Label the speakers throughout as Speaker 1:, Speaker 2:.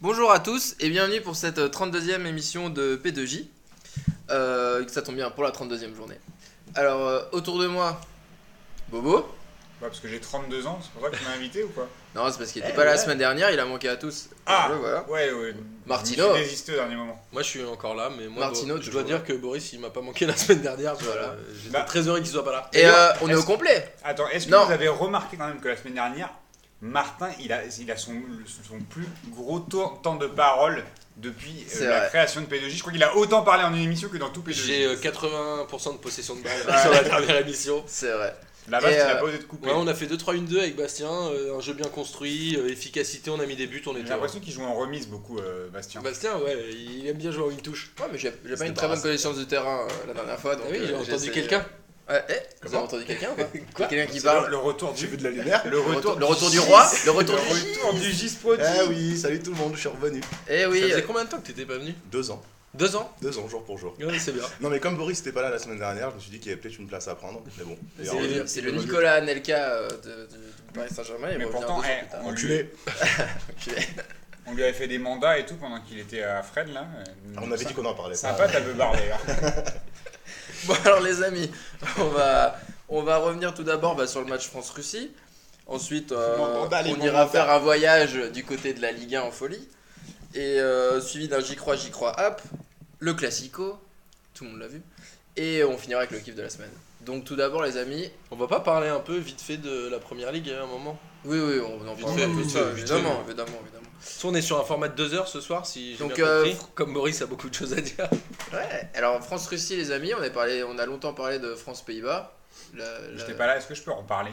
Speaker 1: Bonjour à tous et bienvenue pour cette euh, 32e émission de P2J. Euh, ça tombe bien pour la 32e journée. Alors, euh, autour de moi, Bobo.
Speaker 2: Ouais, parce que j'ai 32 ans, c'est pour ça que tu m'as invité ou quoi
Speaker 1: Non, c'est parce qu'il n'était
Speaker 3: Eh
Speaker 1: pas là la
Speaker 3: ouais.
Speaker 1: semaine dernière, il a manqué à tous.
Speaker 2: Ah
Speaker 1: Le voilà.
Speaker 2: Ouais, ouais.
Speaker 1: Martino.
Speaker 2: Je me suis désisté au dernier moment.
Speaker 4: Moi, je suis encore là, mais moi,
Speaker 1: Martino,
Speaker 4: Bo- je dois
Speaker 1: toujours
Speaker 4: dire que Boris, il m'a pas manqué la semaine dernière. parce que,
Speaker 1: Voilà.
Speaker 4: euh, J'étais
Speaker 2: Bah.
Speaker 4: très heureux qu'il soit pas là.
Speaker 1: Et euh, on est au
Speaker 2: Est-ce-
Speaker 1: complet.
Speaker 2: Attends, est-ce que
Speaker 1: Non.
Speaker 2: vous avez remarqué quand même que la semaine dernière, Martin, il a, il a son, le- son plus gros tour- temps de parole depuis euh,
Speaker 1: C'est
Speaker 2: la
Speaker 1: vrai.
Speaker 2: création de P2J Je crois qu'il a autant parlé en une émission que dans tout P2J.
Speaker 4: J'ai euh, 80% de possession de balle
Speaker 2: Ouais.
Speaker 4: sur la dernière émission.
Speaker 1: C'est vrai.
Speaker 2: La base,
Speaker 1: et,
Speaker 2: il a
Speaker 1: euh,
Speaker 2: pas osé de couper.
Speaker 4: Ouais, on a fait 2-3-1-2 avec Bastien, euh, un jeu bien construit, euh, efficacité, on a mis des buts, on
Speaker 2: J'ai
Speaker 4: était
Speaker 2: l'impression qu'il joue en remise beaucoup, euh, Bastien.
Speaker 4: heureux. Bastien, ouais, il aime bien jouer en une touche.
Speaker 1: Ouais, mais j'ai j'ai pas
Speaker 3: C'était
Speaker 1: une très bonne
Speaker 3: pas
Speaker 1: connaissance du terrain euh, la dernière fois.
Speaker 4: Ah
Speaker 1: Donc,
Speaker 4: oui,
Speaker 1: euh,
Speaker 4: j'ai entendu
Speaker 1: essayé-
Speaker 4: quelqu'un.
Speaker 1: Ouais, eh, vous
Speaker 2: Comment
Speaker 1: avez entendu quelqu'un ou pas
Speaker 3: Quoi
Speaker 1: Quelqu'un qui
Speaker 2: C'est
Speaker 1: parle
Speaker 2: le, le retour
Speaker 3: J'ai
Speaker 2: du.
Speaker 3: vu de la lumière
Speaker 2: Le
Speaker 1: Le
Speaker 2: retour,
Speaker 1: retour, le retour du roi Le
Speaker 2: Le
Speaker 1: retour du
Speaker 2: retour du gis prodigue.
Speaker 3: Ah oui, salut tout le monde, je suis revenu.
Speaker 1: Eh
Speaker 4: Ça
Speaker 1: oui,
Speaker 4: faisait combien de temps que t'étais pas venu
Speaker 3: Deux ans,
Speaker 4: Deux ans
Speaker 3: deux ans, jour pour jour.
Speaker 4: Ouais, c'est bien.
Speaker 3: Non mais comme Boris n'était pas là la semaine dernière, je me suis dit qu'il y avait peut-être une place à prendre, mais bon. Et
Speaker 1: c'est
Speaker 3: en-
Speaker 1: le- c'est le Nicolas Anelka euh, de- du du Paris Saint-Germain. il
Speaker 2: Mais
Speaker 1: revient
Speaker 2: pourtant,
Speaker 1: deux ans
Speaker 2: eh,
Speaker 1: plus tard.
Speaker 2: on lui,
Speaker 3: Enculé
Speaker 2: on lui avait fait des mandats et tout pendant qu'il était à Fred là.
Speaker 3: Ah, On avait dit qu'on en parlait pas.
Speaker 2: Sympa, t'as beubard d'ailleurs.
Speaker 1: Bon alors les amis, on va, on va revenir tout d'abord bah, sur le match France-Russie. Ensuite, euh,
Speaker 3: Mon mandat, les
Speaker 1: on
Speaker 3: bons
Speaker 1: ira
Speaker 3: mandats.
Speaker 1: faire un voyage du côté de la Ligue 1 en folie. Et euh, suivi d'un J'y crois, J'y crois app, le Classico, tout le monde l'a vu. Et on finira avec le kiff de la semaine. Donc tout d'abord les amis,
Speaker 4: On va pas parler un peu vite fait de la première ligue
Speaker 1: hein,
Speaker 4: à un moment
Speaker 1: oui oui, on en
Speaker 4: Vite
Speaker 1: parlera
Speaker 4: fait,
Speaker 1: plus
Speaker 4: vite
Speaker 1: tard,
Speaker 4: fait, vite
Speaker 1: évidemment, évidemment, évidemment.
Speaker 4: Soit on est sur un format de deux heures ce soir, si j'ai
Speaker 1: Donc,
Speaker 4: bien
Speaker 1: euh,
Speaker 4: compris, comme Boris a beaucoup de choses à dire.
Speaker 1: Ouais, alors France-Russie les amis, on, est parlé, on a longtemps parlé de France-Pays-Bas. La- la-
Speaker 2: J'étais pas là, est-ce que je peux en parler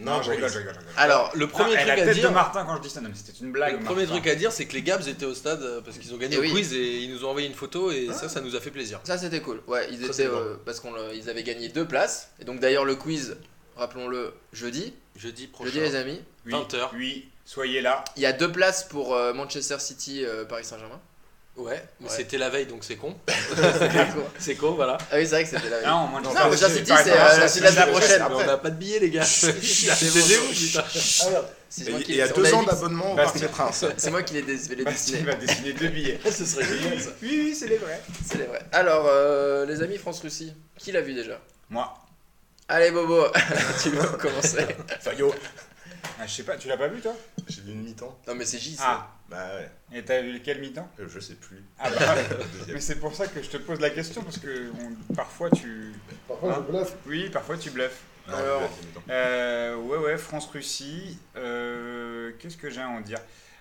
Speaker 3: Non,
Speaker 2: je
Speaker 3: Boris.
Speaker 2: rigole, je rigole, je rigole.
Speaker 1: Alors,
Speaker 4: Le
Speaker 2: Putain,
Speaker 4: premier
Speaker 2: Ah, elle a
Speaker 4: truc
Speaker 2: la
Speaker 4: à
Speaker 2: tête
Speaker 4: dire...
Speaker 2: de Martin quand je dis ça, non mais c'était une blague.
Speaker 4: Le premier
Speaker 2: Martin.
Speaker 4: truc à dire, c'est que les Gabs étaient au stade euh, parce qu'ils ont gagné
Speaker 1: Eh
Speaker 4: le
Speaker 1: oui. Ah.
Speaker 4: quiz et ils nous ont envoyé une photo et ça, ça nous a fait plaisir.
Speaker 1: Ça c'était cool. Ouais, ils
Speaker 3: Ça,
Speaker 1: étaient
Speaker 3: c'est bon.
Speaker 1: euh, parce qu'on le- ils avaient gagné deux places. Et donc d'ailleurs le quiz, rappelons-le, jeudi,
Speaker 4: Jeudi
Speaker 1: jeudi
Speaker 4: prochain.
Speaker 1: les amis,
Speaker 2: Oui,
Speaker 4: 20h.
Speaker 2: Oui, soyez là.
Speaker 1: il y a deux places pour euh, Manchester City euh, Paris Saint-Germain.
Speaker 4: Ouais, mais
Speaker 1: Ouais.
Speaker 4: c'était la veille donc c'est con.
Speaker 1: ah
Speaker 4: C'est con, voilà.
Speaker 1: oui, c'est vrai que c'était la veille.
Speaker 2: Ah, Non, moi,
Speaker 1: Non,
Speaker 2: parle.
Speaker 1: mais ça, c'est dit,
Speaker 2: Par
Speaker 1: c'est,
Speaker 2: exemple,
Speaker 1: euh, c'est la semaine prochaine.
Speaker 4: Mais on
Speaker 2: après.
Speaker 4: n'a pas de billets, les gars. Dépêchez-vous, putain.
Speaker 3: Ah, merde.
Speaker 1: C'est
Speaker 3: Et
Speaker 1: moi
Speaker 3: Il
Speaker 1: qui-
Speaker 3: y a
Speaker 1: on
Speaker 3: deux
Speaker 1: avait
Speaker 3: ans
Speaker 1: dit que-
Speaker 3: d'abonnement au
Speaker 2: Bastien.
Speaker 3: Parc des Princes.
Speaker 1: C'est moi qui les, dé- vais les
Speaker 2: Bastille
Speaker 1: dessiner.
Speaker 2: va dessiner deux billets.
Speaker 4: Ah,
Speaker 3: Ce serait
Speaker 2: Oui,
Speaker 3: génial
Speaker 2: oui,
Speaker 3: ça.
Speaker 2: oui, c'est les vrais.
Speaker 1: C'est les vrais. Alors euh, les amis France-Russie, qui l'a vu déjà
Speaker 2: Moi,
Speaker 1: Allez Bobo, tu veux commencer
Speaker 3: Fayot.
Speaker 2: ah, je sais pas, tu l'as pas vu toi
Speaker 3: J'ai vu une mi-temps.
Speaker 1: Non mais c'est J. ça.
Speaker 2: Ah,
Speaker 3: Bah ouais,
Speaker 2: et t'as vu lequel mi-temps
Speaker 3: euh, je sais plus.
Speaker 2: Ah bah,
Speaker 3: Le deuxième.
Speaker 2: mais c'est pour ça que je te pose la question parce que on- parfois tu. Parfois, je
Speaker 3: bluffe.
Speaker 2: Oui, parfois tu bluffes.
Speaker 3: Non,
Speaker 1: Alors.
Speaker 3: le deuxième mi-temps.
Speaker 2: Euh, ouais, ouais, France-Russie. Euh, Qu'est-ce que j'ai à en dire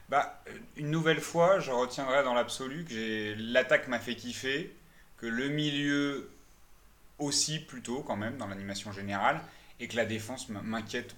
Speaker 2: bah, euh, Une nouvelle fois, je retiendrai dans l'absolu que j'ai- l'attaque m'a fait kiffer, que le milieu aussi plutôt quand même dans l'animation générale, et que la défense m- m'inquiète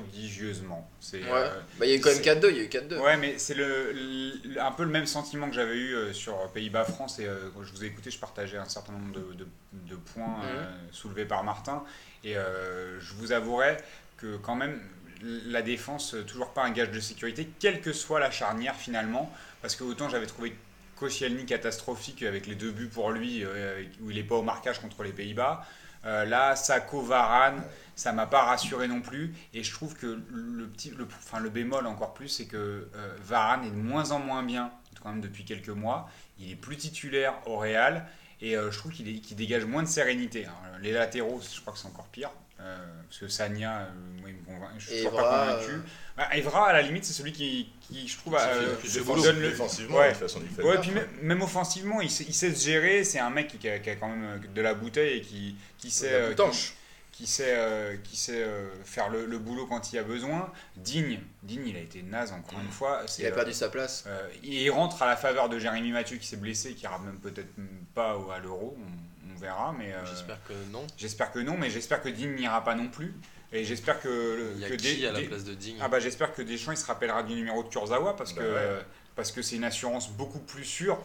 Speaker 2: prodigieusement. C'est
Speaker 1: Ouais.
Speaker 2: euh,
Speaker 1: Bah il y a eu quand même
Speaker 2: c'est-
Speaker 1: 4-2, il y a eu 4-2.
Speaker 2: Ouais, mais c'est le, le- un peu le même sentiment que j'avais eu euh, sur Pays-Bas France et euh, quand je vous ai écouté, je partageais un certain nombre de, de- de points euh, soulevés par Martin et euh, je vous avouerai que quand même la défense euh, toujours pas un gage de sécurité, quelle que soit la charnière finalement, parce que autant j'avais trouvé Koscielny catastrophique avec les deux buts pour lui euh, avec- où il est pas au marquage contre les Pays-Bas. Euh, là, Sako Varane, ça m'a pas rassuré non plus. Et je trouve que le petit, le, enfin le bémol encore plus, c'est que euh, Varane est de moins en moins bien quand même depuis quelques mois. Il est plus titulaire au Real et euh, je trouve qu'il est- qu'il dégage moins de sérénité. hein. Les latéraux, je crois que c'est encore pire. Euh, parce que Sanya, euh, moi, il me convainc- je suis toujours
Speaker 1: Evra,
Speaker 2: pas convaincu. Ah, Evra, à la limite, c'est celui qui, qui, je trouve,
Speaker 4: euh, Qui fait
Speaker 2: euh,
Speaker 4: le plus de
Speaker 2: donne
Speaker 4: boulot.
Speaker 2: le-
Speaker 3: Défensivement,
Speaker 2: Ouais.
Speaker 3: de toute façon, il fait le
Speaker 2: Ouais,
Speaker 3: taf.
Speaker 2: puis même, même offensivement, il sait, il sait se gérer. C'est un mec qui, qui a, qui a quand même euh, de la bouteille et qui, qui sait,
Speaker 1: La
Speaker 2: euh,
Speaker 1: boutanche.
Speaker 2: qui, qui sait, euh, qui sait euh, faire le, le boulot quand il y a besoin. Digne, Digne, il a été naze encore une fois. C'est,
Speaker 1: Il a
Speaker 2: euh,
Speaker 1: perdu sa place.
Speaker 2: euh, il rentre à la faveur de Jérémy Mathieu qui s'est blessé, qui ira même peut-être pas au- à l'Euro. On, on verra, mais euh,
Speaker 4: J'espère que non.
Speaker 2: j'espère que non. Mais j'espère que Digne n'ira pas non plus. Et j'espère que le-
Speaker 4: Il y a
Speaker 2: que
Speaker 4: qui
Speaker 2: des-
Speaker 4: à la
Speaker 2: des-
Speaker 4: place de Digne
Speaker 2: ah bah j'espère que Deschamps il se rappellera du numéro de Kurzawa parce
Speaker 3: Bah
Speaker 2: que
Speaker 3: ouais.
Speaker 2: euh, parce que c'est une assurance beaucoup plus sûre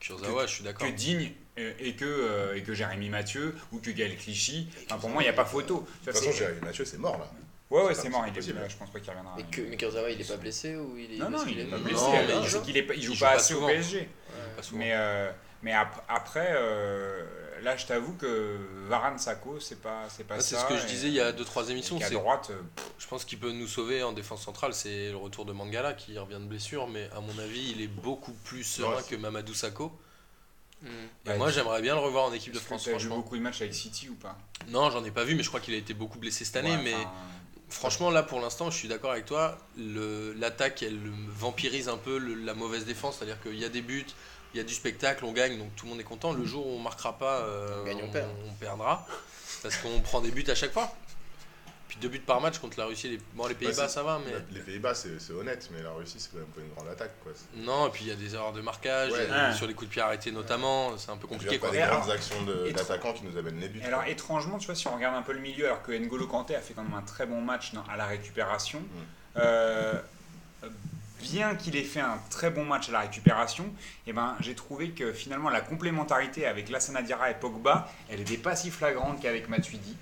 Speaker 4: Kurzawa, je suis
Speaker 2: que
Speaker 4: d'accord.
Speaker 2: Digne euh, et que euh, et que Jérémy Mathieu ou que Gaël Clichy. Enfin, pour moi il n'y a pas photo. Tu
Speaker 3: De
Speaker 2: vois,
Speaker 3: toute façon,
Speaker 2: c'est-
Speaker 3: Jérémy Mathieu, c'est mort là.
Speaker 2: ouais ouais
Speaker 3: c'est
Speaker 2: c'est
Speaker 3: pas-
Speaker 2: mort.
Speaker 3: c'est
Speaker 2: Il est,
Speaker 3: possible.
Speaker 2: je pense pas qu'il
Speaker 3: Ah.
Speaker 2: reviendra.
Speaker 1: Mais, que, mais Kurzawa, il est pas blessé ou il est
Speaker 2: Non
Speaker 1: parce
Speaker 2: non
Speaker 1: qu'il
Speaker 2: il est
Speaker 1: est-
Speaker 2: pas
Speaker 4: non,
Speaker 2: blessé.
Speaker 4: non, mais
Speaker 2: mais
Speaker 4: hein. il
Speaker 2: c'est
Speaker 4: joue-
Speaker 2: qu'il est pas- il joue
Speaker 4: il joue
Speaker 2: pas
Speaker 4: pas
Speaker 2: assez au
Speaker 4: souvent.
Speaker 2: PSG.
Speaker 1: Ouais.
Speaker 4: Pas souvent.
Speaker 2: Mais euh, mais ap- après euh, là, je t'avoue que Varane Sako, c'est pas, c'est pas
Speaker 4: Ah, C'est
Speaker 2: ça.
Speaker 4: ce que je
Speaker 2: et-
Speaker 4: disais il y a 2-3 émissions.
Speaker 2: et qu'à
Speaker 4: c'est-
Speaker 2: droite, euh, pff,
Speaker 4: Je pense qu'il peut nous sauver en défense centrale. C'est le retour de Mangala qui revient de blessure, mais à mon avis, il est beaucoup plus serein
Speaker 3: Ouais,
Speaker 4: que Mamadou Sakho.
Speaker 3: Mm.
Speaker 1: Hmm.
Speaker 4: Et
Speaker 2: Ouais,
Speaker 4: moi,
Speaker 2: tu-
Speaker 4: j'aimerais bien le revoir en équipe de
Speaker 2: est-ce
Speaker 4: France,
Speaker 2: que t'as vu
Speaker 4: franchement.
Speaker 2: beaucoup de matchs avec City ou pas
Speaker 4: Non, j'en ai pas vu, mais je crois qu'il a été beaucoup blessé cette année.
Speaker 2: Ouais,
Speaker 4: mais
Speaker 2: enfin,
Speaker 4: franchement, là, pour l'instant, je suis d'accord avec toi. Le- L'attaque, elle vampirise un peu le- la mauvaise défense. C'est-à-dire qu'il y a des buts, il y a du spectacle, on gagne, donc tout le monde est content. Le jour où on marquera pas, euh,
Speaker 1: On gagne, on perd.
Speaker 4: on perdra. Parce qu'on prend des buts à chaque fois. Puis deux buts par match contre la Russie. Les... Bon, les Pays-Bas,
Speaker 3: c'est-
Speaker 4: ça va, mais.
Speaker 3: Les Pays-Bas, c'est c'est honnête, mais la Russie, c'est quand même pas une grande attaque. Quoi. C'est-
Speaker 4: Non, et puis il y a des erreurs de marquage,
Speaker 3: Ouais.
Speaker 4: il y a-
Speaker 2: Ouais.
Speaker 4: sur les coups de pied arrêtés notamment, c'est un peu
Speaker 3: Il y
Speaker 4: compliqué
Speaker 3: a pas
Speaker 4: quoi.
Speaker 3: des
Speaker 2: Et
Speaker 3: grandes
Speaker 2: alors-
Speaker 3: actions de-
Speaker 2: et-
Speaker 3: d'attaquants qui nous amènent les buts.
Speaker 2: Et alors
Speaker 3: quoi.
Speaker 2: étrangement, tu vois, si on regarde un peu le milieu, alors que N'Golo Kanté a fait quand même un très bon match dans- à la récupération, euh, bien qu'il ait fait un très bon match à la récupération, eh ben, j'ai trouvé que finalement la complémentarité avec Lassana Diarra et Pogba, elle n'était pas si flagrante qu'avec Matuidi.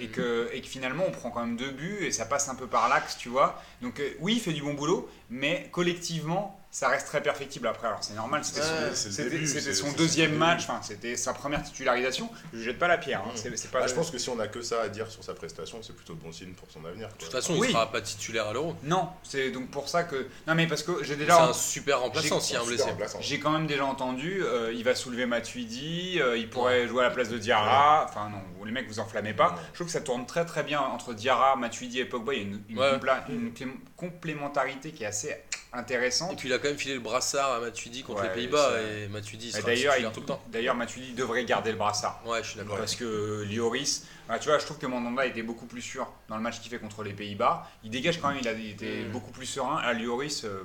Speaker 2: Et que, et que finalement, on prend quand même deux buts et ça passe un peu par l'axe, tu vois. Donc, euh, oui, il fait du bon boulot, mais collectivement, ça reste très perfectible après. Alors, c'est normal, c'était son-
Speaker 1: Ouais,
Speaker 3: c'est le
Speaker 2: c'était-
Speaker 3: début,
Speaker 2: c'était
Speaker 3: c'est-
Speaker 2: son
Speaker 3: c'est-
Speaker 2: deuxième
Speaker 3: c'est le
Speaker 2: match, enfin, c'était sa première titularisation. Je jette pas la pierre. hein.
Speaker 3: Mm.
Speaker 2: C'est c'est pas.
Speaker 3: Bah, je pense que si on a que ça à dire sur sa prestation, c'est plutôt bon signe pour son avenir.
Speaker 4: De
Speaker 3: quoi.
Speaker 4: toute façon, il
Speaker 2: Oui.
Speaker 4: sera pas titulaire à l'euro.
Speaker 2: Non, c'est donc pour ça que. Non, mais parce que j'ai
Speaker 4: C'est
Speaker 2: déjà.
Speaker 4: un super remplaçant
Speaker 2: j'ai-
Speaker 4: s'il y a un
Speaker 3: Super
Speaker 4: blessé.
Speaker 3: remplaçant.
Speaker 2: J'ai quand même déjà entendu, euh, il va soulever Matuidi, euh, il pourrait jouer à la place de Diarra. Enfin, non, vous- les mecs, vous enflammez pas.
Speaker 3: Non.
Speaker 2: Je trouve que ça tourne très très bien entre Diarra, Matuidi et Pogba. Il y a une, une
Speaker 4: Ouais.
Speaker 2: compla- une clé- complémentarité qui est assez
Speaker 4: Et
Speaker 2: intéressante.
Speaker 4: puis il a quand même filé le brassard à Matuidi contre
Speaker 2: Ouais,
Speaker 4: les Pays-Bas
Speaker 2: ça-
Speaker 4: et Matuidi il
Speaker 2: Et
Speaker 4: sera
Speaker 2: D'ailleurs,
Speaker 4: titulaire
Speaker 2: il-
Speaker 4: tout le temps.
Speaker 2: d'ailleurs, Matuidi devrait garder le brassard.
Speaker 4: Ouais, je suis d'accord.
Speaker 2: Parce que euh, Lloris, bah, tu vois, je trouve que Mandanda était beaucoup plus sûr dans le match qu'il fait contre les Pays-Bas. Il dégage quand même, il a été
Speaker 1: Mm.
Speaker 2: beaucoup plus serein. À Lloris, euh,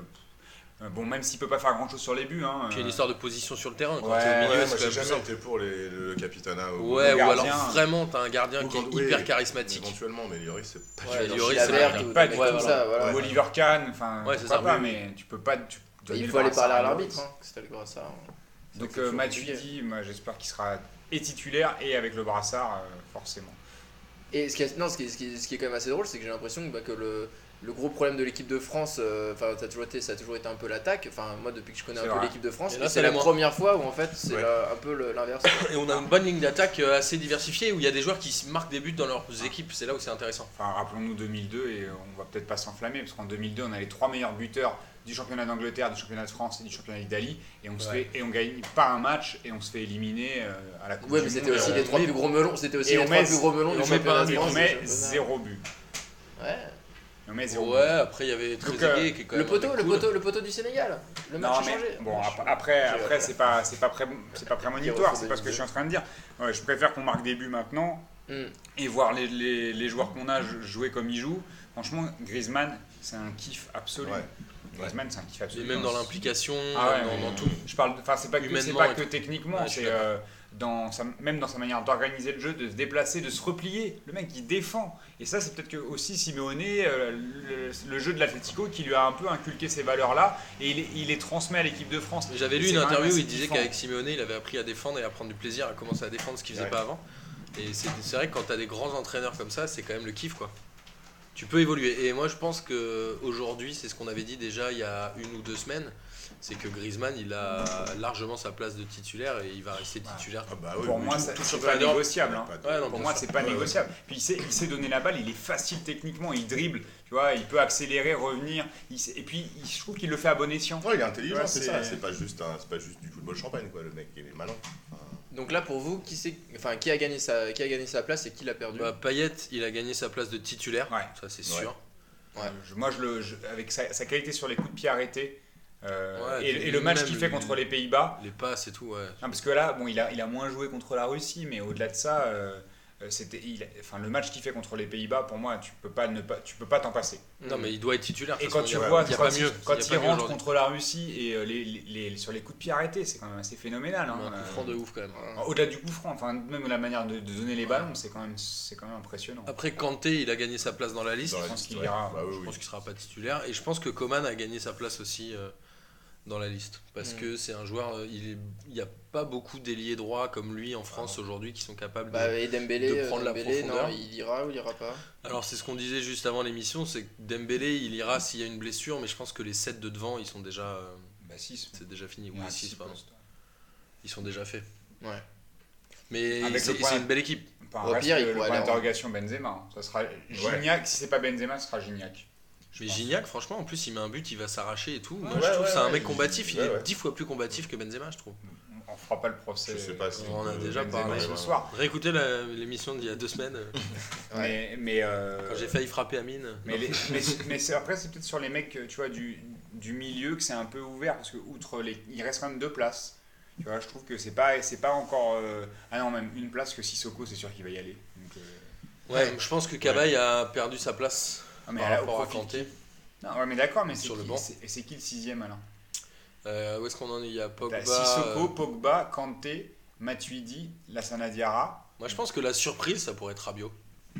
Speaker 2: euh, bon, même s'il peut pas faire grand chose sur les buts. hein,
Speaker 4: Puis il y a une
Speaker 2: euh,
Speaker 4: histoire de position sur le terrain. Quand
Speaker 2: Ouais,
Speaker 4: t'es au milieu,
Speaker 3: Ouais,
Speaker 4: c'est
Speaker 3: moi,
Speaker 4: quand
Speaker 3: j'ai
Speaker 4: même
Speaker 3: jamais
Speaker 4: simple.
Speaker 3: été pour les- le capitana. au-
Speaker 4: Ouais,
Speaker 2: Le
Speaker 4: ou
Speaker 2: gardien.
Speaker 4: alors vraiment, t'as un gardien
Speaker 3: Ou
Speaker 4: qui est
Speaker 3: quand-
Speaker 4: hyper
Speaker 3: oui,
Speaker 4: charismatique.
Speaker 3: Éventuellement, mais Lloris, c'est pas
Speaker 4: Ouais,
Speaker 3: du tout.
Speaker 4: Lloris,
Speaker 1: la
Speaker 4: c'est
Speaker 1: merde,
Speaker 4: pas
Speaker 1: ou
Speaker 2: bien.
Speaker 1: des mecs
Speaker 2: Pas du
Speaker 1: comme
Speaker 2: tout.
Speaker 1: ça, voilà.
Speaker 2: Ou Oliver Kahn, enfin,
Speaker 4: Ouais, c'est
Speaker 2: pourquoi
Speaker 4: ça,
Speaker 2: pas,
Speaker 4: oui.
Speaker 2: mais tu peux pas. tu-
Speaker 1: Et
Speaker 2: donner
Speaker 1: Il
Speaker 2: le
Speaker 1: faut aller
Speaker 2: brassard
Speaker 1: parler à
Speaker 2: Lloris.
Speaker 1: l'arbitre, hein, que c'était le gros ça. hein.
Speaker 2: Donc
Speaker 1: C'est
Speaker 2: euh,
Speaker 1: toujours
Speaker 2: Matuidi, moi, j'espère qu'il sera et titulaire et avec le brassard, euh, forcément.
Speaker 1: Et ce qui est, non, ce qui est, ce qui est- ce qui est quand même assez drôle, c'est que j'ai l'impression que, bah, que le, le gros problème de l'équipe de France, euh, enfin, ça, a toujours été, ça a toujours été un peu l'attaque. Enfin, moi, depuis que je connais
Speaker 2: C'est
Speaker 1: un peu
Speaker 2: vrai.
Speaker 1: l'équipe de France,
Speaker 4: Et là,
Speaker 1: et
Speaker 4: ça
Speaker 1: c'est la
Speaker 4: l'est moins.
Speaker 1: première fois où en fait, c'est
Speaker 3: Ouais.
Speaker 1: la- un peu le- l'inverse.
Speaker 4: Et on a une bonne ligne d'attaque euh, assez diversifiée où il y a des joueurs qui se marquent des buts dans leurs équipes. C'est là où c'est intéressant.
Speaker 2: Enfin, rappelons-nous 2002 et euh, on va peut-être pas s'enflammer parce qu'en 2002, on a les trois meilleurs buteurs du championnat d'Angleterre, du championnat de France et du championnat d'Italie et on se
Speaker 4: Ouais.
Speaker 2: fait et on gagne pas un match et on se fait éliminer euh, à la Coupe
Speaker 1: Ouais,
Speaker 2: du
Speaker 1: mais c'était
Speaker 2: Monde.
Speaker 1: aussi
Speaker 2: Et
Speaker 1: les
Speaker 2: on
Speaker 1: trois
Speaker 2: met-
Speaker 1: plus gros melons. C'était aussi
Speaker 2: et
Speaker 1: les
Speaker 2: on
Speaker 1: trois
Speaker 2: met-
Speaker 1: plus gros melons
Speaker 4: et
Speaker 1: du
Speaker 4: on met pas
Speaker 1: championnat
Speaker 4: un
Speaker 1: de
Speaker 2: et on
Speaker 1: France.
Speaker 2: met
Speaker 1: du championnat.
Speaker 2: zéro but.
Speaker 1: Ouais.
Speaker 2: Et on met zéro but.
Speaker 4: Ouais, après il y avait
Speaker 2: Donc, euh,
Speaker 4: Trezeguet qui est quand
Speaker 1: Le
Speaker 4: même
Speaker 1: poteau,
Speaker 4: un
Speaker 1: le
Speaker 4: mec cool.
Speaker 1: poteau, le poteau du Sénégal. Le match
Speaker 2: Non,
Speaker 1: a
Speaker 2: mais
Speaker 1: changé.
Speaker 2: Bon, ap- après,
Speaker 1: je-
Speaker 2: après c'est pas, c'est pas, pré- c'est pas prémonitoire, c'est pas ce que je suis en train de dire. Ouais, je préfère qu'on marque des buts maintenant
Speaker 1: Hmm.
Speaker 2: et voir les, les- les joueurs qu'on a jou- jouer comme ils jouent. Franchement, Griezmann, c'est un kiff absolu.
Speaker 3: Ouais.
Speaker 2: Griezmann, c'est un kiff
Speaker 4: Et
Speaker 2: absolu.
Speaker 4: même dans l'implication,
Speaker 2: Ah ouais,
Speaker 4: dans,
Speaker 2: mais-
Speaker 4: dans tout.
Speaker 2: Je parle, enfin, c'est pas que, c'est
Speaker 4: Humainement
Speaker 2: pas
Speaker 4: et
Speaker 2: que
Speaker 4: tout.
Speaker 2: techniquement,
Speaker 4: Ouais, je suis
Speaker 2: c'est euh, dans sa- même dans sa manière d'organiser le jeu, de se déplacer, de se replier. Le mec, il défend. Et ça, c'est peut-être que aussi Simeone, euh, le, le jeu de l'Atlético, qui lui a un peu inculqué ces valeurs-là, et il, il les transmet à l'équipe de France.
Speaker 4: J'avais
Speaker 2: Et
Speaker 4: lu
Speaker 2: c'est
Speaker 4: une
Speaker 2: quand même
Speaker 4: interview où
Speaker 2: assez
Speaker 4: il disait
Speaker 2: kiffant.
Speaker 4: qu'avec Simeone, il avait appris à défendre et à prendre du plaisir, à commencer à défendre ce qu'il faisait
Speaker 3: Ouais.
Speaker 4: pas avant. Et c'est c'est vrai que quand t'as des grands entraîneurs comme ça, c'est quand même le kiff quoi. Tu peux évoluer. Et moi je pense que aujourd'hui, c'est ce qu'on avait dit déjà il y a une ou deux semaines, c'est que Griezmann il a largement sa place de titulaire et il va rester titulaire.
Speaker 3: Ah bah oui,
Speaker 2: Pour
Speaker 3: oui,
Speaker 2: moi,
Speaker 3: tout-
Speaker 2: ça-
Speaker 3: tout
Speaker 2: c'est pas
Speaker 4: championnat d'Europe.
Speaker 2: négociable. hein.
Speaker 3: Pas de- Ah
Speaker 4: Ouais, non,
Speaker 2: Pour
Speaker 4: bien
Speaker 2: moi,
Speaker 4: sûr.
Speaker 2: c'est pas
Speaker 3: Ouais, ouais.
Speaker 2: négociable. Puis il sait, il sait donner la balle, il est facile techniquement, il dribble, tu vois, il peut accélérer, revenir. il sait- et puis, il- je trouve qu'il le fait à bon escient.
Speaker 3: Ouais, il est intelligent,
Speaker 2: Ouais,
Speaker 3: c'est
Speaker 2: c'est-
Speaker 3: ça. C'est pas juste, un- c'est pas juste du football champagne, quoi. Le mec, il est malin.
Speaker 1: Donc là, pour vous, qui, c'est- enfin, qui, a gagné sa, qui a gagné sa place et qui l'a perdu
Speaker 4: Bah, Payet, il a gagné sa place de titulaire,
Speaker 2: Ouais.
Speaker 4: ça c'est
Speaker 3: Ouais.
Speaker 4: sûr.
Speaker 1: Ouais.
Speaker 2: Je- moi, je le, je- avec sa, sa qualité sur les coups de pied arrêtés euh,
Speaker 4: Ouais,
Speaker 2: et,
Speaker 4: puis
Speaker 2: et le match
Speaker 4: lui-même,
Speaker 2: qu'il fait
Speaker 4: lui-
Speaker 2: contre les Pays-Bas,
Speaker 4: Les passes et tout, ouais.
Speaker 2: hein, parce que là, bon, il a, il a moins joué contre la Russie, mais au-delà de ça, euh, euh, c'était, il a- enfin, le match qu'il fait contre les Pays-Bas, pour moi, tu peux pas ne pas, tu peux pas t'en passer.
Speaker 4: Non mais il doit être titulaire.
Speaker 2: Mm. Et
Speaker 4: parce
Speaker 2: quand
Speaker 4: qu'on
Speaker 2: tu
Speaker 4: y a-
Speaker 2: vois
Speaker 4: il y a
Speaker 2: quand
Speaker 4: pas
Speaker 2: il-
Speaker 4: mieux.
Speaker 2: quand
Speaker 4: y a
Speaker 2: il
Speaker 4: pas mieux
Speaker 2: rentre
Speaker 4: aujourd'hui.
Speaker 2: contre la Russie et euh, les, les- les- sur les coups de pied arrêtés, c'est quand même assez phénoménal. hein.
Speaker 4: Un coup franc de ouf quand même.
Speaker 2: Euh, Au-delà du coup franc, enfin même la manière de, de donner les ballons, c'est quand même c'est quand même impressionnant.
Speaker 4: Après Kanté, il a gagné sa place dans la liste.
Speaker 3: Dans la
Speaker 2: pense
Speaker 3: liste,
Speaker 2: qu'il
Speaker 3: ouais.
Speaker 2: ira.
Speaker 3: Bah oui,
Speaker 4: Je
Speaker 3: oui.
Speaker 4: pense qu'il sera pas titulaire. Et je pense que Coman a gagné sa place aussi euh, dans la liste. Parce
Speaker 1: Mm.
Speaker 4: que c'est un joueur, euh, il n'y a pas beaucoup d'ailiers droits comme lui en
Speaker 3: Ah
Speaker 4: France aujourd'hui qui sont capables de...
Speaker 1: Bah, et Dembélé,
Speaker 4: de prendre la
Speaker 1: Dembélé,
Speaker 4: profondeur.
Speaker 1: non, il ira ou il ira pas
Speaker 4: Alors c'est ce qu'on disait juste avant l'émission, c'est que Dembélé, il ira s'il y a une blessure, mais je pense que les 7 de devant, ils sont déjà... euh,
Speaker 2: Bah 6.
Speaker 4: Ah, c'est déjà fini. Oui, six, pardon. Ils sont déjà faits.
Speaker 1: Ouais.
Speaker 4: Mais
Speaker 2: Avec
Speaker 4: c'est
Speaker 2: le point-
Speaker 4: c'est une belle équipe.
Speaker 2: Enfin,
Speaker 1: Au
Speaker 2: reste
Speaker 1: pire, il
Speaker 2: le, le
Speaker 1: pourrait
Speaker 2: point
Speaker 1: aller en-
Speaker 2: d'interrogation Benzema. hein. Ça sera Gignac. Si c'est pas Benzema, ce sera Gignac.
Speaker 4: Mais
Speaker 2: pense.
Speaker 4: Gignac, franchement, en plus, il met un but, il va s'arracher et tout. Moi,
Speaker 3: Ouais,
Speaker 4: je trouve
Speaker 3: ouais,
Speaker 4: c'est un
Speaker 3: ouais,
Speaker 4: mec
Speaker 3: il-
Speaker 4: combatif. Il
Speaker 3: ouais,
Speaker 4: est
Speaker 3: ouais.
Speaker 4: dix fois plus combatif que Benzema, je trouve.
Speaker 2: On fera pas le procès.
Speaker 3: Je sais pas si.
Speaker 4: On en a
Speaker 3: euh,
Speaker 4: déjà
Speaker 2: Benzema
Speaker 4: parlé.
Speaker 2: ce
Speaker 3: ouais.
Speaker 2: soir.
Speaker 4: Réécoutez la- l'émission d'il y a deux semaines, euh,
Speaker 2: Mais, mais, euh,
Speaker 4: quand j'ai failli frapper Amine.
Speaker 2: Mais, les- mais, mais c'est- après, c'est peut-être sur les mecs, tu vois, du, du milieu que c'est un peu ouvert parce que outre les, il reste quand même deux places. Tu vois, je trouve que c'est pas, c'est pas encore. euh, ah non, même une place que Sissoko, c'est sûr qu'il va y aller. Donc, euh,
Speaker 4: Ouais, je pense que Cabaye a perdu sa place
Speaker 2: ah, mais
Speaker 4: par
Speaker 2: là, au
Speaker 4: rapport à
Speaker 2: profil-
Speaker 4: Kanté.
Speaker 2: Non, ouais, mais d'accord, mais c'est
Speaker 4: Sur le
Speaker 2: qui,
Speaker 4: banc.
Speaker 2: c'est- c'est qui le sixième alors
Speaker 4: Euh, où est-ce qu'on en est Il y a Pogba.
Speaker 2: T'as
Speaker 3: Bah,
Speaker 2: Sissoko,
Speaker 4: euh,
Speaker 2: Pogba, Kanté, Matuidi, Lassana Diarra.
Speaker 4: Moi, je pense que la surprise, ça pourrait être Rabiot.
Speaker 2: Ah,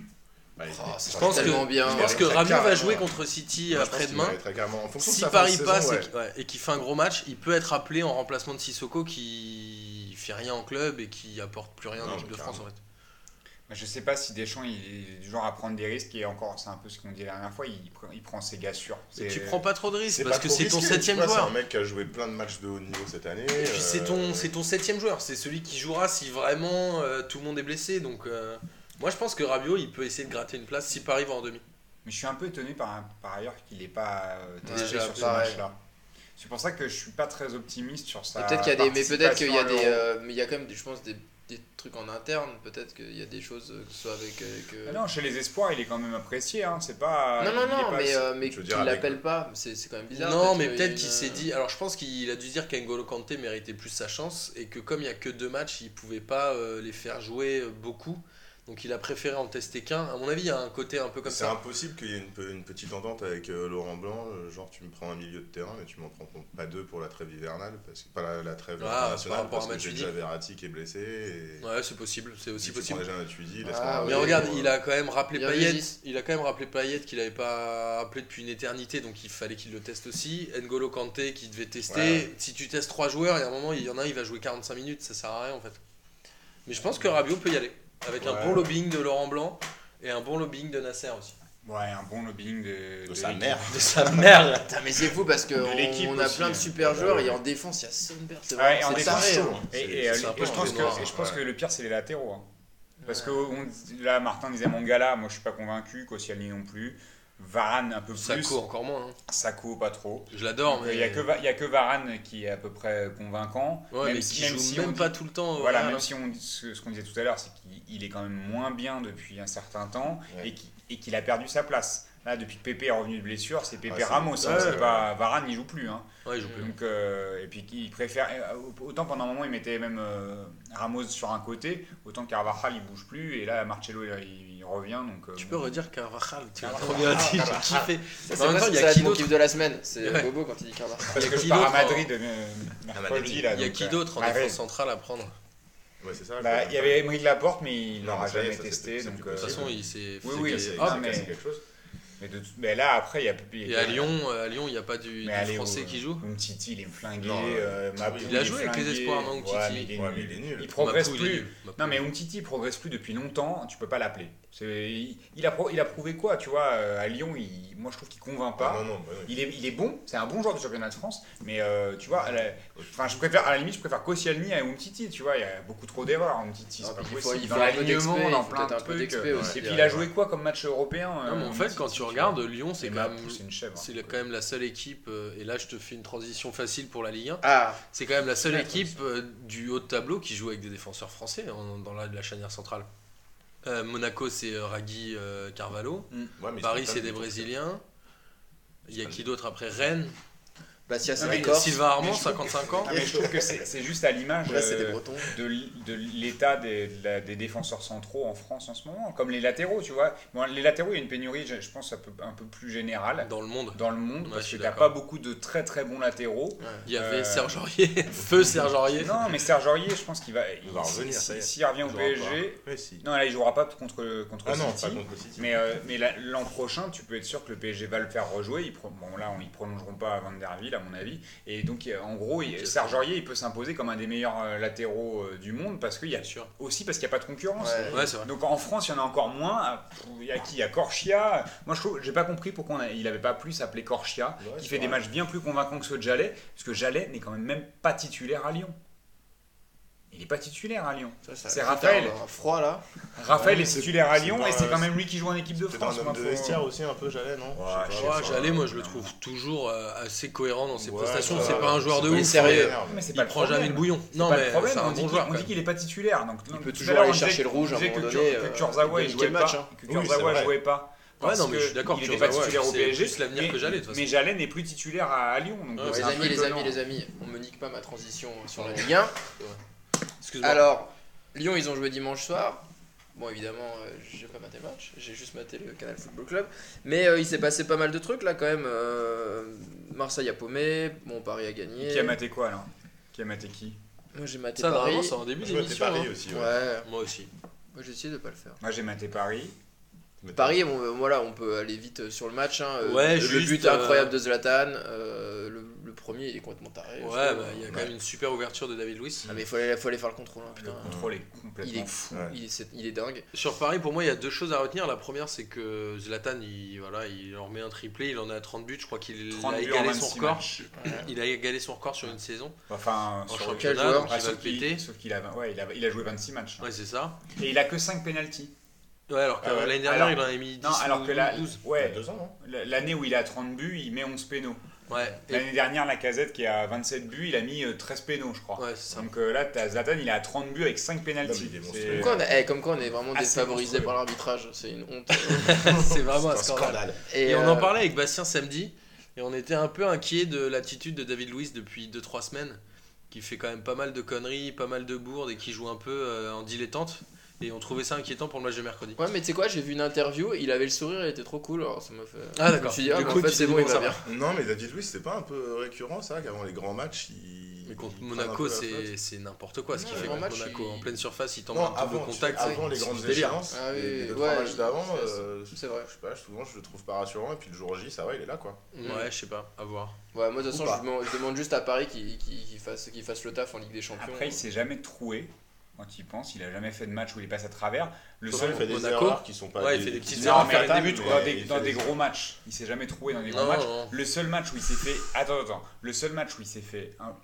Speaker 3: Bah, il-
Speaker 1: Oh,
Speaker 4: Je
Speaker 1: c'est
Speaker 4: pense que,
Speaker 1: tellement bien.
Speaker 4: je
Speaker 3: Il
Speaker 4: pense que
Speaker 3: mériterait
Speaker 4: Rabiot va
Speaker 3: carrément,
Speaker 4: jouer
Speaker 3: Ah, ouais.
Speaker 4: contre City
Speaker 3: Moi, je pense qu'il
Speaker 4: après-demain.
Speaker 3: mériterait carrément. En fonction de
Speaker 4: Si
Speaker 3: sa fin de
Speaker 4: Paris
Speaker 3: saison,
Speaker 4: passe
Speaker 3: ouais.
Speaker 4: et qu'il- ouais, et qu'il fait un gros match, il peut être appelé en remplacement de Sissoko qui fait rien en club et qui apporte plus rien
Speaker 3: Non,
Speaker 4: en équipe
Speaker 3: mais
Speaker 4: de France en fait.
Speaker 2: Je sais pas si Deschamps il est du genre à prendre des risques et encore, c'est un peu ce qu'on dit la dernière fois, il, pr- il prend ses gars sûrs.
Speaker 4: Et
Speaker 2: C'est-
Speaker 4: tu prends pas trop de risques
Speaker 3: C'est
Speaker 4: parce
Speaker 3: pas
Speaker 4: que
Speaker 3: trop
Speaker 4: c'est ton
Speaker 3: risqué, tu
Speaker 4: septième
Speaker 3: vois,
Speaker 4: joueur.
Speaker 3: C'est un mec qui a joué plein de matchs de haut niveau cette année.
Speaker 4: Et puis c'est ton,
Speaker 3: euh,
Speaker 4: c'est ton septième joueur, c'est celui qui jouera si vraiment euh, tout le monde est blessé. Donc euh, moi je pense que Rabiot il peut essayer de gratter une place si Paris va en demi.
Speaker 2: Mais je suis un peu étonné par, par ailleurs qu'il n'ait pas euh, testé
Speaker 1: Déjà,
Speaker 2: sur ce
Speaker 1: pareil.
Speaker 2: match-là. C'est pour ça que je suis pas très optimiste sur ça.
Speaker 1: Peut-être qu'il y a des, mais peut-être qu'il y a des, euh, mais il y a quand même, des, je pense, des, des trucs en interne. Peut-être qu'il y a des choses, euh, que ce soit avec. avec, euh,
Speaker 2: Ah non, chez les espoirs, il est quand même apprécié. Hein. C'est pas.
Speaker 1: non, non,
Speaker 2: il est
Speaker 1: non,
Speaker 2: pas-
Speaker 1: mais, euh, mais
Speaker 3: tu veux
Speaker 1: qu'il
Speaker 3: dire avec-
Speaker 1: l'appelle pas, c'est c'est quand même bizarre.
Speaker 4: non mais
Speaker 1: qu'il y a
Speaker 4: peut-être
Speaker 1: une,
Speaker 4: qu'il
Speaker 1: euh,
Speaker 4: s'est dit... Alors je pense qu'il a dû se dire qu'Engolo Kanté méritait plus sa chance et que comme il y a que deux matchs il pouvait pas euh, les faire jouer euh, beaucoup. Donc il a préféré en tester qu'un. À mon avis il y a un côté un peu comme
Speaker 3: C'est
Speaker 4: ça.
Speaker 3: impossible qu'il y ait une, pe- une petite entente avec euh, Laurent Blanc, euh, genre tu me prends un milieu de terrain mais tu m'en prends pas deux pour la trêve hivernale, parce que, pas la, la trêve
Speaker 4: Ah, par
Speaker 3: internationale
Speaker 4: rapport
Speaker 3: parce
Speaker 4: à
Speaker 3: que j'ai
Speaker 4: Matuidi.
Speaker 3: déjà Verratti qui est blessé. Et...
Speaker 4: Ouais c'est possible, c'est aussi
Speaker 3: tu prends
Speaker 4: possible.
Speaker 3: déjà Matuidi,
Speaker 1: Ah,
Speaker 3: laisse-moi
Speaker 1: ouais.
Speaker 4: Mais
Speaker 1: Oui,
Speaker 4: regarde,
Speaker 3: pour, euh,
Speaker 4: il a quand même rappelé
Speaker 1: bien vu,
Speaker 4: Payet.
Speaker 1: Gis.
Speaker 4: Il a quand même rappelé Payet qu'il n'avait pas appelé depuis une éternité, donc il fallait qu'il le teste aussi. N'Golo Kanté qui devait tester.
Speaker 3: Ouais.
Speaker 4: Si tu testes trois joueurs, il y a un moment, il y en a un, il va jouer 45 minutes, ça sert à rien en fait. Mais je pense que Rabiot peut y aller, avec un
Speaker 3: Ouais.
Speaker 4: bon lobbying de Laurent Blanc et un bon lobbying de Nasser aussi.
Speaker 2: Ouais, un bon lobbying de.
Speaker 3: de sa mère.
Speaker 4: De sa mère.
Speaker 1: Putain, mais c'est fou parce que
Speaker 2: De
Speaker 1: on,
Speaker 2: l'équipe
Speaker 1: on a
Speaker 2: aussi,
Speaker 1: plein de
Speaker 2: hein.
Speaker 1: super joueurs
Speaker 3: Ouais.
Speaker 1: et en défense il y a Sonberg, c'est
Speaker 2: Ouais,
Speaker 1: vraiment-
Speaker 2: en
Speaker 1: c'est
Speaker 2: défense,
Speaker 1: taré.
Speaker 3: chaud,
Speaker 1: hein.
Speaker 3: hein.
Speaker 2: Et,
Speaker 3: C'est-
Speaker 2: et, euh,
Speaker 4: c'est un
Speaker 2: et
Speaker 4: peu
Speaker 2: je pense,
Speaker 4: en
Speaker 2: que,
Speaker 4: noir,
Speaker 2: et je pense
Speaker 3: ouais.
Speaker 2: que le pire, c'est les latéraux. hein. Parce que on- là, Martin disait Mangala, moi je suis pas convaincu, Koscielny non plus. Varane un peu plus.
Speaker 4: Sako encore moins. hein.
Speaker 2: Sako, pas trop.
Speaker 4: Je l'adore,
Speaker 2: Il
Speaker 4: mais.
Speaker 2: n'y a, que Va- il y a que Varane qui est à peu près convaincant.
Speaker 4: Ouais, mais
Speaker 2: si-
Speaker 4: qui joue
Speaker 2: si
Speaker 4: même
Speaker 2: on
Speaker 4: pas tout le temps. hein.
Speaker 2: Voilà,
Speaker 4: voilà.
Speaker 2: même si on, ce, ce qu'on disait tout à l'heure, c'est qu'il il est quand même moins bien depuis un certain temps
Speaker 3: Ouais.
Speaker 2: et qui- et qu'il a perdu sa place. Là, depuis que Pépé est revenu de blessure, c'est Pépé
Speaker 4: Ah,
Speaker 3: Ouais, c'est-
Speaker 2: Ramos. hein,
Speaker 3: ouais,
Speaker 2: c'est
Speaker 3: ouais.
Speaker 2: pas, Varane, il joue plus. hein.
Speaker 4: Ouais, il joue plus.
Speaker 2: Donc, euh, et puis, il préfère. euh, Autant pendant un moment, il mettait même euh, Ramos sur un côté, autant Carvajal, il bouge plus. Et là, Marcelo, il, il revient. Donc, euh,
Speaker 4: Tu
Speaker 2: bon.
Speaker 4: peux redire Carvajal, tu l'as
Speaker 2: Carvajal.
Speaker 4: trop bien dit, j'ai kiffé.
Speaker 1: Ça,
Speaker 4: En
Speaker 1: c'est
Speaker 4: même temps,
Speaker 1: presque
Speaker 4: il y a
Speaker 1: ça,
Speaker 4: qui
Speaker 1: mon
Speaker 4: d'autre
Speaker 1: kiff de la semaine, c'est
Speaker 4: Ouais.
Speaker 1: Bobo quand il dit Carvajal.
Speaker 2: Parce
Speaker 4: y a
Speaker 2: que
Speaker 4: qui
Speaker 2: je pars à
Speaker 4: d'autre, hein
Speaker 2: Madrid euh, mercredi.
Speaker 3: Madrid.
Speaker 2: là,
Speaker 4: Il y a
Speaker 2: donc,
Speaker 4: qui
Speaker 2: euh,
Speaker 4: d'autre en
Speaker 2: ah, ouais.
Speaker 4: défense centrale à prendre
Speaker 3: Ouais, c'est ça.
Speaker 2: Bah,
Speaker 3: je
Speaker 2: Il
Speaker 3: crois.
Speaker 2: y avait Emery de la porte, mais il
Speaker 3: Non,
Speaker 2: l'aura
Speaker 3: mais ça y est,
Speaker 2: jamais
Speaker 3: ça, c'est-
Speaker 2: testé.
Speaker 3: c'est
Speaker 2: donc,
Speaker 3: plus
Speaker 2: euh,
Speaker 4: De toute façon, il s'est
Speaker 2: Oui,
Speaker 4: fait
Speaker 2: oui,
Speaker 3: C'est-
Speaker 4: des-
Speaker 3: c'est-
Speaker 4: Ah,
Speaker 2: exact.
Speaker 4: mais-
Speaker 3: c'est
Speaker 2: mais-
Speaker 3: quelque chose.
Speaker 2: Mais, de tout- mais là, après, il y a plus.
Speaker 4: Et à Lyon, euh, à Lyon, il n'y a pas du, du français
Speaker 2: euh,
Speaker 4: qui joue
Speaker 2: Umtiti, il est flingué.
Speaker 3: Non,
Speaker 2: euh, Mapou,
Speaker 3: il a
Speaker 2: est
Speaker 4: joué avec les
Speaker 2: flingué.
Speaker 4: espoirs, non, Umtiti
Speaker 2: Ouais, mais il est
Speaker 3: Ouais, mais
Speaker 2: nul.
Speaker 3: il est nul.
Speaker 2: Il progresse
Speaker 4: Mapou, il est
Speaker 2: plus.
Speaker 4: nul. Mapou.
Speaker 2: Non, mais Umtiti, il progresse plus depuis longtemps. Tu peux pas l'appeler. C'est- Il, il a pro- il a prouvé quoi, tu vois euh, À Lyon, il- moi, je trouve qu'il convainc
Speaker 3: Ah,
Speaker 2: pas.
Speaker 3: non, non, bah, oui.
Speaker 2: Il est, il est bon, c'est un bon joueur du championnat de France, mais euh, tu vois, à la, enfin, je préfère, à la limite, je préfère Koscielny à Umtiti, tu vois, il y a beaucoup trop d'erreurs, Umtiti,
Speaker 1: Non,
Speaker 2: c'est pas
Speaker 1: puis il
Speaker 2: possible.
Speaker 1: faut- il
Speaker 2: Dans
Speaker 1: faut un peu
Speaker 2: l'alignement,
Speaker 1: d'expé,
Speaker 2: dans
Speaker 1: il faut
Speaker 2: plein de
Speaker 1: peut-être un peu
Speaker 2: trucs,
Speaker 1: d'expé
Speaker 2: euh,
Speaker 1: aussi
Speaker 2: Et puis il a
Speaker 1: derrière.
Speaker 2: joué quoi comme match européen
Speaker 4: Non, mais en fait, quand tu regardes, Lyon, c'est
Speaker 2: euh, c'est
Speaker 4: quand même.
Speaker 2: c'est une chèvre.
Speaker 4: C'est le- quand même la seule équipe, euh, et là je te fais une transition facile pour la Ligue 1,
Speaker 1: Ah,
Speaker 4: c'est quand même la seule
Speaker 1: Ouais,
Speaker 4: équipe euh, du haut de tableau qui joue avec des défenseurs français en- dans la, la chanière centrale. Euh, Monaco c'est euh, Ragui euh, Carvalho,
Speaker 3: Ouais, mais
Speaker 4: Paris
Speaker 3: pas-
Speaker 4: c'est des
Speaker 2: hein.
Speaker 4: Brésiliens, il y a qui d'autre après Rennes,
Speaker 1: Bastia c'est
Speaker 2: Non,
Speaker 1: la
Speaker 2: mais
Speaker 1: Corse,
Speaker 4: Ah Sylvain Armand
Speaker 2: Ah, Mais je-
Speaker 4: 55 ans,
Speaker 2: Ah, mais je trouve que c'est c'est juste à l'image
Speaker 1: là c'est
Speaker 2: euh,
Speaker 1: des Bretons.
Speaker 2: de l- de l'état des, de la- des défenseurs centraux en France en ce moment, comme les latéraux, tu vois. Bon, les latéraux, il y a une pénurie, je, je pense, un peu, un peu plus générale
Speaker 4: dans le monde.
Speaker 2: dans le monde,
Speaker 4: Ouais, je
Speaker 2: parce que
Speaker 4: suis
Speaker 2: t'as
Speaker 4: d'accord.
Speaker 2: pas beaucoup de très très bons latéraux.
Speaker 4: Il y avait
Speaker 2: Euh,
Speaker 4: Serge Aurier, feu Serge Aurier.
Speaker 2: Non, mais Serge Aurier, je pense qu'il va,
Speaker 3: Il va
Speaker 2: s'il-
Speaker 3: revenir, ça y est.
Speaker 2: S'il revient
Speaker 3: Il
Speaker 2: au
Speaker 3: jouera
Speaker 2: PSG,
Speaker 3: pas. Ouais, si.
Speaker 2: non, là, il jouera pas contre, contre
Speaker 3: Ah non,
Speaker 2: City.
Speaker 3: pas contre City.
Speaker 2: Mais, euh, mais la- l'an prochain, tu peux être sûr que le PSG va le faire rejouer. Ils pro- bon, là, on- ils prolongeront pas à Van der Ville, à mon avis. Et donc, euh, en gros, il-
Speaker 4: Ok.
Speaker 2: Serge Aurier, il peut s'imposer comme un des meilleurs euh, latéraux euh, du monde parce qu'il y a
Speaker 4: Bien sûr.
Speaker 2: aussi parce qu'il n'y a pas de concurrence.
Speaker 1: Ouais.
Speaker 4: Ouais, c'est vrai.
Speaker 2: Donc en France, il y en a encore moins. Ah, pff, Il y a qui Il y a Corchia. Moi, je trouve, j'ai pas compris pourquoi on a- il n'avait pas plus appelé Corchia,
Speaker 3: Ouais,
Speaker 2: qui
Speaker 3: c'est
Speaker 2: fait des
Speaker 3: vrai.
Speaker 2: matchs bien plus convaincants que ceux de Jallet, parce que Jallet n'est quand même même pas titulaire à Lyon. Il n'est pas titulaire à Lyon.
Speaker 1: Ça, ça-
Speaker 2: C'est
Speaker 1: putain,
Speaker 2: Raphaël.
Speaker 1: on aura froid là.
Speaker 2: Raphaël
Speaker 3: Ouais,
Speaker 2: est
Speaker 3: c'est-
Speaker 2: titulaire à
Speaker 3: c'est
Speaker 2: Lyon
Speaker 3: pas-
Speaker 2: et c'est quand même lui qui joue en équipe de
Speaker 3: Peut-être un
Speaker 2: France.
Speaker 3: homme
Speaker 2: moi,
Speaker 3: de
Speaker 2: faut-
Speaker 3: vestiaire aussi, un peu, Jalais, non
Speaker 2: Ouais,
Speaker 3: Je sais
Speaker 2: je
Speaker 3: pas.
Speaker 2: sais
Speaker 4: Ouais,
Speaker 2: pas.
Speaker 4: Jallet, moi je le trouve toujours euh, assez cohérent dans ses
Speaker 3: Ouais,
Speaker 4: prestations.
Speaker 3: ça
Speaker 4: C'est
Speaker 3: va.
Speaker 4: pas un joueur de
Speaker 1: pas
Speaker 4: ouf.
Speaker 1: sérieux.
Speaker 4: mais
Speaker 2: Ouais, mais c'est pas
Speaker 4: Il
Speaker 2: le
Speaker 4: prend jamais
Speaker 2: problème.
Speaker 4: le bouillon. Non,
Speaker 2: pas le
Speaker 4: mais
Speaker 2: problème,
Speaker 4: c'est
Speaker 2: on
Speaker 4: un
Speaker 2: dit
Speaker 4: bon
Speaker 2: qu'il-
Speaker 4: joueur.
Speaker 2: On
Speaker 4: quand
Speaker 2: dit qu'il n'est pas titulaire. Donc,
Speaker 1: Il
Speaker 2: tout
Speaker 1: peut
Speaker 2: à
Speaker 1: toujours
Speaker 2: l'heure,
Speaker 1: aller
Speaker 2: on disait-
Speaker 1: chercher le rouge à
Speaker 2: on
Speaker 1: un
Speaker 2: disait
Speaker 1: moment
Speaker 2: que
Speaker 1: donné.
Speaker 2: Kur-
Speaker 1: euh,
Speaker 2: Que Kurzawa
Speaker 1: il
Speaker 2: il
Speaker 1: gagne quel
Speaker 2: jouait
Speaker 1: match
Speaker 2: pas.
Speaker 1: hein.
Speaker 2: Que
Speaker 3: Oui, c'est
Speaker 2: Kurzawa
Speaker 3: vrai.
Speaker 2: jouait pas.
Speaker 4: même. Ouais,
Speaker 2: parce
Speaker 4: non, mais
Speaker 2: que
Speaker 4: je suis d'accord.
Speaker 2: il
Speaker 4: que
Speaker 2: était pas
Speaker 4: Kurzawa,
Speaker 2: titulaire au
Speaker 4: c'est
Speaker 2: PSG,
Speaker 4: plus l'avenir que Jallet, de toute
Speaker 2: Mais
Speaker 4: façon.
Speaker 2: Jallet n'est plus titulaire à à Lyon. donc,
Speaker 4: Ouais,
Speaker 2: euh,
Speaker 4: ouais,
Speaker 2: c'est
Speaker 1: Les
Speaker 2: un peu
Speaker 1: amis, les
Speaker 2: étonnant.
Speaker 1: amis, les amis, on me nique pas ma transition sur la Ligue 1.
Speaker 4: Excuse-moi.
Speaker 1: Alors, Lyon, ils ont joué dimanche soir. Bon, évidemment, euh, j'ai pas maté le match, j'ai juste maté le Canal Football Club. Mais euh, il s'est passé pas mal de trucs là quand même. Euh, Marseille a paumé, bon, Paris a gagné.
Speaker 2: Qui a maté quoi alors Qui a maté qui
Speaker 1: Moi j'ai maté
Speaker 4: Ça,
Speaker 1: Paris.
Speaker 4: normalement, c'est en début
Speaker 3: Je vois, c'est
Speaker 4: d'émission.
Speaker 3: Paris
Speaker 4: hein.
Speaker 3: aussi,
Speaker 1: ouais.
Speaker 3: ouais.
Speaker 4: Moi aussi.
Speaker 1: Moi j'ai essayé de pas le faire.
Speaker 2: Moi j'ai maté Paris.
Speaker 3: Mais
Speaker 1: Paris, bon, euh, voilà, on peut aller vite sur le match. hein. Euh,
Speaker 4: Ouais,
Speaker 1: le
Speaker 4: juste,
Speaker 1: but
Speaker 4: euh,
Speaker 1: incroyable de Zlatan. euh, le, le premier, il est complètement taré. je
Speaker 4: Ouais,
Speaker 1: trouve.
Speaker 4: bah, il y a quand même une super ouverture de David Luiz.
Speaker 1: Ah, mais il faut aller, faut aller faire le contrôle. hein,
Speaker 2: Le
Speaker 1: putain.
Speaker 2: contrôle est
Speaker 1: Il
Speaker 2: complètement
Speaker 1: est
Speaker 2: fou.
Speaker 1: fou,
Speaker 3: Ouais.
Speaker 1: il, est, c'est- il est dingue.
Speaker 4: Sur Paris, pour moi, il y a deux choses à retenir. La première, c'est que Zlatan, il, voilà, il en remet un triplé. Il en est à 30 buts. Je crois qu'il
Speaker 2: 30
Speaker 4: a
Speaker 2: buts en
Speaker 4: égalé son
Speaker 2: 26
Speaker 4: record.
Speaker 2: matchs.
Speaker 4: Il a égalé son record sur une saison.
Speaker 2: Enfin,
Speaker 4: En
Speaker 2: sur-
Speaker 1: Quel
Speaker 4: championnat,
Speaker 1: joueur
Speaker 4: donc
Speaker 2: Ah,
Speaker 4: il va le
Speaker 2: sauf qu'il-
Speaker 4: péter.
Speaker 2: sauf qu'il a, ouais, il a, il a joué 26 matchs.
Speaker 4: Ouais, c'est ça.
Speaker 2: Et il a que 5 pénalties.
Speaker 4: Ouais, alors que
Speaker 3: Ah ouais.
Speaker 4: l'année dernière,
Speaker 2: Alors-
Speaker 4: il en a mis 10
Speaker 2: Non, alors que
Speaker 4: ou
Speaker 2: la,
Speaker 4: 12.
Speaker 3: Il y a
Speaker 2: ouais,
Speaker 3: hein. deux ans, non
Speaker 2: l- l'année où il a 30 buts, il met 11 pénaux.
Speaker 4: Ouais, et-
Speaker 2: L'année dernière, la casette qui a 27 buts, il a mis euh, 13 pénaux, je crois.
Speaker 4: ouais c'est ça.
Speaker 2: Donc euh, là, t'as Zlatan, il a 30 buts avec 5
Speaker 3: Non, mais
Speaker 2: pénalties.
Speaker 3: il est
Speaker 2: C'est-
Speaker 3: monstrueux.
Speaker 1: Comme quoi, on est, eh, comme quoi on est vraiment
Speaker 2: Ah, c'est
Speaker 1: défavorisé
Speaker 2: monstrueux.
Speaker 1: par l'arbitrage, c'est une honte.
Speaker 4: c'est vraiment un scandale. Et, on
Speaker 1: euh,
Speaker 4: en parlait avec Bastien samedi, et on était un peu inquiet de l'attitude de David Luiz depuis 2-3 semaines, qui fait quand même pas mal de conneries, pas mal de bourdes, et qui joue un peu euh, en dilettante. Et on trouvait ça inquiétant pour le match de mercredi.
Speaker 1: Ouais, mais tu sais quoi, j'ai vu une interview, il avait le sourire, il était trop cool, alors ça m'a fait.
Speaker 4: Ah, d'accord.
Speaker 1: Je me suis dit, ah,
Speaker 4: Du
Speaker 1: mais
Speaker 4: coup,
Speaker 1: en fait,
Speaker 4: tu
Speaker 1: c'est
Speaker 4: dis,
Speaker 1: bon, il
Speaker 4: bon,
Speaker 1: va
Speaker 4: ça
Speaker 1: bien.
Speaker 3: Non, mais David Luiz, c'est pas un peu récurrent, ça, qu'avant les grands matchs, il.
Speaker 4: Mais contre
Speaker 3: il prend un
Speaker 4: Monaco,
Speaker 3: peu la flotte
Speaker 4: c'est c'est n'importe quoi ce
Speaker 1: Non,
Speaker 4: qu'il
Speaker 1: le
Speaker 4: fait
Speaker 1: grand
Speaker 4: contre
Speaker 1: match,
Speaker 4: Monaco.
Speaker 1: il-
Speaker 4: En pleine surface, il tente
Speaker 3: Non,
Speaker 4: un peu
Speaker 3: avant,
Speaker 4: de
Speaker 3: tu-
Speaker 4: contact. c'est-
Speaker 3: avant les
Speaker 4: c'est
Speaker 3: grandes
Speaker 4: du délire.
Speaker 3: échéances,
Speaker 1: Ah oui,
Speaker 3: les, les
Speaker 1: ouais,
Speaker 3: trois matchs
Speaker 1: c'est-
Speaker 3: d'avant,
Speaker 1: c'est-
Speaker 3: euh, je
Speaker 1: C'est vrai.
Speaker 3: sais pas, souvent je le trouve pas rassurant, et puis le jour J, ça va, il est là quoi.
Speaker 4: hein. Ouais, je sais pas, à voir.
Speaker 1: Ouais, moi de toute
Speaker 3: Ou
Speaker 1: façon,
Speaker 3: pas.
Speaker 1: je, demande- je demande juste à Paris qu'il qu'il- qu'il fasse, qu'il fasse le taf en Ligue des Champions.
Speaker 2: Après, il s'est jamais troué quand il pense. Il a jamais fait de match où il passe à travers. Le
Speaker 4: Sauf
Speaker 3: Ça,
Speaker 2: seul
Speaker 3: il fait des
Speaker 4: Monaco.
Speaker 3: erreurs qui sont pas.
Speaker 4: Ouais, il
Speaker 3: des-
Speaker 4: fait des
Speaker 3: des
Speaker 4: petites
Speaker 2: Non,
Speaker 4: erreurs,
Speaker 2: mais
Speaker 4: faire
Speaker 2: attends,
Speaker 4: les débuts,
Speaker 2: mais
Speaker 4: quoi.
Speaker 2: Dans des,
Speaker 3: il
Speaker 2: dans
Speaker 3: fait
Speaker 2: des
Speaker 3: des-
Speaker 2: gros matchs. Il s'est jamais trouvé dans des gros
Speaker 4: Non,
Speaker 2: matchs.
Speaker 4: non.
Speaker 2: Le seul match où il s'est fait. Attends, attends. Le seul match où il s'est fait. hein,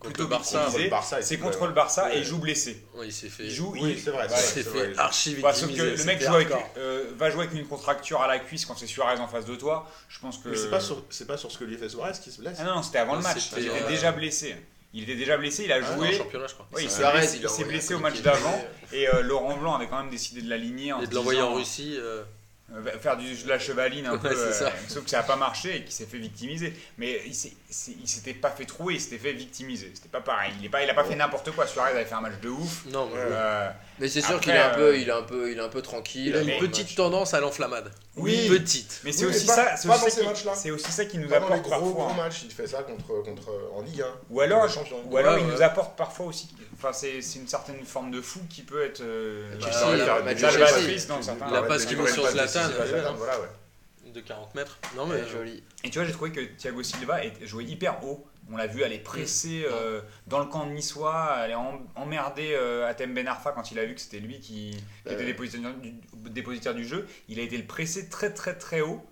Speaker 4: Contre
Speaker 2: Plutôt
Speaker 4: le Barça,
Speaker 2: micronisé.
Speaker 3: Contre le Barça,
Speaker 2: c'est
Speaker 3: il-
Speaker 2: contre
Speaker 3: ouais.
Speaker 2: le Barça et
Speaker 3: Ouais.
Speaker 2: il joue blessé.
Speaker 4: ouais, il s'est fait.
Speaker 2: Il joue.
Speaker 3: Oui,
Speaker 2: il-
Speaker 3: c'est vrai,
Speaker 4: il
Speaker 2: Ouais,
Speaker 4: s'est
Speaker 3: c'est vrai.
Speaker 4: fait archi
Speaker 2: Bah, sauf que
Speaker 4: victimiser,
Speaker 2: le mec
Speaker 4: c'était
Speaker 2: joue avec,
Speaker 4: hardcore.
Speaker 2: euh, va jouer avec une contracture à la cuisse quand c'est Suarez en face de toi. Je pense que.
Speaker 3: Mais c'est pas, sur- c'est pas sur ce que lui fait Suarez qui se blesse.
Speaker 2: Ah non, non, c'était avant le
Speaker 4: Non,
Speaker 2: match.
Speaker 4: c'était,
Speaker 2: Il était
Speaker 4: euh, Ah,
Speaker 2: déjà blessé. Il était déjà blessé, il a
Speaker 4: Ouais, en
Speaker 2: joué.
Speaker 4: championnat, je crois.
Speaker 2: Ouais, il s'est
Speaker 1: Suarez,
Speaker 2: blessé-
Speaker 1: il
Speaker 2: il
Speaker 1: a
Speaker 2: s'est
Speaker 1: envoyé
Speaker 2: blessé
Speaker 1: un
Speaker 2: au match
Speaker 1: communiqué.
Speaker 2: d'avant. Et euh, Laurent Blanc avait quand même décidé de l'aligner en
Speaker 4: Et
Speaker 2: se
Speaker 4: de l'envoyer en
Speaker 2: disant-
Speaker 4: Russie. euh,
Speaker 2: Euh, bah, faire du, de la chevaline un
Speaker 4: Ouais,
Speaker 2: peu,
Speaker 4: c'est
Speaker 2: euh,
Speaker 4: ça.
Speaker 2: sauf que ça n'a pas marché et qu'il s'est fait victimiser. Mais il s'est- c'est- il s'était pas fait trouer, il s'était fait victimiser. C'était pas pareil. Il n'a pas, il a pas fait n'importe quoi. Suarez avait fait un match de ouf.
Speaker 4: Non, mais.
Speaker 2: Euh,
Speaker 1: Mais c'est sûr
Speaker 2: Après,
Speaker 1: qu'il est un
Speaker 2: euh,
Speaker 1: peu, il est un peu, il est un peu tranquille.
Speaker 4: Il a une
Speaker 2: Mais-
Speaker 1: avant le
Speaker 4: petite
Speaker 1: match.
Speaker 4: tendance à l'enflammade.
Speaker 2: Oui.
Speaker 4: Petite.
Speaker 2: mais c'est
Speaker 3: Oui,
Speaker 2: aussi,
Speaker 3: mais pas-
Speaker 2: ça- c'est
Speaker 3: pas
Speaker 2: aussi ça
Speaker 3: dans ces
Speaker 2: qui-
Speaker 3: matchs-là.
Speaker 2: c'est aussi ça qui nous
Speaker 3: Pas dans les
Speaker 2: apporte
Speaker 3: gros,
Speaker 2: parfois.
Speaker 3: gros
Speaker 2: hein.
Speaker 3: matchs, il fait ça contre, contre, en Ligue 1.
Speaker 2: Ou alors,
Speaker 3: les champions.
Speaker 2: ou alors
Speaker 4: Ouais,
Speaker 2: il
Speaker 4: ouais.
Speaker 2: nous apporte parfois aussi. Enfin, c'est c'est une certaine forme de fou qui peut être. euh,
Speaker 4: Bah,
Speaker 2: qui peut
Speaker 4: il a
Speaker 2: être
Speaker 4: un match de
Speaker 2: salvatrice
Speaker 1: Chelsea.
Speaker 2: dans certains-
Speaker 4: Il a pas ce qu'il veut sur Zlatan,
Speaker 3: Zlatan,
Speaker 4: ouais,
Speaker 2: euh,
Speaker 4: non.
Speaker 3: voilà, ouais.
Speaker 4: De 40 mètres. Non, mais.
Speaker 1: Ouais, joli.
Speaker 2: Et tu vois, j'ai trouvé que Thiago Silva est- jouait hyper haut. On l'a vu aller presser euh, dans le camp de Niçois, aller en- emmerder euh, Atem Ben Arfa quand il a vu que c'était lui qui, qui
Speaker 1: Bah
Speaker 2: était
Speaker 1: ouais.
Speaker 2: dépositaire du, dépositaire du jeu. Il a été le presser très très très haut.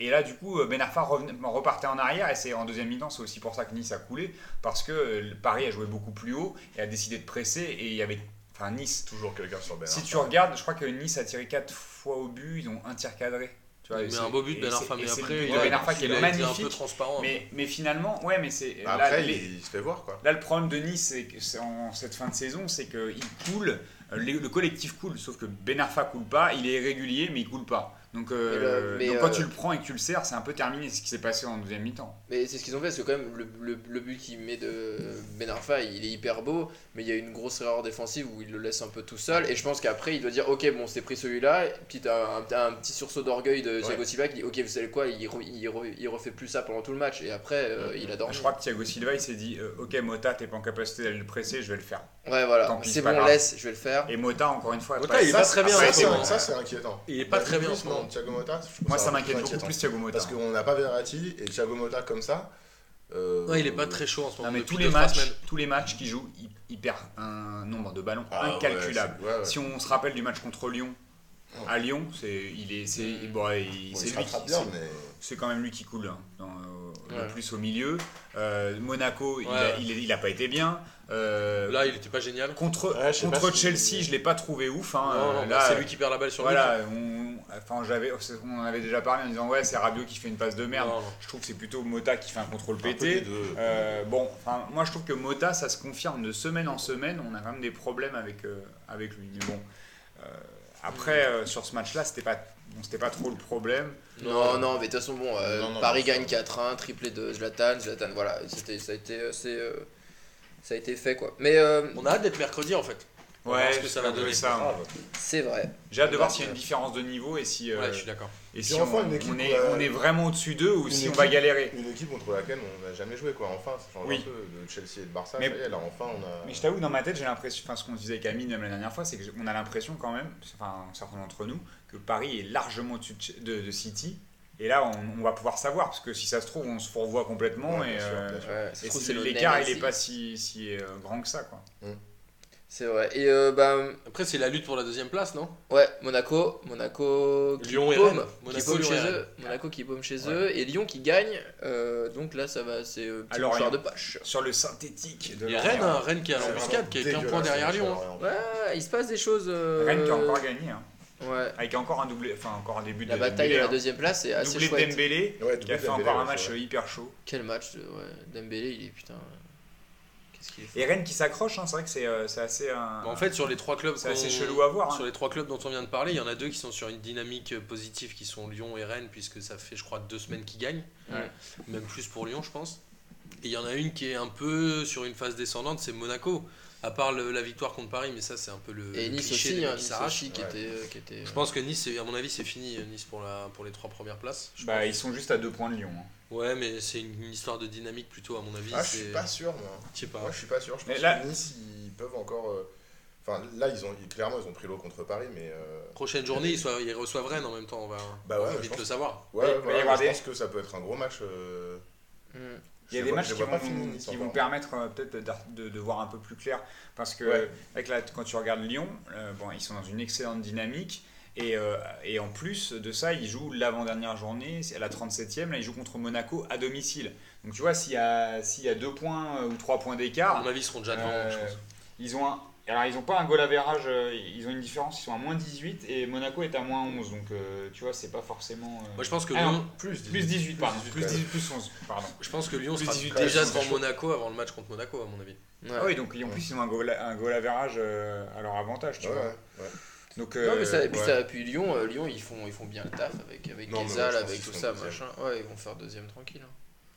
Speaker 2: Et là, du coup, Ben Arfa revenait- repartait en arrière. Et c'est en deuxième mi-temps, c'est aussi pour ça que Nice a coulé. Parce que euh, le Paris a joué beaucoup plus haut et a décidé de presser. Et il y avait. Enfin, Nice.
Speaker 3: Toujours quelqu'un sur
Speaker 1: Bah,
Speaker 3: Ben.
Speaker 2: Si
Speaker 3: Arfa.
Speaker 2: tu regardes, je crois que Nice a tiré 4 fois au but. Ils ont un tir cadré. Tu vois, et
Speaker 4: Il met
Speaker 2: c'est-
Speaker 4: un beau but,
Speaker 2: et
Speaker 4: Ben
Speaker 2: c'est-
Speaker 4: Arfa,
Speaker 2: et
Speaker 4: mais
Speaker 2: c'est le
Speaker 4: après,
Speaker 2: but de
Speaker 4: il a-
Speaker 2: Ben Arfa qui
Speaker 4: il
Speaker 2: est
Speaker 4: a été un peu
Speaker 2: magnifique.
Speaker 4: transparent.
Speaker 2: Mais, mais finalement, ouais, mais c'est.
Speaker 3: Bah,
Speaker 2: là,
Speaker 3: Après,
Speaker 2: les-
Speaker 3: il il se fait voir quoi.
Speaker 2: là, le problème de Nice c'est que c'est en cette fin de saison, c'est qu'il coule, euh, les- le collectif coule, sauf que Ben Arfa coule pas, il est irrégulier, mais il coule pas. Donc,
Speaker 1: Mais
Speaker 2: euh,
Speaker 1: le- mais,
Speaker 2: donc quand
Speaker 1: euh,
Speaker 2: tu le prends et que tu le sers, c'est un peu terminé, c'est ce qui s'est passé en deuxième mi-temps.
Speaker 1: Mais c'est ce qu'ils ont fait, parce que quand même, le, le- le but qu'il met de Ben Arfa, il est hyper beau, mais il y a une grosse erreur défensive où il le laisse un peu tout seul, et je pense qu'après, il doit dire, ok, bon, c'est pris celui-là, puis t'as un, t'as un petit sursaut d'orgueil de Thiago Silva qui dit, ok, vous savez quoi, il, re- il, re- il refait plus ça pendant tout le match, et après, euh, il adore.
Speaker 2: Je crois que Thiago Silva, il s'est dit euh, Ok, Mota, t'es pas en capacité d'aller le presser, je vais le faire.
Speaker 1: Ouais, voilà,
Speaker 2: Tant pis,
Speaker 1: c'est
Speaker 2: c'est
Speaker 1: bon,
Speaker 2: pas grave.
Speaker 1: laisse, je vais le faire.
Speaker 2: Et Mota, encore une fois,
Speaker 4: Mota,
Speaker 2: passe-
Speaker 4: il est
Speaker 2: ça,
Speaker 4: pas très
Speaker 2: c'est-
Speaker 4: bien,
Speaker 2: ah,
Speaker 3: ça,
Speaker 4: hein,
Speaker 2: c'est
Speaker 3: c'est-
Speaker 4: bon.
Speaker 3: ça, c'est inquiétant.
Speaker 4: Il est pas
Speaker 3: Bah,
Speaker 4: très bien en ce
Speaker 3: franchement,
Speaker 4: moment.
Speaker 3: Thiago Motta, je trouve
Speaker 2: Moi,
Speaker 3: ça
Speaker 2: ça
Speaker 3: un peu
Speaker 2: m'inquiète beaucoup
Speaker 3: inquiétant.
Speaker 2: plus, Thiago Mota.
Speaker 3: Parce qu'on n'a pas Verratti et Thiago Motta comme ça. euh,
Speaker 4: Non, il est pas très chaud en ce
Speaker 2: Non,
Speaker 4: moment.
Speaker 2: mais
Speaker 4: depuis
Speaker 2: tous les,
Speaker 4: deux, trois
Speaker 2: matchs,
Speaker 4: semaines.
Speaker 2: tous les matchs qu'il joue, il, il perd un nombre de ballons
Speaker 3: Ah, ouais,
Speaker 2: incalculable.
Speaker 3: c'est- ouais, ouais.
Speaker 2: Si on se rappelle du match contre Lyon,
Speaker 3: Ouais.
Speaker 2: à Lyon, c'est il est c'est
Speaker 1: Mm.
Speaker 2: bon, il-
Speaker 3: Bon,
Speaker 2: c'est
Speaker 3: il se
Speaker 2: lui qui-
Speaker 3: rattrape bien,
Speaker 2: c'est-
Speaker 3: mais.
Speaker 2: c'est quand même lui qui coule hein, dans, euh,
Speaker 1: Ouais.
Speaker 2: le plus au milieu. Euh, Monaco, il,
Speaker 4: Ouais.
Speaker 2: a, il, est- il a pas été bien. Euh,
Speaker 4: Là, il était pas génial.
Speaker 2: contre
Speaker 5: Ouais, je sais
Speaker 2: contre
Speaker 5: pas si-
Speaker 2: Chelsea, je l'ai pas trouvé ouf. hein.
Speaker 4: Non, non,
Speaker 2: Euh,
Speaker 4: bah,
Speaker 2: là,
Speaker 4: c'est lui qui perd la balle sur le but.
Speaker 2: Voilà, on, enfin, j'avais, on en avait déjà parlé en disant ouais, c'est Rabiot qui fait une passe de merde.
Speaker 4: Non, non.
Speaker 2: Je trouve que c'est plutôt Mota qui fait un contrôle
Speaker 3: Un peu les
Speaker 2: pété.
Speaker 3: deux.
Speaker 2: Euh, bon, enfin, moi je trouve que Mota, ça se confirme de semaine en semaine. On a quand même des problèmes avec, euh, avec lui. Mais bon, euh, après, euh, sur ce match-là, c'était pas, bon, c'était pas trop le problème.
Speaker 1: Non, non, mais de toute façon, bon, euh,
Speaker 3: Non, non,
Speaker 1: Paris
Speaker 3: non, ça-
Speaker 1: gagne 4-1, triplé de Zlatan, Zlatan, voilà, c'était, ça, a été, euh, c'est, euh, ça a été fait quoi. Mais euh,
Speaker 4: On a hâte d'être mercredi en fait. On va voir ce que ça va
Speaker 2: c'est un peu
Speaker 4: donner.
Speaker 2: ça, hein.
Speaker 1: c'est vrai.
Speaker 2: J'ai hâte de
Speaker 1: Ouais,
Speaker 2: voir s'il y a
Speaker 1: ouais.
Speaker 2: une différence de niveau et si, euh,
Speaker 4: Ouais, je suis d'accord.
Speaker 2: et si
Speaker 3: Puis
Speaker 2: on,
Speaker 3: enfin, une équipe
Speaker 2: on
Speaker 3: où
Speaker 2: est,
Speaker 3: la-
Speaker 2: on est vraiment au-dessus d'eux ou
Speaker 3: Une
Speaker 2: si on
Speaker 3: équipe-
Speaker 2: va galérer.
Speaker 3: Une équipe contre laquelle on n'a jamais joué, quoi. Enfin, ça change
Speaker 2: Oui.
Speaker 3: un peu de Chelsea et de Barça.
Speaker 2: Mais-
Speaker 3: ça y est, là, enfin, on a.
Speaker 2: Mais je t'avoue, dans ma tête, j'ai l'impression, enfin, ce qu'on se disait avec Amine même la dernière fois, c'est qu'on a l'impression quand même, enfin, certains d'entre nous, que Paris est largement au-dessus de, Ch- de- de City. Et là, on, on va pouvoir savoir, parce que si ça se trouve, on se fourvoie complètement.
Speaker 3: Ouais,
Speaker 2: et
Speaker 3: bien sûr,
Speaker 2: euh,
Speaker 3: bien sûr.
Speaker 1: Ouais, ça se
Speaker 2: et
Speaker 1: trouve,
Speaker 2: si
Speaker 1: c'est le
Speaker 2: l'écart, il
Speaker 1: Nemesis.
Speaker 2: n'est pas si, si euh, grand que ça. Quoi.
Speaker 1: C'est vrai. Et euh, bah,
Speaker 4: Après, c'est la lutte pour la deuxième place, non
Speaker 1: ouais, Monaco, Monaco qui
Speaker 4: Lyon et
Speaker 1: baume,
Speaker 4: Rennes.
Speaker 1: qui
Speaker 4: Monaco,
Speaker 1: baume
Speaker 4: Lyon et
Speaker 1: chez
Speaker 4: Rennes.
Speaker 1: eux, Monaco qui baume chez eux, et Lyon qui gagne, euh, donc là ça va, c'est euh, petit
Speaker 2: Alors,
Speaker 1: mouchoir de
Speaker 2: Lyon.
Speaker 1: poche.
Speaker 2: Sur le synthétique de
Speaker 4: Il y a
Speaker 2: l'Orient.
Speaker 4: Rennes, hein, Rennes qui est à
Speaker 3: C'est
Speaker 4: l'embuscade,
Speaker 3: vraiment
Speaker 4: qui est qu'un
Speaker 3: dégueulasse,
Speaker 4: point derrière
Speaker 3: ça,
Speaker 4: Lyon. hein.
Speaker 3: Lorient.
Speaker 1: Ouais, il se passe des choses. euh,
Speaker 2: Rennes qui a encore gagné, hein,
Speaker 1: Ouais.
Speaker 2: avec encore un doublé, enfin encore un début
Speaker 1: La
Speaker 2: de
Speaker 1: bataille de
Speaker 2: Dembélé,
Speaker 1: la
Speaker 2: hein.
Speaker 1: deuxième place est assez
Speaker 2: Doublé de
Speaker 1: chouette.
Speaker 2: Dembélé,
Speaker 3: Ouais,
Speaker 2: qui a
Speaker 3: doublé
Speaker 2: fait
Speaker 3: Dembélé,
Speaker 2: encore un
Speaker 3: ouais,
Speaker 2: match
Speaker 3: c'est vrai.
Speaker 2: euh, hyper chaud.
Speaker 1: Quel match, euh, ouais. Dembélé, il est putain. Qu'est-ce qu'il est fort.
Speaker 2: Et Rennes qui s'accroche, hein, c'est vrai que c'est euh, c'est assez, un-
Speaker 4: Bah, en fait, sur les trois clubs,
Speaker 2: c'est assez
Speaker 4: qu'on-
Speaker 2: chelou à voir. hein.
Speaker 4: Sur les trois clubs dont on vient de parler, il y en a deux qui sont sur une dynamique positive, qui sont Lyon et Rennes, puisque ça fait, je crois, deux semaines qu'ils gagnent.
Speaker 1: Ouais.
Speaker 4: Même plus pour Lyon, je pense. Et il y en a une qui est un peu sur une phase descendante, c'est Monaco. À part le- la victoire contre Paris, mais ça, c'est un peu le,
Speaker 1: Et
Speaker 4: le
Speaker 1: Nice
Speaker 4: cliché des
Speaker 1: aussi,
Speaker 4: mecs
Speaker 1: hein,
Speaker 4: qui
Speaker 1: Nice
Speaker 4: s'arrachent.
Speaker 1: aussi, qui
Speaker 3: ouais.
Speaker 1: était. euh, qui était, euh,
Speaker 4: Je pense que Nice, c'est- à mon avis, c'est fini, euh, Nice, pour, la, pour les trois premières places. je
Speaker 2: Bah,
Speaker 4: pense.
Speaker 2: ils sont juste à deux points de Lyon. hein.
Speaker 4: Ouais, mais c'est une, une histoire de dynamique plutôt, à mon avis.
Speaker 3: Ah, je
Speaker 4: c'est-
Speaker 3: suis pas sûr, moi.
Speaker 4: Je sais pas.
Speaker 3: Moi, je suis pas sûr. Je
Speaker 2: Mais
Speaker 3: pense
Speaker 2: là-
Speaker 3: que Nice, ils peuvent encore. euh, Enfin, là, ils ont, ils- clairement, ils ont pris l'eau contre Paris, mais. euh,
Speaker 4: Prochaine journée, ils, soient- ils reçoivent Rennes en même temps, on va,
Speaker 3: Bah ouais,
Speaker 4: on va
Speaker 3: je
Speaker 4: vite
Speaker 3: pense.
Speaker 4: le savoir.
Speaker 3: Ouais,
Speaker 2: Il va
Speaker 3: ouais,
Speaker 2: y
Speaker 3: ouais,
Speaker 2: avoir
Speaker 3: je
Speaker 2: des-
Speaker 3: pense que ça peut être un gros match. euh,
Speaker 1: hmm.
Speaker 2: Il y a
Speaker 3: je
Speaker 2: des
Speaker 3: vois-
Speaker 2: matchs
Speaker 3: je
Speaker 2: qui
Speaker 3: vois
Speaker 2: vont,
Speaker 3: pas finir Nice
Speaker 2: qui vont
Speaker 3: encore.
Speaker 2: permettre euh, peut-être d'ar- de, de voir un peu plus clair. Parce que
Speaker 3: Ouais.
Speaker 2: euh, avec la- quand tu regardes Lyon, euh, bon, ils sont dans une excellente dynamique. Et, euh, et en plus de ça, ils jouent l'avant-dernière journée, c'est à la 37e, là ils jouent contre Monaco à domicile. Donc tu vois, s'il y, a- s'il y a deux points euh, ou trois points
Speaker 4: À
Speaker 3: Ah.
Speaker 2: d'écart,
Speaker 4: mon avis, ils seront déjà devant,
Speaker 2: euh,
Speaker 4: je pense.
Speaker 2: ils ont un- Alors ils n'ont pas un goal average, euh, ils ont une différence, ils sont à moins 18 et Monaco est à moins 11. Donc euh, tu vois, c'est pas forcément... euh,
Speaker 4: Moi, je pense que
Speaker 2: Ah non,
Speaker 4: Lyon,
Speaker 3: Plus 18.
Speaker 2: Plus 18, pardon.
Speaker 3: Plus
Speaker 2: Plus
Speaker 3: 18,
Speaker 2: 18, plus 11, pardon.
Speaker 4: je pense que Lyon
Speaker 3: Plus
Speaker 4: sera
Speaker 3: 18,
Speaker 4: déjà
Speaker 3: ouais,
Speaker 4: devant
Speaker 3: c'est chaud.
Speaker 4: Monaco avant le match contre Monaco, à mon avis.
Speaker 1: Ouais.
Speaker 2: Ah oui, donc en plus ils ont un goal, un goal average euh, à leur avantage, tu
Speaker 3: Ouais,
Speaker 2: vois.
Speaker 3: ouais, ouais.
Speaker 2: Donc,
Speaker 1: Non, mais ça,
Speaker 2: euh,
Speaker 1: puis,
Speaker 2: ouais.
Speaker 1: ça- puis Lyon, euh, Lyon ils, font, ils font bien le taf avec, avec
Speaker 3: Non, mais
Speaker 1: Ghezal,
Speaker 3: ouais, je pense
Speaker 1: avec
Speaker 3: qu'ils
Speaker 1: tout
Speaker 3: font
Speaker 1: ça,
Speaker 3: deuxième.
Speaker 1: machin. Ouais, ils vont faire deuxième tranquille. hein.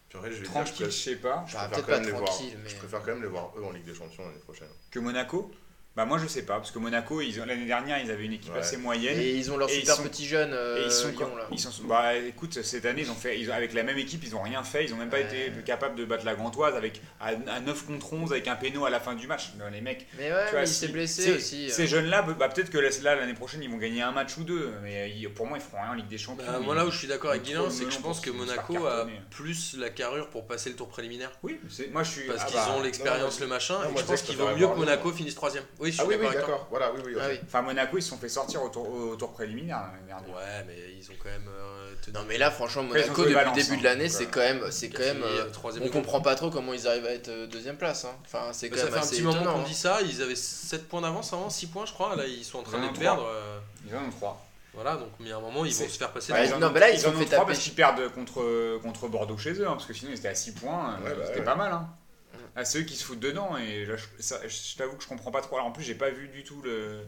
Speaker 3: Purée, je vais dire, je
Speaker 2: tranquille, je sais pas,
Speaker 3: je
Speaker 1: Bah,
Speaker 3: préfère
Speaker 1: peut-être
Speaker 3: quand
Speaker 1: pas
Speaker 3: même les voir.
Speaker 1: tranquille, mais. Ah
Speaker 3: Je préfère quand même les voir eux en Ligue des Champions l'année prochaine.
Speaker 2: que Monaco. Bah moi je sais pas, parce que Monaco, ils ont- l'année dernière ils avaient une équipe
Speaker 3: Ouais.
Speaker 2: assez moyenne.
Speaker 1: Et ils ont leur
Speaker 2: Et ils
Speaker 1: super
Speaker 2: sont-
Speaker 1: petit jeune, euh,
Speaker 2: Et ils sont,
Speaker 1: Lyon là.
Speaker 2: ils sont- bah écoute cette année ils ont fait ils ont- avec la même équipe ils ont rien fait ils ont même pas
Speaker 1: Ouais.
Speaker 2: été capables de battre la Gantoise avec à, à 9 contre 11 avec un péno à la fin du match Non, les mecs
Speaker 1: Mais ouais,
Speaker 2: Tu vois,
Speaker 1: Ah, mais il
Speaker 2: si-
Speaker 1: s'est blessé
Speaker 2: ces-
Speaker 1: aussi. hein. euh.
Speaker 2: ces jeunes là bah, peut-être que là l'année prochaine ils vont gagner un match ou deux mais euh, ils- pour moi ils feront rien en Ligue des Champions
Speaker 4: Bah,
Speaker 2: Ils-
Speaker 4: moi, là où je suis d'accord avec
Speaker 2: Trop
Speaker 4: Guilain,
Speaker 2: de
Speaker 4: c'est que je
Speaker 2: melon
Speaker 4: pense
Speaker 2: pour
Speaker 4: que
Speaker 2: se faire
Speaker 4: Monaco a
Speaker 2: cartonner.
Speaker 4: plus la carrure pour passer le tour préliminaire.
Speaker 2: oui c'est- moi je suis
Speaker 4: Parce
Speaker 2: ah,
Speaker 4: qu'ils
Speaker 2: bah,
Speaker 4: ont l'expérience,
Speaker 3: non,
Speaker 4: le machin,
Speaker 3: non,
Speaker 4: et je
Speaker 3: moi, je
Speaker 4: pense
Speaker 3: sais
Speaker 4: qu'il
Speaker 3: que
Speaker 4: vaut
Speaker 3: ça
Speaker 4: mieux
Speaker 3: va
Speaker 4: que
Speaker 3: avoir
Speaker 4: Monaco finisse troisième. Oui, je suis
Speaker 3: Ah oui, oui,
Speaker 4: d'accord avec toi.
Speaker 3: d'accord. Voilà, oui, oui. ok.
Speaker 1: Ah oui.
Speaker 2: Enfin, Monaco, ils se sont fait sortir au tour, au tour préliminaire hein, l'année dernière.
Speaker 4: Ouais, mais ils ont quand même. euh, tenu-
Speaker 1: Non, mais là, franchement,
Speaker 2: Après, ils ont
Speaker 1: Monaco,
Speaker 2: joué
Speaker 1: depuis le
Speaker 2: Valence,
Speaker 1: début
Speaker 2: hein,
Speaker 1: de l'année,
Speaker 2: donc,
Speaker 1: c'est
Speaker 2: euh,
Speaker 1: quand même. C'est quand même
Speaker 4: Fini,
Speaker 1: euh,
Speaker 4: euh, troisième
Speaker 1: on
Speaker 4: du groupe.
Speaker 1: comprend pas trop comment ils arrivent à être euh, deuxième place. hein. Enfin, c'est quand
Speaker 4: Ça
Speaker 1: même
Speaker 4: fait un
Speaker 1: assez
Speaker 4: petit moment
Speaker 1: étonnant,
Speaker 4: qu'on
Speaker 1: hein.
Speaker 4: dit ça, ils avaient 7 points d'avance avant, 6 points je crois, là ils sont en train
Speaker 2: Ils en
Speaker 4: de
Speaker 2: ont
Speaker 4: perdre.
Speaker 2: trois.
Speaker 4: euh,
Speaker 2: Ils en ont 3.
Speaker 4: Voilà, donc mais à un moment ils vont
Speaker 2: C'est-
Speaker 4: se faire passer
Speaker 1: Ouais,
Speaker 4: devant.
Speaker 1: ils non, mais là, ils
Speaker 2: ils
Speaker 1: se
Speaker 2: en
Speaker 1: sont
Speaker 2: ont
Speaker 1: fait
Speaker 2: 3
Speaker 1: taper.
Speaker 2: parce qu'ils perdent contre, contre Bordeaux chez eux, hein, parce que sinon ils étaient à 6 points. euh,
Speaker 3: Ouais, bah,
Speaker 2: C'était
Speaker 3: ouais.
Speaker 2: pas mal. Hein.
Speaker 1: Ouais.
Speaker 2: Ah, c'est eux qui se foutent dedans et là, je, ça, je- je t'avoue que je comprends pas trop. Alors en plus, j'ai pas vu du tout le,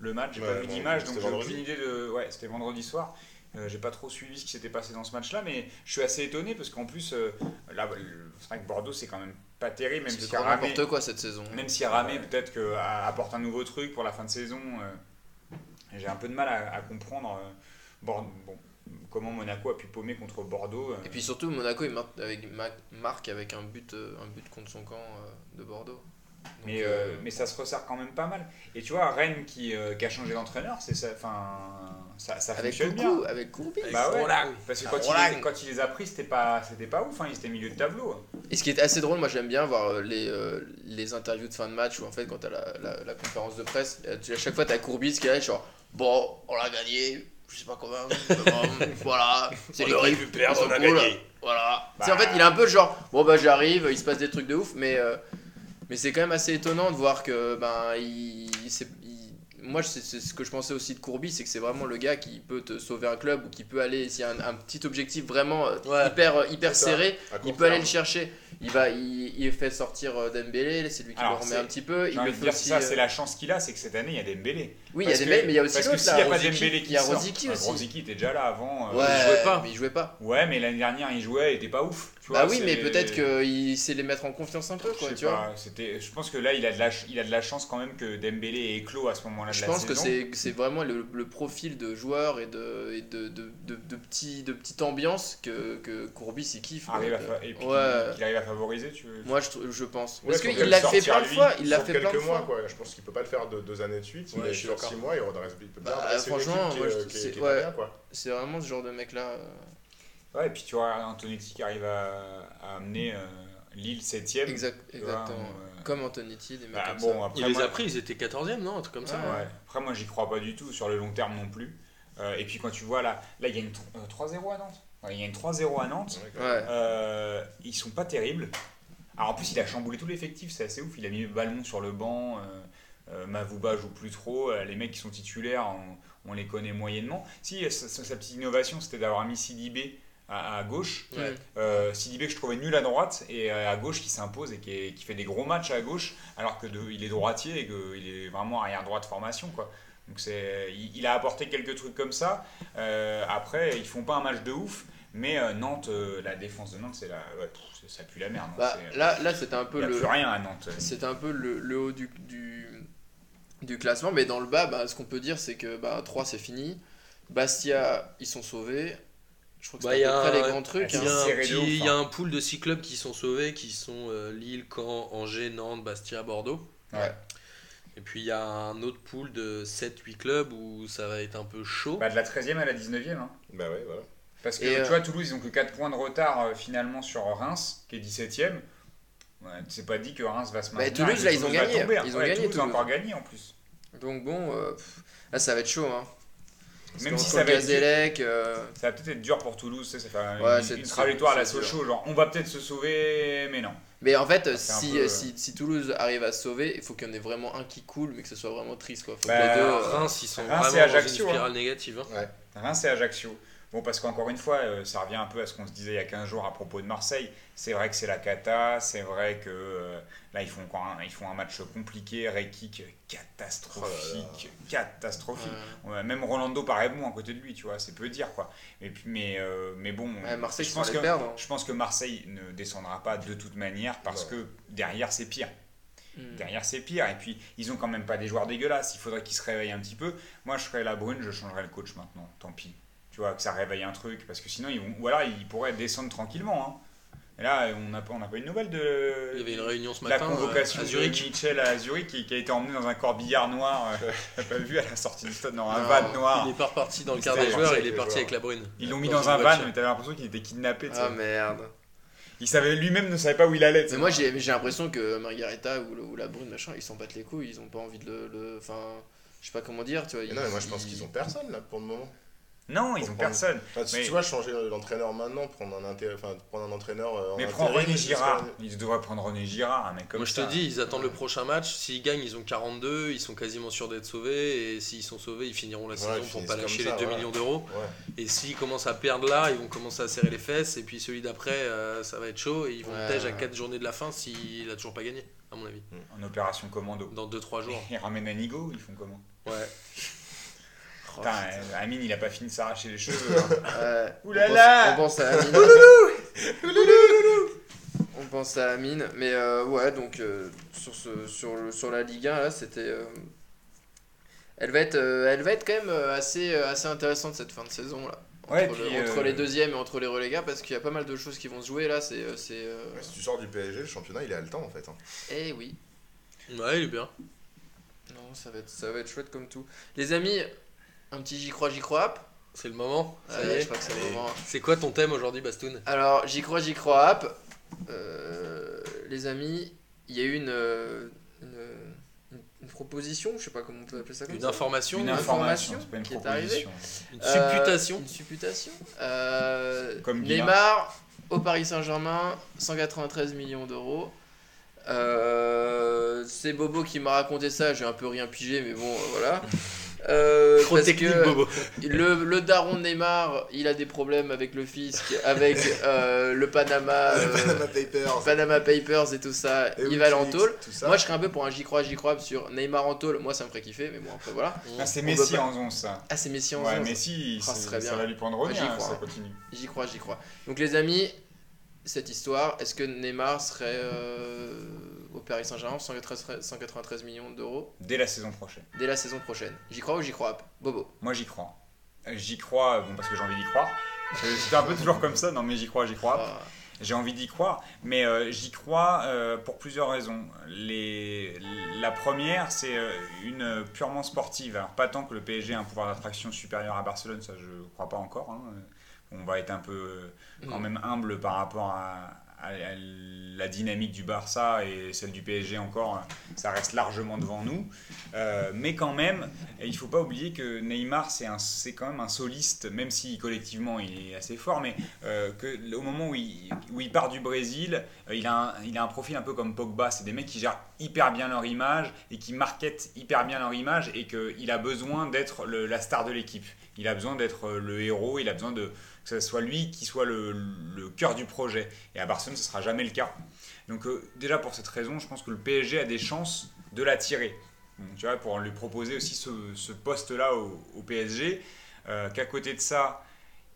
Speaker 2: le match, j'ai
Speaker 3: Ouais,
Speaker 2: pas vu
Speaker 3: bon,
Speaker 2: d'image, donc
Speaker 3: c'était
Speaker 2: j'ai
Speaker 3: vendredi.
Speaker 2: aucune idée de. Ouais, c'était vendredi soir. Euh, j'ai pas trop suivi ce qui s'était passé dans ce match là, mais je suis assez étonné parce qu'en plus, euh, là, le- c'est vrai que Bordeaux c'est quand même pas terrible, même
Speaker 1: C'est
Speaker 2: si
Speaker 1: grand n'importe quoi cette saison.
Speaker 2: Même si Ramé peut-être que, a- apporte un nouveau truc pour la fin de saison, euh, j'ai un peu de mal à, à comprendre euh, Bord- bon, comment Monaco a pu paumer contre Bordeaux. euh.
Speaker 1: Et puis surtout, Monaco, il marque avec, ma- marque avec un, but, euh, un but contre son camp euh, de Bordeaux. Donc,
Speaker 2: mais, euh, mais ça se resserre quand même pas mal. Et tu vois, Rennes qui, euh, qui a changé d'entraîneur, c'est ça, enfin, ça, ça
Speaker 1: avec
Speaker 2: fonctionne
Speaker 1: Coucou,
Speaker 2: bien.
Speaker 1: avec Courbis.
Speaker 4: Avec
Speaker 2: Bah ouais.
Speaker 4: Roland.
Speaker 2: Parce que
Speaker 1: Ah,
Speaker 2: quand
Speaker 1: Roland.
Speaker 2: il, les, quand il les a pris, c'était pas, c'était pas ouf, hein, ils étaient milieu de tableau.
Speaker 1: Et ce qui est assez drôle, moi j'aime bien voir euh, les, euh, les interviews de fin de match où en fait quand t'as la, la, la conférence de presse, euh, tu- à chaque fois t'as Courbis qui est là, genre bon, on l'a gagné, je sais pas combien, mais bon, voilà, c'est
Speaker 4: On aurait
Speaker 1: l'équipe,
Speaker 4: pu perdre,
Speaker 1: ils sont
Speaker 4: on a
Speaker 1: cool.
Speaker 4: gagné. Bah
Speaker 1: Voilà. C'est en fait, il est un peu genre, bon bah j'arrive, il se passe des trucs de ouf, mais, euh, mais c'est quand même assez étonnant de voir que, ben, il, c'est- il- moi, c'est c'est ce que je pensais aussi de Courby, c'est que c'est vraiment le gars qui peut te sauver un club ou qui peut aller, s'il y a un, un petit objectif vraiment euh,
Speaker 4: Ouais.
Speaker 1: hyper, hyper
Speaker 3: C'est ça.
Speaker 1: serré,
Speaker 3: À
Speaker 1: il
Speaker 3: court
Speaker 1: peut aller
Speaker 3: terme.
Speaker 1: le chercher. Il va, il, il fait sortir euh, Dembélé, c'est lui qui
Speaker 2: Alors,
Speaker 1: le remet
Speaker 2: c'est-
Speaker 1: un petit peu.
Speaker 2: J'ai
Speaker 1: Il
Speaker 2: envie
Speaker 1: le
Speaker 2: de
Speaker 1: fait
Speaker 2: dire,
Speaker 1: aussi.
Speaker 2: ça,
Speaker 1: euh,
Speaker 2: c'est la chance qu'il a, c'est que cette année, il y a Dembélé.
Speaker 1: Oui, il y a
Speaker 2: parce que-
Speaker 1: Dembélé, mais il y a aussi
Speaker 2: Parce que
Speaker 1: l'autre,
Speaker 2: s'il
Speaker 1: là,
Speaker 2: n'y a pas
Speaker 1: Rosicky.
Speaker 2: Dembélé qui
Speaker 1: Il y a
Speaker 2: sort,
Speaker 1: Rosicky
Speaker 2: bah,
Speaker 1: aussi.
Speaker 2: Rosicky était déjà là avant. euh,
Speaker 1: Ouais,
Speaker 4: il jouait pas.
Speaker 1: Mais il jouait pas.
Speaker 2: Ouais, mais l'année dernière, il jouait, il était pas ouf. Tu vois,
Speaker 1: bah oui,
Speaker 2: c'est-
Speaker 1: mais peut-être qu'il sait les mettre en confiance un peu,
Speaker 2: Je
Speaker 1: quoi,
Speaker 2: sais
Speaker 1: tu vois.
Speaker 2: pas, c'était- je pense que là, il a de la, ch- il a de la chance quand même que Dembélé éclos à ce moment-là de
Speaker 1: Je
Speaker 2: la
Speaker 1: pense que
Speaker 2: saison.
Speaker 1: c'est c'est vraiment le, le profil de joueur et de, et de, de, de, de petit- de petite ambiance que, que Courbis il kiffe.
Speaker 2: Arrive à
Speaker 1: donc,
Speaker 2: fa- et puis
Speaker 1: ouais.
Speaker 2: qu'il arrive à favoriser, tu veux.
Speaker 1: Moi je, trou- je pense.
Speaker 3: Ouais,
Speaker 1: Parce
Speaker 3: faut
Speaker 1: qu'il
Speaker 3: bien le
Speaker 1: l'a fait
Speaker 2: sortir,
Speaker 1: plein de
Speaker 2: lui,
Speaker 1: fois. Il l'a
Speaker 3: Sur
Speaker 1: fait plein
Speaker 3: quelques
Speaker 1: de
Speaker 3: mois,
Speaker 1: fois.
Speaker 3: quoi. Je pense qu'il peut pas le faire deux, deux années de suite.
Speaker 4: Ouais,
Speaker 3: il est
Speaker 4: je suis
Speaker 3: sur
Speaker 4: d'accord.
Speaker 3: six mois, il redresse. Il peut pas.
Speaker 1: Bah,
Speaker 3: redresser une équipe
Speaker 1: franchement,
Speaker 3: qui est-
Speaker 1: moi, je-
Speaker 3: qui est-
Speaker 1: c'est-
Speaker 3: qui est pas
Speaker 1: ouais.
Speaker 3: bien, quoi.
Speaker 1: C'est vraiment ce genre de euh, mec là.
Speaker 2: Ouais, et puis tu vois, Antonetti qui arrive à, à amener euh, Lille 7ème.
Speaker 1: Exact, exactement. Comme Antonetti, des mecs
Speaker 2: euh,
Speaker 1: comme
Speaker 2: Bah, bon,
Speaker 1: ça.
Speaker 2: après,
Speaker 4: Il les
Speaker 2: moi,
Speaker 4: a pris, ils étaient 14 e non Un truc comme ça.
Speaker 1: Ouais.
Speaker 2: ouais. Après, moi, j'y crois pas du tout sur le long terme non plus. Euh, et puis quand tu vois là, là il y a une tr- euh, 3-0 à Nantes. Ouais, il y a une 3-0 à Nantes.
Speaker 3: Ouais,
Speaker 1: Ouais.
Speaker 2: Euh, ils sont pas terribles. Alors en plus, il a chamboulé tout l'effectif, c'est assez ouf. Il a mis Ballon sur le banc, euh, euh, Mavouba joue plus trop. euh, les mecs qui sont titulaires, on, on les connaît moyennement. Si, euh, sa, sa- sa petite innovation, c'était d'avoir mis Sidibé à, à gauche.
Speaker 1: Ouais.
Speaker 2: Euh, Sidibé que je trouvais nul à droite, et euh, à gauche qui s'impose et qui, est- qui fait des gros matchs à gauche, alors que de- il est droitier et qu'il est vraiment arrière-droit de formation, quoi. Donc c'est, il, il a apporté quelques trucs comme ça. Euh, après, ils font pas un match de ouf, mais euh, Nantes, euh, la défense de Nantes, c'est la, ouais, pff, c'est- ça pue la merde. hein.
Speaker 1: Bah,
Speaker 2: C'est-
Speaker 1: là, là c'était un
Speaker 2: il
Speaker 1: peu
Speaker 2: n'y a
Speaker 1: le.
Speaker 2: plus rien à Nantes.
Speaker 1: C'était un peu le, le haut du, du, du classement, mais dans le bas, bah, ce qu'on peut dire, c'est que bah, 3 c'est fini. Bastia, ils sont sauvés. Je crois que
Speaker 4: Bah,
Speaker 1: c'est
Speaker 4: y a
Speaker 1: à peu près
Speaker 4: un-
Speaker 1: les grands trucs.
Speaker 4: Il y,
Speaker 1: hein.
Speaker 4: a un
Speaker 2: Serré de ouf,
Speaker 4: petit- il y a
Speaker 2: hein.
Speaker 4: un pool de six clubs qui sont sauvés, qui sont euh, Lille, Caen, Angers, Nantes, Bastia, Bordeaux.
Speaker 2: Ouais.
Speaker 4: Et puis il y a un autre pool de 7-8 clubs où ça va être un peu chaud.
Speaker 2: Bah, de la 13e à la 19e. hein.
Speaker 3: Bah ouais, voilà.
Speaker 2: Parce que
Speaker 1: Et,
Speaker 2: tu
Speaker 1: euh,
Speaker 2: vois, Toulouse, ils ont que 4 points de retard euh, finalement sur Reims, qui est 17ème. Ouais, c'est pas dit que Reims va se
Speaker 1: Bah,
Speaker 2: maintenir.
Speaker 1: Toulouse,
Speaker 2: et que
Speaker 1: là, ils ont
Speaker 2: va
Speaker 1: gagné.
Speaker 2: tomber, hein.
Speaker 1: Ils ont
Speaker 2: Ouais,
Speaker 1: gagné,
Speaker 2: Toulouse a
Speaker 1: Toulouse.
Speaker 2: encore gagné en plus.
Speaker 1: Donc bon, euh, pff, là ça va être chaud. Hein. Parce
Speaker 2: Même
Speaker 1: qu'entre
Speaker 2: si ça va être-
Speaker 1: Gazélec, euh,
Speaker 2: Ça va peut-être être dur pour Toulouse, tu sais, ça fait une-
Speaker 1: Ouais,
Speaker 2: une,
Speaker 1: c'est- c'est-
Speaker 2: trajectoire à la
Speaker 1: c'est dur.
Speaker 2: Sochaux, genre on va peut-être se sauver, mais non.
Speaker 1: Mais en fait,
Speaker 2: C'est un
Speaker 1: si,
Speaker 2: peu, euh,
Speaker 1: si, si Toulouse arrive à se sauver, il faut qu'il y en ait vraiment un qui coule, mais que ce soit vraiment triste. Quoi. Faut que
Speaker 2: Bah,
Speaker 1: les deux, euh,
Speaker 4: Reims, ils sont
Speaker 2: Reims et
Speaker 4: vraiment
Speaker 2: Ajaccio,
Speaker 4: dans
Speaker 2: hein.
Speaker 4: une spirale négative. hein.
Speaker 2: Reims et Ajaccio. Bon, parce qu'encore une fois, euh, ça revient un peu à ce qu'on se disait il y a 15 jours à propos de Marseille. C'est vrai que c'est la cata, c'est vrai que euh, là, ils font, encore un, ils font un match compliqué, Rekik
Speaker 1: Oh
Speaker 2: catastrophique, catastrophique.
Speaker 1: euh,
Speaker 2: On a Même Rolando paraît bon à côté de lui, tu vois, c'est peu dire quoi. Mais, puis- mais, euh, mais bon,
Speaker 1: ouais, Marseille,
Speaker 2: je
Speaker 1: ils sont
Speaker 2: pense
Speaker 1: allés
Speaker 2: que
Speaker 1: perdre.
Speaker 2: Je pense que Marseille ne descendra pas de toute manière parce que derrière c'est pire.
Speaker 1: hein. Mm.
Speaker 2: Derrière c'est pire. Et puis ils ont quand même pas des joueurs dégueulasses. Il faudrait qu'ils se réveillent un petit peu. Moi je serais la brune, je changerais le coach maintenant. Tant pis. Tu vois, que ça réveille un truc. Parce que sinon, ils vont... ou alors ils pourraient descendre tranquillement. hein. Et là, on n'a pas, on n'a pas eu de nouvelles de.
Speaker 4: Il y avait une réunion ce
Speaker 2: de Euh, la
Speaker 4: matin
Speaker 2: convocation
Speaker 4: euh, à
Speaker 2: de
Speaker 4: Zurich.
Speaker 2: Mitchell à Zurich qui, qui a été emmené dans un corbillard noir. euh, T'as pas vu à la sortie du stade dans un
Speaker 1: Non,
Speaker 2: van noir.
Speaker 4: Il est pas reparti dans le quart
Speaker 2: C'était
Speaker 4: des joueurs,
Speaker 3: parti
Speaker 4: il est
Speaker 3: avec
Speaker 4: parti
Speaker 3: les
Speaker 4: avec la brune.
Speaker 2: Ils l'ont mis
Speaker 4: Dans
Speaker 2: dans
Speaker 4: une
Speaker 2: un van,
Speaker 4: voiture.
Speaker 2: mais t'avais l'impression qu'il était kidnappé. tu sais.
Speaker 1: Ah merde.
Speaker 2: Il savait lui-même ne savait pas où il allait. tu sais.
Speaker 1: Mais moi j'ai j'ai l'impression que Margarita ou, le- ou la Brune machin ils s'en battent les couilles, ils ont pas envie de le. le- Enfin, je sais pas comment dire, tu vois.
Speaker 3: Mais
Speaker 1: ils-
Speaker 3: non, mais moi je pense
Speaker 1: ils-
Speaker 3: qu'ils ont personne là pour le moment.
Speaker 2: Non, ils ont
Speaker 3: Comprendre.
Speaker 2: personne.
Speaker 3: Enfin, Bah, si
Speaker 2: Mais-
Speaker 3: tu vois, changer l'entraîneur maintenant, prendre un, intérêt, enfin, prendre un entraîneur. euh, en
Speaker 2: Mais prends
Speaker 3: intérim,
Speaker 2: René
Speaker 3: ce
Speaker 2: Girard.
Speaker 3: serait-
Speaker 2: Ils devraient prendre René Girard, un mec comme
Speaker 4: Moi je
Speaker 2: ça.
Speaker 4: te dis, ils attendent le prochain match. S'ils gagnent, ils ont 42, ils sont quasiment sûrs d'être sauvés. Et s'ils sont sauvés, ils finiront la
Speaker 3: Ouais, ils
Speaker 4: saison pour
Speaker 3: finissent
Speaker 4: pas
Speaker 3: comme
Speaker 4: lâcher
Speaker 3: ça,
Speaker 4: les 2
Speaker 3: ouais.
Speaker 4: millions d'euros.
Speaker 3: Ouais.
Speaker 4: Et s'ils commencent à perdre là, ils vont commencer à serrer les fesses. Et puis celui d'après, euh, ça va être chaud. Et ils vont
Speaker 1: Ouais,
Speaker 4: tège à
Speaker 1: ouais.
Speaker 4: 4 journées de la fin s'il a toujours pas gagné, à mon avis.
Speaker 2: En opération commando.
Speaker 4: Dans 2-3 jours.
Speaker 2: Ils ramènent Anigo, ils font comment
Speaker 4: Ouais.
Speaker 1: Oh,
Speaker 2: Putain, euh, Amine, il a pas fini de s'arracher les cheveux. hein.
Speaker 1: ouais.
Speaker 2: Ouh là là
Speaker 1: On pense, on pense à Amine. On pense à Amine, mais euh, ouais, donc euh, sur, ce, sur, le- sur la Ligue 1, là, c'était. euh, elle, va être, euh, elle va être quand même euh, assez, euh, assez intéressante cette fin de saison, là. Entre,
Speaker 2: Ouais,
Speaker 1: le-
Speaker 2: puis, euh,
Speaker 1: entre les deuxièmes et entre les relégats, parce qu'il y a pas mal de choses qui vont se jouer, là. C'est. euh, c'est, euh,
Speaker 3: Ouais, Bah, si tu sors du PSG, le championnat il est haletant en fait. hein.
Speaker 1: Eh oui.
Speaker 4: Ouais, il est bien.
Speaker 1: Non, ça va, être, ça va être chouette comme tout. Les amis, un petit j'y crois, j'y crois app.
Speaker 4: C'est le moment. Ça y
Speaker 1: Ouais,
Speaker 4: est.
Speaker 1: je crois que c'est le
Speaker 3: Allez.
Speaker 1: moment.
Speaker 4: C'est quoi ton thème aujourd'hui, Bastoun
Speaker 1: Alors, j'y crois, j'y crois app. Euh, les amis, il y a eu une, euh, une, une- une proposition, je sais pas comment on peut appeler ça comme
Speaker 4: Une
Speaker 1: ça.
Speaker 4: information
Speaker 2: Une
Speaker 4: Une,
Speaker 1: information
Speaker 2: information, c'est pas une
Speaker 1: qui est
Speaker 2: proposition.
Speaker 4: une
Speaker 1: Euh,
Speaker 4: supputation
Speaker 1: Une supputation. Euh,
Speaker 2: Comme Guilain.
Speaker 1: Neymar au Paris Saint-Germain, 193 millions d'euros. Euh, c'est Bobo qui m'a raconté ça, j'ai un peu rien pigé, mais bon, euh, voilà. Euh,
Speaker 4: Trop
Speaker 1: parce
Speaker 4: technique,
Speaker 1: que
Speaker 4: Bobo.
Speaker 1: Le, le daron de Neymar, il a des problèmes avec le fisc, avec euh, le Panama,
Speaker 3: Le
Speaker 1: euh,
Speaker 3: Panama Papers.
Speaker 1: Panama Papers et tout ça.
Speaker 3: et
Speaker 1: il va aller en
Speaker 3: Wikileaks,
Speaker 1: tôle.
Speaker 3: tout ça.
Speaker 1: Moi, je serais un peu pour un j'y crois, j'y crois sur Neymar en tôle. Moi, ça me ferait kiffer, mais bon, après voilà.
Speaker 2: Ah, c'est
Speaker 1: On
Speaker 2: Messi
Speaker 1: peut pas-
Speaker 2: en 11, ça.
Speaker 1: Ah, c'est Messi en
Speaker 2: Ouais,
Speaker 1: zone.
Speaker 2: Messi,
Speaker 1: Ah, ce
Speaker 2: c'est-
Speaker 1: serait bien.
Speaker 2: ça va lui prendre
Speaker 1: Moi, j'y
Speaker 2: revient,
Speaker 1: crois,
Speaker 2: ça
Speaker 1: hein.
Speaker 2: continue.
Speaker 1: J'y crois, j'y crois. Donc, les amis, cette histoire, est-ce que Neymar serait euh, au Paris Saint-Germain 193, 193 millions d'euros
Speaker 2: Dès la saison prochaine.
Speaker 1: dès la saison prochaine J'y crois ou j'y crois pas Bobo.
Speaker 2: Moi, j'y crois. J'y crois, bon, parce que j'ai envie d'y croire. Euh, C'était un peu toujours comme ça, non, mais j'y crois, j'y crois.
Speaker 1: Ah,
Speaker 2: J'ai envie d'y croire, mais euh, j'y crois euh, pour plusieurs raisons. Les- La première, c'est euh, une euh, purement sportive. Alors, pas tant que le PSG a un pouvoir d'attraction supérieur à Barcelone, ça je crois pas encore. hein. On va être un peu euh, quand
Speaker 1: Mm.
Speaker 2: même humble par rapport à, à- à la dynamique du Barça et celle du PSG encore. Ça reste largement devant nous. Euh, mais quand même, il faut pas oublier que Neymar, c'est un- c'est quand même un soliste, même si collectivement il est assez fort, mais euh, que l- au moment où il, où il part du Brésil, euh, il, a un, il a un profil un peu comme Pogba. C'est des mecs qui gèrent hyper bien leur image et qui marketent hyper bien leur image et qu'il a besoin d'être le- la star de l'équipe. Il a besoin d'être euh, le héros, il a besoin de, que ce soit lui qui soit le, le cœur du projet. Et à Barcelone, ce sera jamais le cas. Donc euh, déjà pour cette raison, je pense que le PSG a des chances de l'attirer. Donc, tu vois, pour lui proposer aussi ce, ce poste-là au, au PSG, euh, qu'à côté de ça,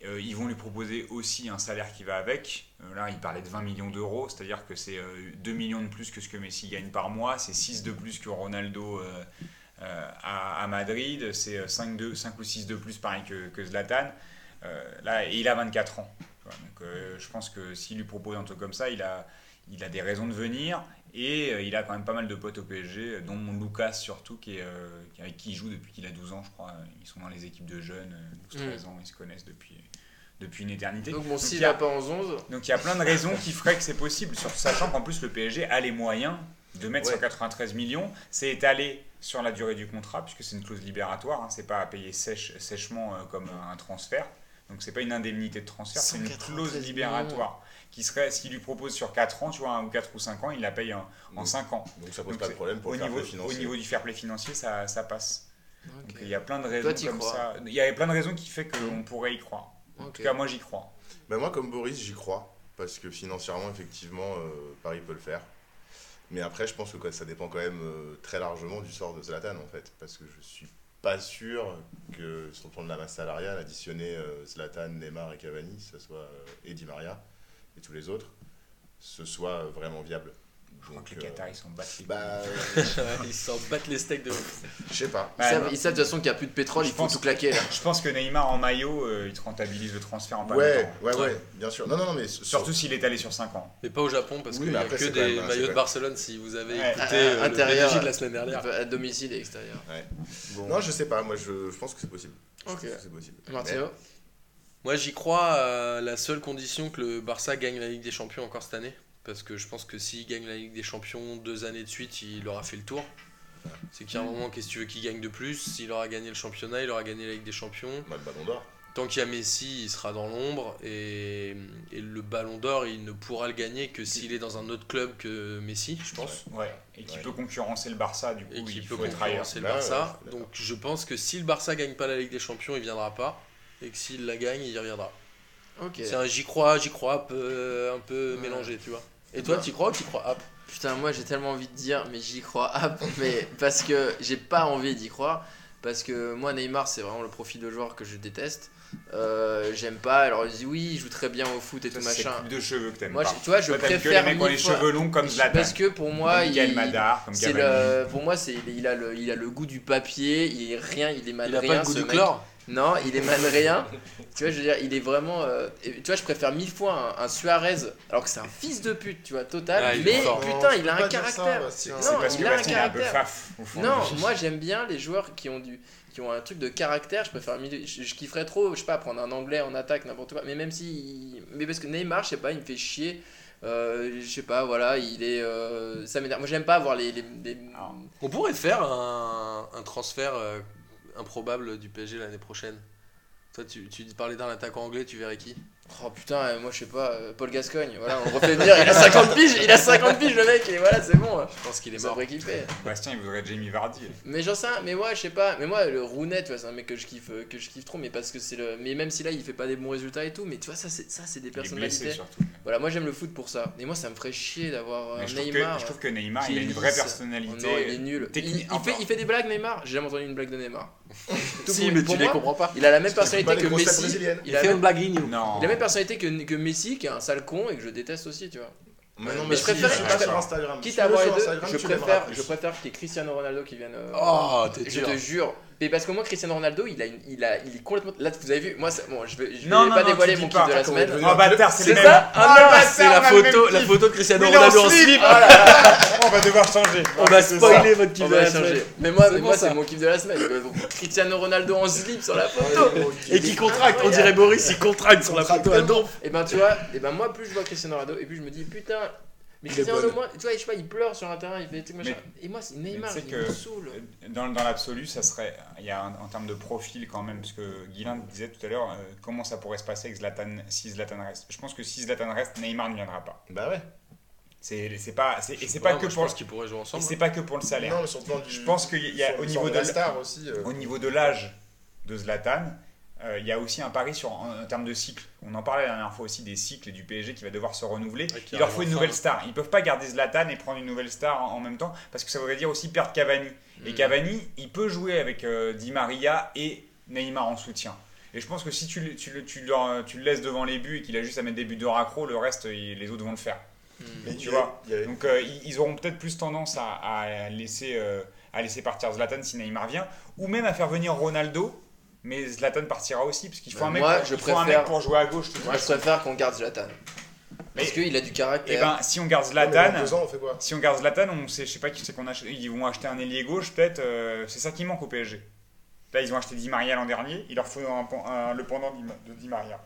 Speaker 2: euh, ils vont lui proposer aussi un salaire qui va avec. Euh, là, il parlait de 20 millions d'euros, c'est-à-dire que c'est euh, 2 millions de plus que ce que Messi gagne par mois, c'est 6 de plus que Ronaldo euh, euh, à, à Madrid, c'est euh, 5, de- 5 ou 6 de plus pareil que, que Zlatan. Euh, là, et il a 24 ans. tu vois. donc euh, je pense que s'il lui propose un truc comme ça, il a, il a des raisons de venir. Et euh, il a quand même pas mal de potes au PSG, dont Lucas surtout, qui est, euh, qui- avec qui il joue depuis qu'il a 12 ans, je crois. Ils sont dans les équipes de jeunes, euh, 12,
Speaker 1: Mm.
Speaker 2: 13 ans, ils se connaissent depuis, depuis une éternité.
Speaker 1: Donc, bon,
Speaker 2: il
Speaker 1: s'il
Speaker 2: y a-
Speaker 1: n'a pas en 11,
Speaker 2: donc il y a plein de raisons qui feraient que c'est possible, sur- sachant qu'en plus le PSG a les moyens de mettre
Speaker 3: Ouais.
Speaker 2: 193 millions. C'est étalé sur la durée du contrat, puisque c'est une clause libératoire, hein, c'est pas à payer sèche- sèchement euh, comme un transfert. Donc c'est pas une indemnité de transfert, c'est une
Speaker 1: 193
Speaker 2: clause
Speaker 1: millions.
Speaker 2: libératoire qui serait, s'il lui propose sur 4 ans, tu vois, un- ou 4 ou 5 ans, il la paye en,
Speaker 3: Donc-
Speaker 2: 5 ans.
Speaker 3: Donc ça pose
Speaker 2: Donc,
Speaker 3: pas
Speaker 2: c'est-
Speaker 3: de problème pour
Speaker 2: au,
Speaker 3: le fair
Speaker 2: niveau,
Speaker 3: play
Speaker 2: au
Speaker 3: financier.
Speaker 2: niveau du fair play financier, ça, ça passe.
Speaker 1: ok,
Speaker 2: Donc il y a plein de raisons
Speaker 1: t'y
Speaker 2: comme
Speaker 1: crois.
Speaker 2: ça. Il y a plein de raisons qui fait
Speaker 3: Mmh.
Speaker 2: qu'on pourrait y croire. En
Speaker 1: ok.
Speaker 2: tout cas, moi j'y crois.
Speaker 3: Bah, moi, comme Boris, j'y crois. Parce que financièrement, effectivement, euh, Paris peut le faire. Mais après, je pense que quoi, ça dépend quand même euh, très largement du sort de Zlatan, en fait. Parce que je suis pas sûr que, sur le plan de la masse salariale, additionner euh, Zlatan, Neymar et Cavani, que ce soit euh, et Di Maria et tous les autres, ce soit euh, vraiment viable.
Speaker 2: Je crois
Speaker 3: Donc,
Speaker 2: que les
Speaker 3: euh,
Speaker 2: Qataris ils sont battus.
Speaker 3: Bah, euh,
Speaker 4: Ils s'en battent les steaks de ouf.
Speaker 3: je sais pas.
Speaker 2: Bah,
Speaker 1: Ils savent, ils savent de toute façon qu'il n'y a plus de pétrole,
Speaker 2: Je
Speaker 1: il faut
Speaker 2: pense-
Speaker 1: tout claquer là.
Speaker 2: Je pense que Neymar en maillot, euh, il te rentabilise le transfert en pas
Speaker 3: Ouais,
Speaker 2: longtemps.
Speaker 3: ouais,
Speaker 4: Ouais.
Speaker 3: ouais, bien sûr. Non, non, non, mais
Speaker 2: Surtout s'il est allé sur 5 ans.
Speaker 4: Mais pas au Japon parce
Speaker 3: Oui,
Speaker 4: qu'il n'y
Speaker 3: mais
Speaker 4: a
Speaker 3: après,
Speaker 4: que
Speaker 3: c'est quand même-
Speaker 4: des
Speaker 3: c'est
Speaker 4: maillots de
Speaker 3: pas-
Speaker 4: Barcelone si vous avez
Speaker 2: Ouais.
Speaker 4: écouté
Speaker 1: Ah,
Speaker 4: euh, le
Speaker 1: intérieur.
Speaker 4: PDG de la semaine dernière.
Speaker 1: Bah, À domicile et extérieur.
Speaker 3: Non, je sais pas. Moi, je, je pense que c'est possible. Je
Speaker 1: Ok.
Speaker 3: pense que c'est possible.
Speaker 1: Martino
Speaker 4: Moi j'y crois à la seule condition que le Barça gagne la Ligue des Champions encore cette année. Parce que je pense que s'il gagne la Ligue des Champions deux années de suite, il aura fait le tour. C'est qu'il y a un moment, qu'est-ce que tu veux qu'il gagne de plus S'il aura gagné le championnat, il aura gagné la Ligue des Champions.
Speaker 3: Moi, le ballon d'or.
Speaker 4: Tant qu'il y a Messi, il sera dans l'ombre. Et, et le ballon d'or, il ne pourra le gagner que s'il est dans un autre club que Messi, je pense.
Speaker 2: Ouais. Et qui
Speaker 3: Ouais.
Speaker 2: peut concurrencer le Barça, du coup,
Speaker 4: et qui
Speaker 2: il
Speaker 4: peut
Speaker 2: faut être ailleurs. euh,
Speaker 4: concurrencer le
Speaker 3: Là,
Speaker 4: Barça.
Speaker 3: ouais, je suis d'accord.
Speaker 4: Donc je pense que si le Barça gagne pas la Ligue des Champions, il viendra pas. Et que s'il la gagne, il y reviendra.
Speaker 1: Ok.
Speaker 4: C'est un j'y crois, j'y crois, un peu, un peu
Speaker 1: Ouais.
Speaker 4: mélangé, tu vois.
Speaker 2: Bah.
Speaker 4: Et toi, t'y crois ou t'y crois hop
Speaker 1: Putain, moi j'ai tellement envie de dire, mais j'y crois, ah, mais parce que j'ai pas envie d'y croire. Parce que moi, Neymar, c'est vraiment le profil de joueur que je déteste. Euh, J'aime pas. Alors, il dit oui, il joue très bien au foot et tout
Speaker 2: Ça, C'est
Speaker 1: machin.
Speaker 2: cette coupe de cheveux que t'aimes
Speaker 1: Moi,
Speaker 2: pas.
Speaker 1: je- tu vois, je
Speaker 2: Toi, t'aimes que
Speaker 1: préfère.
Speaker 2: les mecs qui ont
Speaker 1: mille
Speaker 2: les
Speaker 1: fois-
Speaker 2: cheveux longs comme Zlatan.
Speaker 1: Parce que pour moi,
Speaker 2: Comme Miguel
Speaker 1: il-
Speaker 2: Madar, comme
Speaker 1: c'est
Speaker 2: Cavani.
Speaker 1: le, pour moi, c'est il, il a le, il a le goût du papier. Il est rien, il
Speaker 2: Bah,
Speaker 1: est mal
Speaker 4: Il a
Speaker 1: rien.
Speaker 4: pas le goût
Speaker 1: ce
Speaker 4: du
Speaker 1: mec.
Speaker 4: chlore
Speaker 1: Non, il émane rien. tu vois, je veux dire, il est vraiment. euh, et tu vois, je préfère mille fois un, un Suarez, alors que c'est un fils de pute, tu vois, total.
Speaker 4: Ah, il est
Speaker 1: mais
Speaker 4: fort.
Speaker 1: putain,
Speaker 3: Non,
Speaker 1: il a un
Speaker 3: tu peux pas dire ça,
Speaker 1: caractère.
Speaker 3: Bastien.
Speaker 1: Non,
Speaker 2: C'est parce
Speaker 1: il
Speaker 2: que
Speaker 1: a un
Speaker 2: Bastien est un peu
Speaker 1: caractère.
Speaker 2: faf, au fond.
Speaker 1: Non,
Speaker 2: de lui.
Speaker 1: moi j'aime bien les joueurs qui ont du qui ont un truc de caractère, je préfère mille- je, je kifferais trop, je sais pas prendre un anglais en attaque n'importe quoi, mais même si mais parce que Neymar, je sais pas, il me fait chier. Euh, je sais pas, voilà, il est euh, ça m'énerve. Moi j'aime pas avoir les, les, les-
Speaker 2: Alors,
Speaker 4: On pourrait faire un, un transfert euh, improbable du PSG l'année prochaine. Toi, tu, tu parlais d'un attaquant anglais, tu verrais qui
Speaker 1: Oh putain, euh, moi je sais pas, euh, Paul Gascogne, voilà, on le refait venir, il a 50 piges, il a 50 piges le mec, et voilà, c'est bon,
Speaker 4: Je pense qu'il
Speaker 1: il est
Speaker 4: est
Speaker 1: mort
Speaker 4: mort.
Speaker 1: équipé.
Speaker 2: Bastien, il voudrait Jamie Vardy.
Speaker 1: Mais j'en sais, rien, mais moi je sais pas, mais moi le Rounet, tu vois, c'est un mec que je kiffe, euh, que je kiffe trop, mais parce que c'est le. Mais même si là il fait pas des bons résultats et tout, mais tu vois, ça c'est, ça, c'est des
Speaker 2: Il est blessé
Speaker 1: personnalités.
Speaker 2: surtout.
Speaker 1: Voilà, moi j'aime le foot pour ça, et moi ça me ferait chier d'avoir euh,
Speaker 2: Mais je, trouve
Speaker 1: Neymar.
Speaker 2: que, je trouve que Neymar,
Speaker 1: qui
Speaker 2: il a
Speaker 1: est
Speaker 2: une vraie
Speaker 1: lisse. Oh
Speaker 2: personnalité.
Speaker 1: non, il est nul. Il,
Speaker 2: technique-
Speaker 1: il fait, il fait des blagues, Neymar J'ai jamais entendu une blague de Neymar. Tout
Speaker 4: Si,
Speaker 1: pour-
Speaker 4: mais
Speaker 1: pour
Speaker 4: tu les
Speaker 1: moi,
Speaker 4: comprends pas.
Speaker 1: Il a la même
Speaker 3: Parce que c'est pas
Speaker 1: personnalité
Speaker 3: les
Speaker 1: que
Speaker 3: grosses têtes
Speaker 1: Messi.
Speaker 3: brésiliennes.
Speaker 1: Il a,
Speaker 4: fait
Speaker 1: la-
Speaker 4: une blague igno.
Speaker 2: Non.
Speaker 1: il a la même personnalité que, que Messi, qui est un sale con et que je déteste aussi, tu vois.
Speaker 3: Mais non,
Speaker 1: Mais
Speaker 3: mais
Speaker 1: je
Speaker 3: si,
Speaker 1: préfère-
Speaker 3: suis
Speaker 2: je préfère-
Speaker 3: sur Instagram.
Speaker 1: Quitte
Speaker 3: Tu
Speaker 1: à
Speaker 3: le
Speaker 1: avoir les
Speaker 3: sur
Speaker 1: deux,
Speaker 3: Instagram,
Speaker 1: je
Speaker 3: tu l'aimeras
Speaker 1: préfère,
Speaker 3: plus.
Speaker 1: je préfère qu'il y ait Cristiano Ronaldo qui vienne. euh,
Speaker 4: Oh, t'es
Speaker 1: je
Speaker 4: dur.
Speaker 1: te jure. Mais parce qu'au moins Cristiano Ronaldo, il a, une- il a, il est complètement. Là, vous avez vu, moi, ça- bon, je vais, je
Speaker 2: Non,
Speaker 1: vais
Speaker 2: non,
Speaker 1: pas
Speaker 2: non,
Speaker 1: dévoiler
Speaker 2: tu
Speaker 1: mon
Speaker 2: dis
Speaker 1: kiff
Speaker 2: pas.
Speaker 1: de la
Speaker 2: Comment
Speaker 1: semaine.
Speaker 3: on
Speaker 2: Oh bâtard, c'est
Speaker 1: C'est
Speaker 2: les mêmes.
Speaker 1: ça
Speaker 2: Ah,
Speaker 1: Ah,
Speaker 2: bâtard,
Speaker 4: bah, C'est
Speaker 2: on a
Speaker 4: la
Speaker 2: le même
Speaker 4: photo, la
Speaker 2: kiff.
Speaker 4: photo de Cristiano
Speaker 2: Mais il est en
Speaker 4: Ronaldo en
Speaker 2: slip.
Speaker 4: slip.
Speaker 1: Oh là là,
Speaker 2: On va devoir changer.
Speaker 4: On va
Speaker 2: C'est ça.
Speaker 4: spoiler votre kiff
Speaker 1: on
Speaker 4: de
Speaker 1: va
Speaker 4: la
Speaker 1: changer.
Speaker 4: semaine.
Speaker 1: Mais moi,
Speaker 4: C'est
Speaker 1: mais
Speaker 4: bon,
Speaker 1: moi, c'est
Speaker 4: ça.
Speaker 1: mon kiff de la semaine. quoi. Donc, Cristiano Ronaldo en slip sur la
Speaker 3: Oh,
Speaker 1: photo.
Speaker 4: Et qui contracte, on dirait Boris, il contracte sur la
Speaker 3: Contracte
Speaker 4: photo à
Speaker 3: tellement.
Speaker 4: donf.
Speaker 1: Et ben tu vois, et ben moi plus je vois Cristiano Ronaldo et plus je me dis putain, mais
Speaker 3: Il est
Speaker 1: Cristiano
Speaker 3: bon.
Speaker 1: au moins, tu vois, je sais pas, il pleure sur un terrain, il fait des trucs machin. Et moi c'est Neymar,
Speaker 2: tu sais
Speaker 1: il
Speaker 2: que-
Speaker 1: me saoule.
Speaker 2: Dans, dans l'absolu, ça serait. Il y a un- en termes de profil quand même, parce que Guilain disait tout à l'heure euh, comment ça pourrait se passer avec Zlatan, si Zlatan reste. Je pense que si Zlatan reste, Neymar ne viendra pas.
Speaker 3: Bah ouais.
Speaker 2: C'est c'est pas, c'est- et c'est
Speaker 4: Ouais,
Speaker 2: pas,
Speaker 4: moi,
Speaker 2: que
Speaker 4: je
Speaker 2: pour-
Speaker 4: pense qu'ils pourraient jouer
Speaker 2: et
Speaker 4: ensemble. hein.
Speaker 2: c'est pas que pour le salaire.
Speaker 3: Non, mais sur le plan du-
Speaker 2: Je pense qu'il y a-
Speaker 3: sur
Speaker 2: au
Speaker 3: le sort
Speaker 2: niveau
Speaker 3: de
Speaker 2: de
Speaker 3: la
Speaker 2: la-
Speaker 3: star aussi. euh,
Speaker 2: Au niveau de l'âge de Zlatan, euh, il y a aussi un pari sur, en, en termes de cycle. On en parlait la dernière fois aussi des cycles et du PSG qui va devoir se renouveler.
Speaker 4: Ouais, qui
Speaker 2: il leur
Speaker 4: arrive
Speaker 2: faut une
Speaker 4: enfin,
Speaker 2: nouvelle
Speaker 4: hein.
Speaker 2: star. Ils ne peuvent pas garder Zlatan et prendre une nouvelle star en, en même temps parce que ça voudrait dire aussi perdre Cavani. Et
Speaker 1: Mm.
Speaker 2: Cavani, il peut jouer avec euh, Di Maria et Neymar en soutien. Et je pense que si tu, le- tu, le- tu, le- tu le laisses devant les buts et qu'il a juste à mettre des buts de raccro, le reste, il- les autres vont le faire.
Speaker 3: mais
Speaker 2: tu
Speaker 3: il y a-
Speaker 2: vois.
Speaker 3: il y a-
Speaker 2: Donc euh, ils ils auront peut-être plus tendance à, à laisser, euh, à laisser partir Zlatan si Neymar vient, ou même à faire venir Ronaldo, mais Zlatan partira aussi, parce qu'il faut,
Speaker 1: Ben,
Speaker 2: un, mec
Speaker 1: moi,
Speaker 2: pour,
Speaker 1: je
Speaker 2: il faut un
Speaker 1: préfère-
Speaker 2: mec pour jouer à gauche. tout
Speaker 1: Moi
Speaker 2: ça.
Speaker 1: je préfère qu'on garde Zlatan. Parce
Speaker 2: Mais-
Speaker 1: qu'il a du
Speaker 2: Et
Speaker 1: caractère.
Speaker 2: ben si on garde
Speaker 3: Ouais, mais dans
Speaker 2: Zlatan,
Speaker 3: deux ans, on fait quoi
Speaker 2: si on garde Zlatan, on sait, je sais pas qui c'est qu'on achète, ils vont acheter un ailier gauche peut-être, euh, c'est ça qui manque au PSG. Là ils ont acheté Di Maria l'an dernier, il leur faut un pen- un- le pendant d'I- de Di Maria.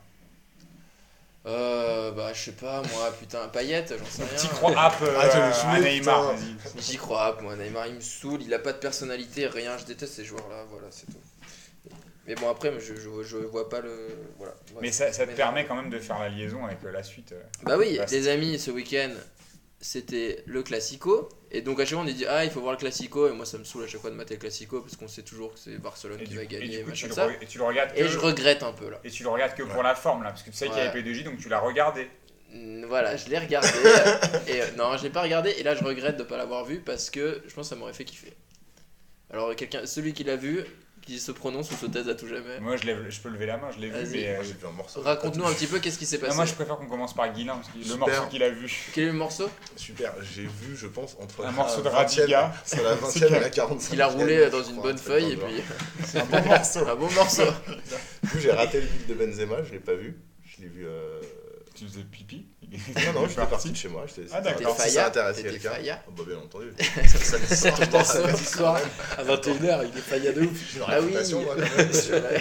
Speaker 1: Euh, bah je sais pas moi, putain, Payette, j'en sais
Speaker 2: Petit
Speaker 1: rien.
Speaker 2: croix app euh,
Speaker 3: Attends, mais
Speaker 2: à
Speaker 3: je me-
Speaker 2: Neymar,
Speaker 3: putain.
Speaker 2: vas-y.
Speaker 1: J'y crois pas, moi, Neymar il me saoule, il a pas de personnalité, rien, je déteste ces joueurs là, voilà, c'est tout. Mais bon après je, je, je vois pas le. Voilà. Ouais.
Speaker 2: Mais ça, ça te
Speaker 1: Mais-
Speaker 2: permet quand même de faire la liaison avec euh, la suite. euh.
Speaker 1: Bah oui,
Speaker 2: Vaste.
Speaker 1: les amis, ce week-end, c'était le Classico. Et donc à chaque fois, on est dit, ah, il faut voir le Classico. Et moi, ça me saoule à chaque fois de mater le Classico parce qu'on sait toujours que c'est Barcelone
Speaker 2: Et
Speaker 1: qui
Speaker 2: du
Speaker 1: va
Speaker 2: coup- et
Speaker 1: gagner.
Speaker 2: du coup,
Speaker 1: machin,
Speaker 2: tu le,
Speaker 1: ça.
Speaker 2: re- et tu le regardes
Speaker 1: Et
Speaker 2: que,
Speaker 1: je regrette un peu là.
Speaker 2: et tu le regardes que pour la forme là, parce que tu sais qu'il y
Speaker 1: Ouais.
Speaker 2: avait P2J, donc tu l'as regardé.
Speaker 1: Mm, Voilà, je l'ai regardé. euh, et euh, non, je l'ai pas regardé. Et là, je regrette de pas l'avoir vu parce que je pense que ça m'aurait fait kiffer. Alors, quelqu'un, celui qui l'a vu, qui se prononce ou se taise à tout jamais,
Speaker 2: Moi, je, lève- je peux lever la main, je l'ai vu,
Speaker 1: Vas-y.
Speaker 2: mais euh,
Speaker 3: Moi, j'ai vu un morceau.
Speaker 1: raconte-nous un petit peu qu'est-ce qui s'est
Speaker 2: non,
Speaker 1: passé.
Speaker 2: Ah, moi, je préfère qu'on commence par Guilin, parce que le
Speaker 3: Super.
Speaker 2: morceau qu'il a vu.
Speaker 1: Quel est le morceau
Speaker 3: Super, j'ai vu, je pense, entre
Speaker 2: Un
Speaker 3: la
Speaker 2: morceau de
Speaker 3: 20e
Speaker 2: Radiga.
Speaker 3: Entre la 20e et la 45e.
Speaker 1: Il a roulé euh, dans une bonne feuille et puis
Speaker 2: C'est un bon morceau.
Speaker 1: un bon morceau.
Speaker 3: Du coup, j'ai raté le but de Benzema, je l'ai pas vu. Je l'ai vu. euh,
Speaker 2: Tu faisais pipi
Speaker 3: Non, non, j'étais parti de chez moi. j'étais-
Speaker 2: Ah, d'accord.
Speaker 3: Si ça
Speaker 1: Faya,
Speaker 3: intéressait
Speaker 1: t'étais
Speaker 3: quelqu'un.
Speaker 1: Faya.
Speaker 3: Oh, Bah, bien entendu.
Speaker 1: Je pense au soir à 21h, il est faillé de ouf.
Speaker 3: J'ai une
Speaker 1: Ah oui.
Speaker 3: réputation, moi, quand même.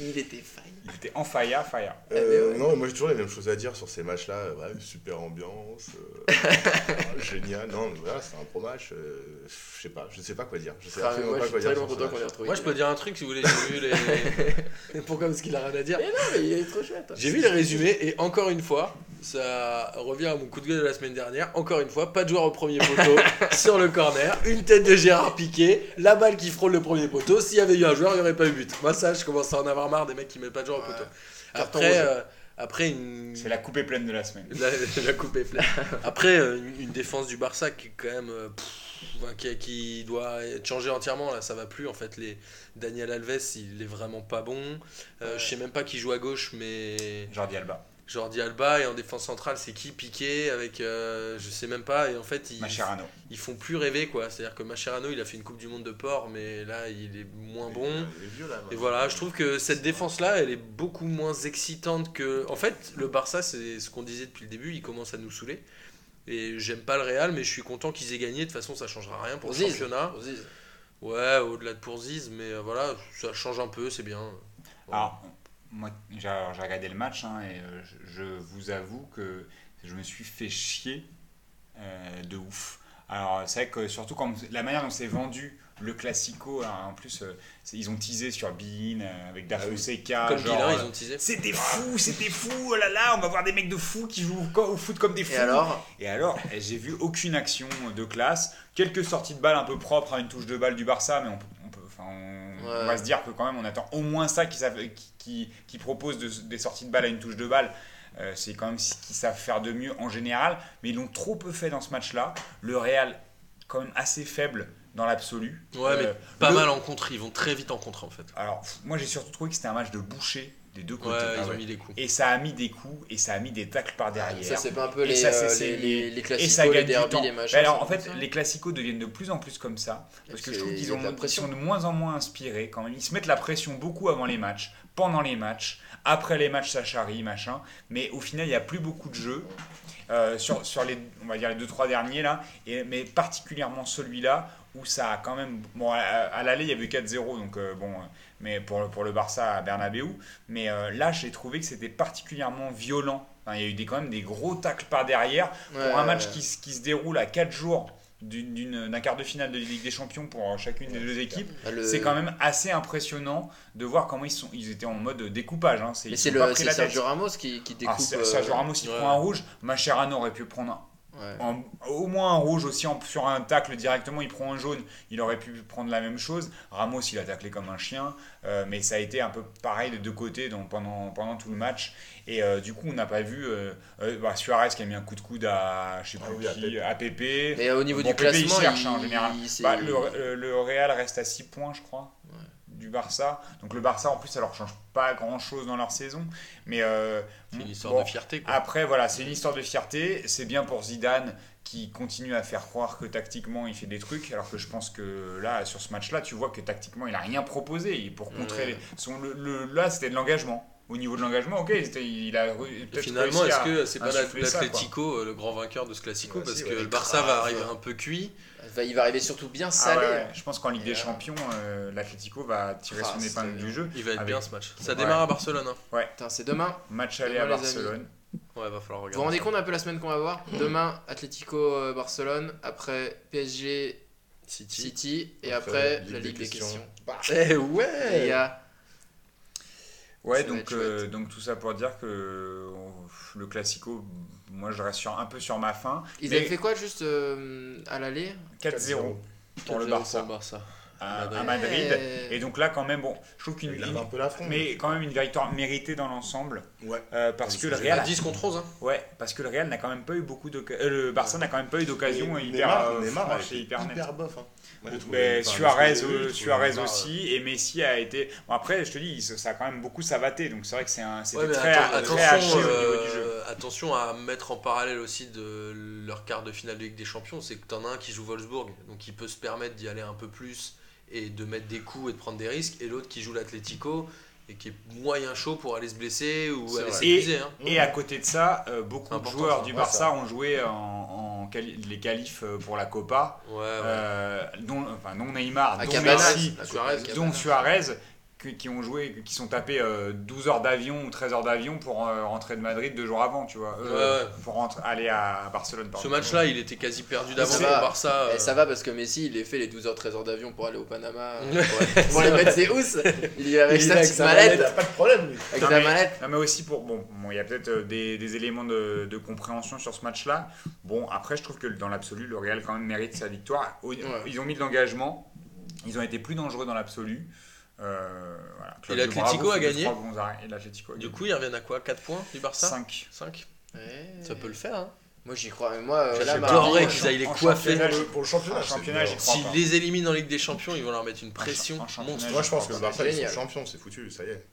Speaker 1: Il était faille.
Speaker 2: Il était en faya, faya.
Speaker 1: Eh
Speaker 3: Euh,
Speaker 1: ben ouais.
Speaker 3: Non, mais moi j'ai toujours les mêmes choses à dire sur ces matchs-là. Euh, ouais, super ambiance, euh, ah, génial. Non, mais voilà, c'est un pro match. euh, je sais pas, je sais pas quoi dire. Je sais
Speaker 1: Ah, mais
Speaker 3: absolument
Speaker 1: moi,
Speaker 3: pas
Speaker 1: je suis
Speaker 3: quoi
Speaker 1: très
Speaker 3: dire.
Speaker 1: content
Speaker 3: sur ce
Speaker 1: qu'on l'ait
Speaker 3: match.
Speaker 1: retrouvé.
Speaker 4: Moi, je peux dire un truc si vous voulez. J'ai vu les. Mais Pourquoi Parce qu'il a rien à dire.
Speaker 1: Mais non, mais il est trop chouette. hein.
Speaker 4: J'ai vu les résumés et encore une fois, ça revient à mon coup de gueule de la semaine dernière. Encore une fois, pas de joueur au premier poteau sur le corner, une tête de Gérard Piqué, la balle qui frôle le premier poteau. S'il y avait eu un joueur, il n'y aurait pas eu but. Moi, ça, je commence à en avoir marre des mecs qui mettent pas de joueur au
Speaker 1: Ouais.
Speaker 4: poteau.
Speaker 1: Carton
Speaker 4: Après,
Speaker 1: rouge.
Speaker 4: euh, après une.
Speaker 2: C'est la coupée pleine de la semaine.
Speaker 4: La, la coupe est pleine. Après, euh, une, une défense du Barça qui est quand même euh, pff, enfin, qui, qui doit être changée entièrement là, ça va plus en fait. Les Daniel Alves, il est vraiment pas bon. Euh,
Speaker 1: Ouais.
Speaker 4: Je sais même pas qui joue à gauche, mais
Speaker 2: Jordi Alba.
Speaker 4: Jordi Alba et en défense centrale, c'est qui Piqué avec euh, je sais même pas. Et en fait, ils,
Speaker 2: Mascherano.
Speaker 4: ils font plus rêver quoi. C'est-à-dire que Mascherano, il a fait une Coupe du Monde de port, mais là, il est moins bon.
Speaker 3: Il est vieux, là,
Speaker 4: Et
Speaker 3: maintenant.
Speaker 4: voilà, je trouve que cette défense-là, elle est beaucoup moins excitante que. En fait, le Barça, c'est ce qu'on disait depuis le début, il commence à nous saouler. Et j'aime pas le Real, mais je suis content qu'ils aient gagné. De toute façon, ça changera rien pour le
Speaker 1: Pour Ziz.
Speaker 4: championnat.
Speaker 1: On se dit,
Speaker 4: Ouais, au-delà de pour Ziz, mais euh, voilà, ça change un peu, c'est bien. Voilà.
Speaker 2: Alors, moi, j'ai alors, j'ai regardé le match hein, et euh, je, je vous avoue que je me suis fait euh, chier euh, de ouf. Alors, c'est vrai que surtout quand la manière dont c'est vendu, le classico. hein, en plus, euh, c'est- ils ont teasé sur Bean euh, avec Da
Speaker 3: Ah oui.
Speaker 2: Fonseca.
Speaker 4: Comme
Speaker 2: genre,
Speaker 4: Guilain,
Speaker 2: euh,
Speaker 4: ils ont teasé.
Speaker 2: C'est des fous, c'est des fous, oh là là, on va voir des mecs de fous qui jouent co- au foot comme des fous.
Speaker 1: Et alors
Speaker 2: Et alors, eh, j'ai vu aucune action de classe, quelques sorties de balles un peu propres à une touche de balle du Barça, mais on, peut- on peut, enfin, on-
Speaker 4: Ouais.
Speaker 2: on va se dire que quand même on attend au moins ça qui, qui, qui propose de- des sorties de balle à une touche de balle. Euh, c'est quand même ce qu'ils savent faire de mieux en général, mais ils l'ont trop peu fait dans ce match-là. Le Real, quand même assez faible dans l'absolu.
Speaker 4: Ouais, mais
Speaker 2: Euh,
Speaker 4: pas
Speaker 2: le-
Speaker 4: mal en contre, ils vont très vite en contre en fait.
Speaker 2: Alors, pff, moi j'ai surtout trouvé que c'était un match de boucher des deux
Speaker 4: Ouais,
Speaker 2: côtés.
Speaker 4: ils
Speaker 2: Ah
Speaker 4: ont
Speaker 2: ouais.
Speaker 4: mis Ah, les coups.
Speaker 2: Et ça a mis des coups, et ça a mis des tacles par derrière.
Speaker 1: Ça, c'est pas un peu
Speaker 2: Et
Speaker 1: les,
Speaker 2: ça,
Speaker 1: euh,
Speaker 2: c'est-
Speaker 1: les,
Speaker 2: c'est-
Speaker 1: les, les
Speaker 2: et
Speaker 1: classicos,
Speaker 2: ça gagne
Speaker 1: les
Speaker 2: du
Speaker 1: derbys,
Speaker 2: temps.
Speaker 1: les machins
Speaker 2: Mais alors, en
Speaker 1: c'est
Speaker 2: fait,
Speaker 1: comme ça
Speaker 2: les classicos deviennent de plus en plus comme ça. Parce que je trouve
Speaker 1: C'est- il
Speaker 2: qu'ils
Speaker 1: y a
Speaker 2: ont,
Speaker 1: de la
Speaker 2: ils
Speaker 1: pression.
Speaker 2: sont de moins en moins inspirés quand même. Ils se mettent la pression beaucoup avant les matchs, pendant les matchs, après les matchs, ça charrie, machin. Mais au final, il n'y a plus beaucoup de jeux. euh, sur, sur les, on va dire les deux trois derniers là, et, mais particulièrement celui-là où ça a quand même, bon à, à l'aller il y avait eu 4-0 donc euh, bon, euh, mais pour le, pour le Barça à Bernabeu, mais euh, là j'ai trouvé que c'était particulièrement violent. Enfin, il y a eu des, quand même des gros tacles par derrière pour un
Speaker 1: Ouais,
Speaker 2: match
Speaker 1: ouais.
Speaker 2: qui, se- qui se déroule à 4 jours d'une- d'une- d'un quart de finale de Ligue des Champions pour euh, chacune des deux équipes,
Speaker 1: Bah, le-
Speaker 2: c'est quand même assez impressionnant de voir comment ils, sont, ils étaient en mode découpage. Hein.
Speaker 1: Mais
Speaker 2: ils
Speaker 1: c'est
Speaker 2: ont pas
Speaker 1: le
Speaker 2: pris
Speaker 1: c'est
Speaker 2: la tête.
Speaker 1: Sergio Ramos qui, qui
Speaker 2: Ah,
Speaker 1: découpe.
Speaker 2: Ser- Sergio
Speaker 1: euh,
Speaker 2: Ramos il
Speaker 4: ouais.
Speaker 2: prend un rouge, Mascherano aurait pu prendre un-
Speaker 1: ouais.
Speaker 2: un- au moins un rouge aussi en- sur un tacle directement, il prend un jaune, il aurait pu prendre la même chose. Ramos il a taclé comme un chien, euh, mais ça a été un peu pareil des deux côtés donc, pendant, pendant tout le match. Et euh, du coup on n'a pas vu euh, euh, bah, Suarez qui a mis un coup de coude à, je sais
Speaker 3: Ah
Speaker 2: plus
Speaker 3: oui, à
Speaker 2: qui, à Pepe.
Speaker 1: Mais au niveau
Speaker 2: Bon,
Speaker 1: du
Speaker 2: Pepe, il
Speaker 1: classement,
Speaker 2: cherche, hein, en général.
Speaker 1: il- c'est-
Speaker 2: Bah, le, le- le Real reste à 6 points, je crois, du Barça. Donc le Barça, en plus, ça leur change pas grand-chose dans leur saison. Mais euh,
Speaker 4: C'est une
Speaker 2: bon, Ah,
Speaker 4: histoire de fierté quoi.
Speaker 2: après, voilà, c'est une histoire de fierté. C'est bien pour Zidane qui continue à faire croire que tactiquement il fait des trucs, alors que je pense que là, sur ce match-là, tu vois que tactiquement il a rien proposé. Et pour contrer
Speaker 1: Ouais.
Speaker 2: les- son, le, le- là, c'était de l'engagement. Au niveau de l'engagement, ok, il, était- il a re-
Speaker 4: Et
Speaker 2: peut-être
Speaker 4: finalement,
Speaker 2: réussi
Speaker 4: est-ce
Speaker 2: à-
Speaker 4: que c'est pas la-
Speaker 2: insuffler ça,
Speaker 4: l'Atlético euh, le grand vainqueur de ce classico
Speaker 3: Ouais,
Speaker 4: Parce
Speaker 3: si,
Speaker 4: que
Speaker 3: ouais,
Speaker 4: le Barça va
Speaker 1: grave.
Speaker 4: arriver un peu cuit.
Speaker 1: Enfin, il va arriver surtout bien
Speaker 2: Ah
Speaker 1: salé.
Speaker 2: ouais, ouais. Je pense qu'en Ligue des
Speaker 1: Et, euh,
Speaker 2: Champions, euh, l'Atlético va tirer
Speaker 1: Ah,
Speaker 2: son
Speaker 1: c'était
Speaker 2: épingle du
Speaker 1: bien.
Speaker 2: jeu.
Speaker 4: Il va être
Speaker 2: Avec-
Speaker 4: bien ce match. Ça
Speaker 2: Ah, Ouais.
Speaker 4: démarre à Barcelone. Hein.
Speaker 1: Putain, c'est demain.
Speaker 2: Match aller à
Speaker 1: Demain, les amis.
Speaker 2: Barcelone.
Speaker 4: Ouais, va falloir
Speaker 1: Vous
Speaker 4: regarder.
Speaker 1: vous rendez
Speaker 4: ça.
Speaker 1: compte un peu la semaine qu'on va avoir
Speaker 2: Mm.
Speaker 1: Demain, Atlético euh, Barcelone, après PSG
Speaker 4: City.
Speaker 1: City et après, la Ligue des questions.
Speaker 3: Bah,
Speaker 1: Eh ouais Les gars,
Speaker 2: Ouais,
Speaker 1: Ça va
Speaker 2: donc,
Speaker 1: être
Speaker 2: euh,
Speaker 1: chouette.
Speaker 2: donc tout ça pour dire que euh, le Classico, moi je reste sur- un peu sur ma fin.
Speaker 1: ils
Speaker 2: Mais
Speaker 1: avaient fait quoi juste euh, à l'aller
Speaker 2: 4-0 Eh, pour le
Speaker 4: 4-0
Speaker 2: Barça
Speaker 4: Barça.
Speaker 3: Ah
Speaker 2: à,
Speaker 4: Madrid.
Speaker 2: à Madrid.
Speaker 1: Ouais.
Speaker 2: Et donc là, quand même, bon, je trouve qu'une.
Speaker 3: Il lave un peu la fronde.
Speaker 2: Mais quand même une victoire méritée dans l'ensemble.
Speaker 3: Ouais.
Speaker 2: euh, parce,
Speaker 3: Oui,
Speaker 2: que le
Speaker 3: c'est
Speaker 4: Il y a
Speaker 2: Real,
Speaker 4: 10 contre 11. Hein.
Speaker 2: ouais, parce que le Real n'a quand même pas eu beaucoup d'occasions. le Barça n'a quand même pas eu d'occasion
Speaker 3: Et
Speaker 2: hyper.
Speaker 3: Neymar,
Speaker 2: euh,
Speaker 3: Neymar
Speaker 2: franche
Speaker 3: a été
Speaker 2: et hyper nette.
Speaker 3: hyper bof. hein. Moi, j'ai trouvé-
Speaker 2: Ben,
Speaker 3: enfin,
Speaker 2: Suarez,
Speaker 3: je trouve-
Speaker 2: euh,
Speaker 3: je trouve
Speaker 2: Suarez
Speaker 3: Neymar,
Speaker 2: aussi et Messi a été bon, après je te dis ça ça a quand même beaucoup savaté donc c'est vrai que c'est un c'était
Speaker 4: Ouais, mais
Speaker 2: très,
Speaker 4: atten-
Speaker 2: très haché
Speaker 4: attention,
Speaker 2: au niveau du jeu
Speaker 4: euh, attention à mettre en parallèle aussi de leur quart de finale de Ligue des Champions, c'est que t'en as un qui joue Wolfsburg, donc il peut se permettre d'y aller un peu plus et de mettre des coups et de prendre des risques, et l'autre qui joue l'Atlético et qui est moyen chaud pour aller se blesser ou
Speaker 1: C'est
Speaker 4: aller
Speaker 1: vrai.
Speaker 4: s'épuiser. hein.
Speaker 2: et à côté de ça euh, beaucoup
Speaker 4: C'est
Speaker 2: de
Speaker 4: important,
Speaker 2: joueurs
Speaker 4: ça.
Speaker 2: du
Speaker 3: Ouais,
Speaker 2: Barça
Speaker 3: ça.
Speaker 2: ont joué en, en quali- les qualifs euh, pour la Copa
Speaker 4: Ouais, Ah ouais.
Speaker 2: euh, dont enfin non Neymar
Speaker 1: À
Speaker 2: dont
Speaker 1: Cabanas,
Speaker 2: Messi
Speaker 1: à
Speaker 4: Suarez,
Speaker 1: Cabanas.
Speaker 2: dont Suarez que- qui ont joué qui sont tapés euh, 12 heures d'avion ou 13 heures d'avion pour euh, rentrer de Madrid deux jours avant tu vois Euh,
Speaker 4: Ouais, ouais.
Speaker 2: pour rentrer- aller à Barcelone
Speaker 4: Ce
Speaker 2: pardon.
Speaker 4: match-là, il était quasi perdu d'avance pour
Speaker 1: va.
Speaker 4: Barça. euh,
Speaker 1: Eh, ça va parce que Messi il est fait les 12h 13h d'avion pour aller au Panama euh,
Speaker 4: Ouais.
Speaker 1: pour, aller- pour les mettre ses housses il est avec
Speaker 5: Il est
Speaker 1: sa
Speaker 5: avec
Speaker 1: petite
Speaker 5: sa
Speaker 3: Il
Speaker 1: mallette
Speaker 3: a pas de problème. lui.
Speaker 1: avec
Speaker 2: Non,
Speaker 1: sa
Speaker 2: mais-
Speaker 1: mallette
Speaker 2: Non, mais aussi pour. Bon, bon, il y a peut-être euh, des, des éléments de, de compréhension sur ce match-là. Bon, après, je trouve que dans l'absolu, le Real quand même mérite sa victoire. Au- Ils ont mis de l'engagement. Ils ont été plus dangereux dans l'absolu. Euh, voilà. Claude
Speaker 4: Et l'Atlético
Speaker 2: Bravo
Speaker 4: a
Speaker 2: fait deux,
Speaker 4: gagné
Speaker 2: trois bons arrêts. Et l'Atlético a
Speaker 4: Du
Speaker 2: gagné.
Speaker 4: coup, ils reviennent à quoi 4 points du Barça
Speaker 2: 5.
Speaker 4: 5
Speaker 1: Ouais.
Speaker 4: Ça peut le faire. hein.
Speaker 1: moi j'y crois mais moi euh, là
Speaker 4: J'adorerais
Speaker 1: mardi,
Speaker 4: qu'ils aillent les coiffer.
Speaker 3: Pour le- Pour le championnat,
Speaker 2: En
Speaker 3: c'est
Speaker 2: championnat, j'y
Speaker 3: mort.
Speaker 2: crois
Speaker 4: S'ils
Speaker 2: pas.
Speaker 4: les éliminent en Ligue des Champions, ils vont leur mettre une pression
Speaker 2: en championnat,
Speaker 4: monstre.
Speaker 2: je
Speaker 3: Moi, je pense que
Speaker 2: crois
Speaker 3: le
Speaker 1: pas.
Speaker 3: Barça, ils
Speaker 1: Génial.
Speaker 3: sont champions, c'est foutu, ça y est.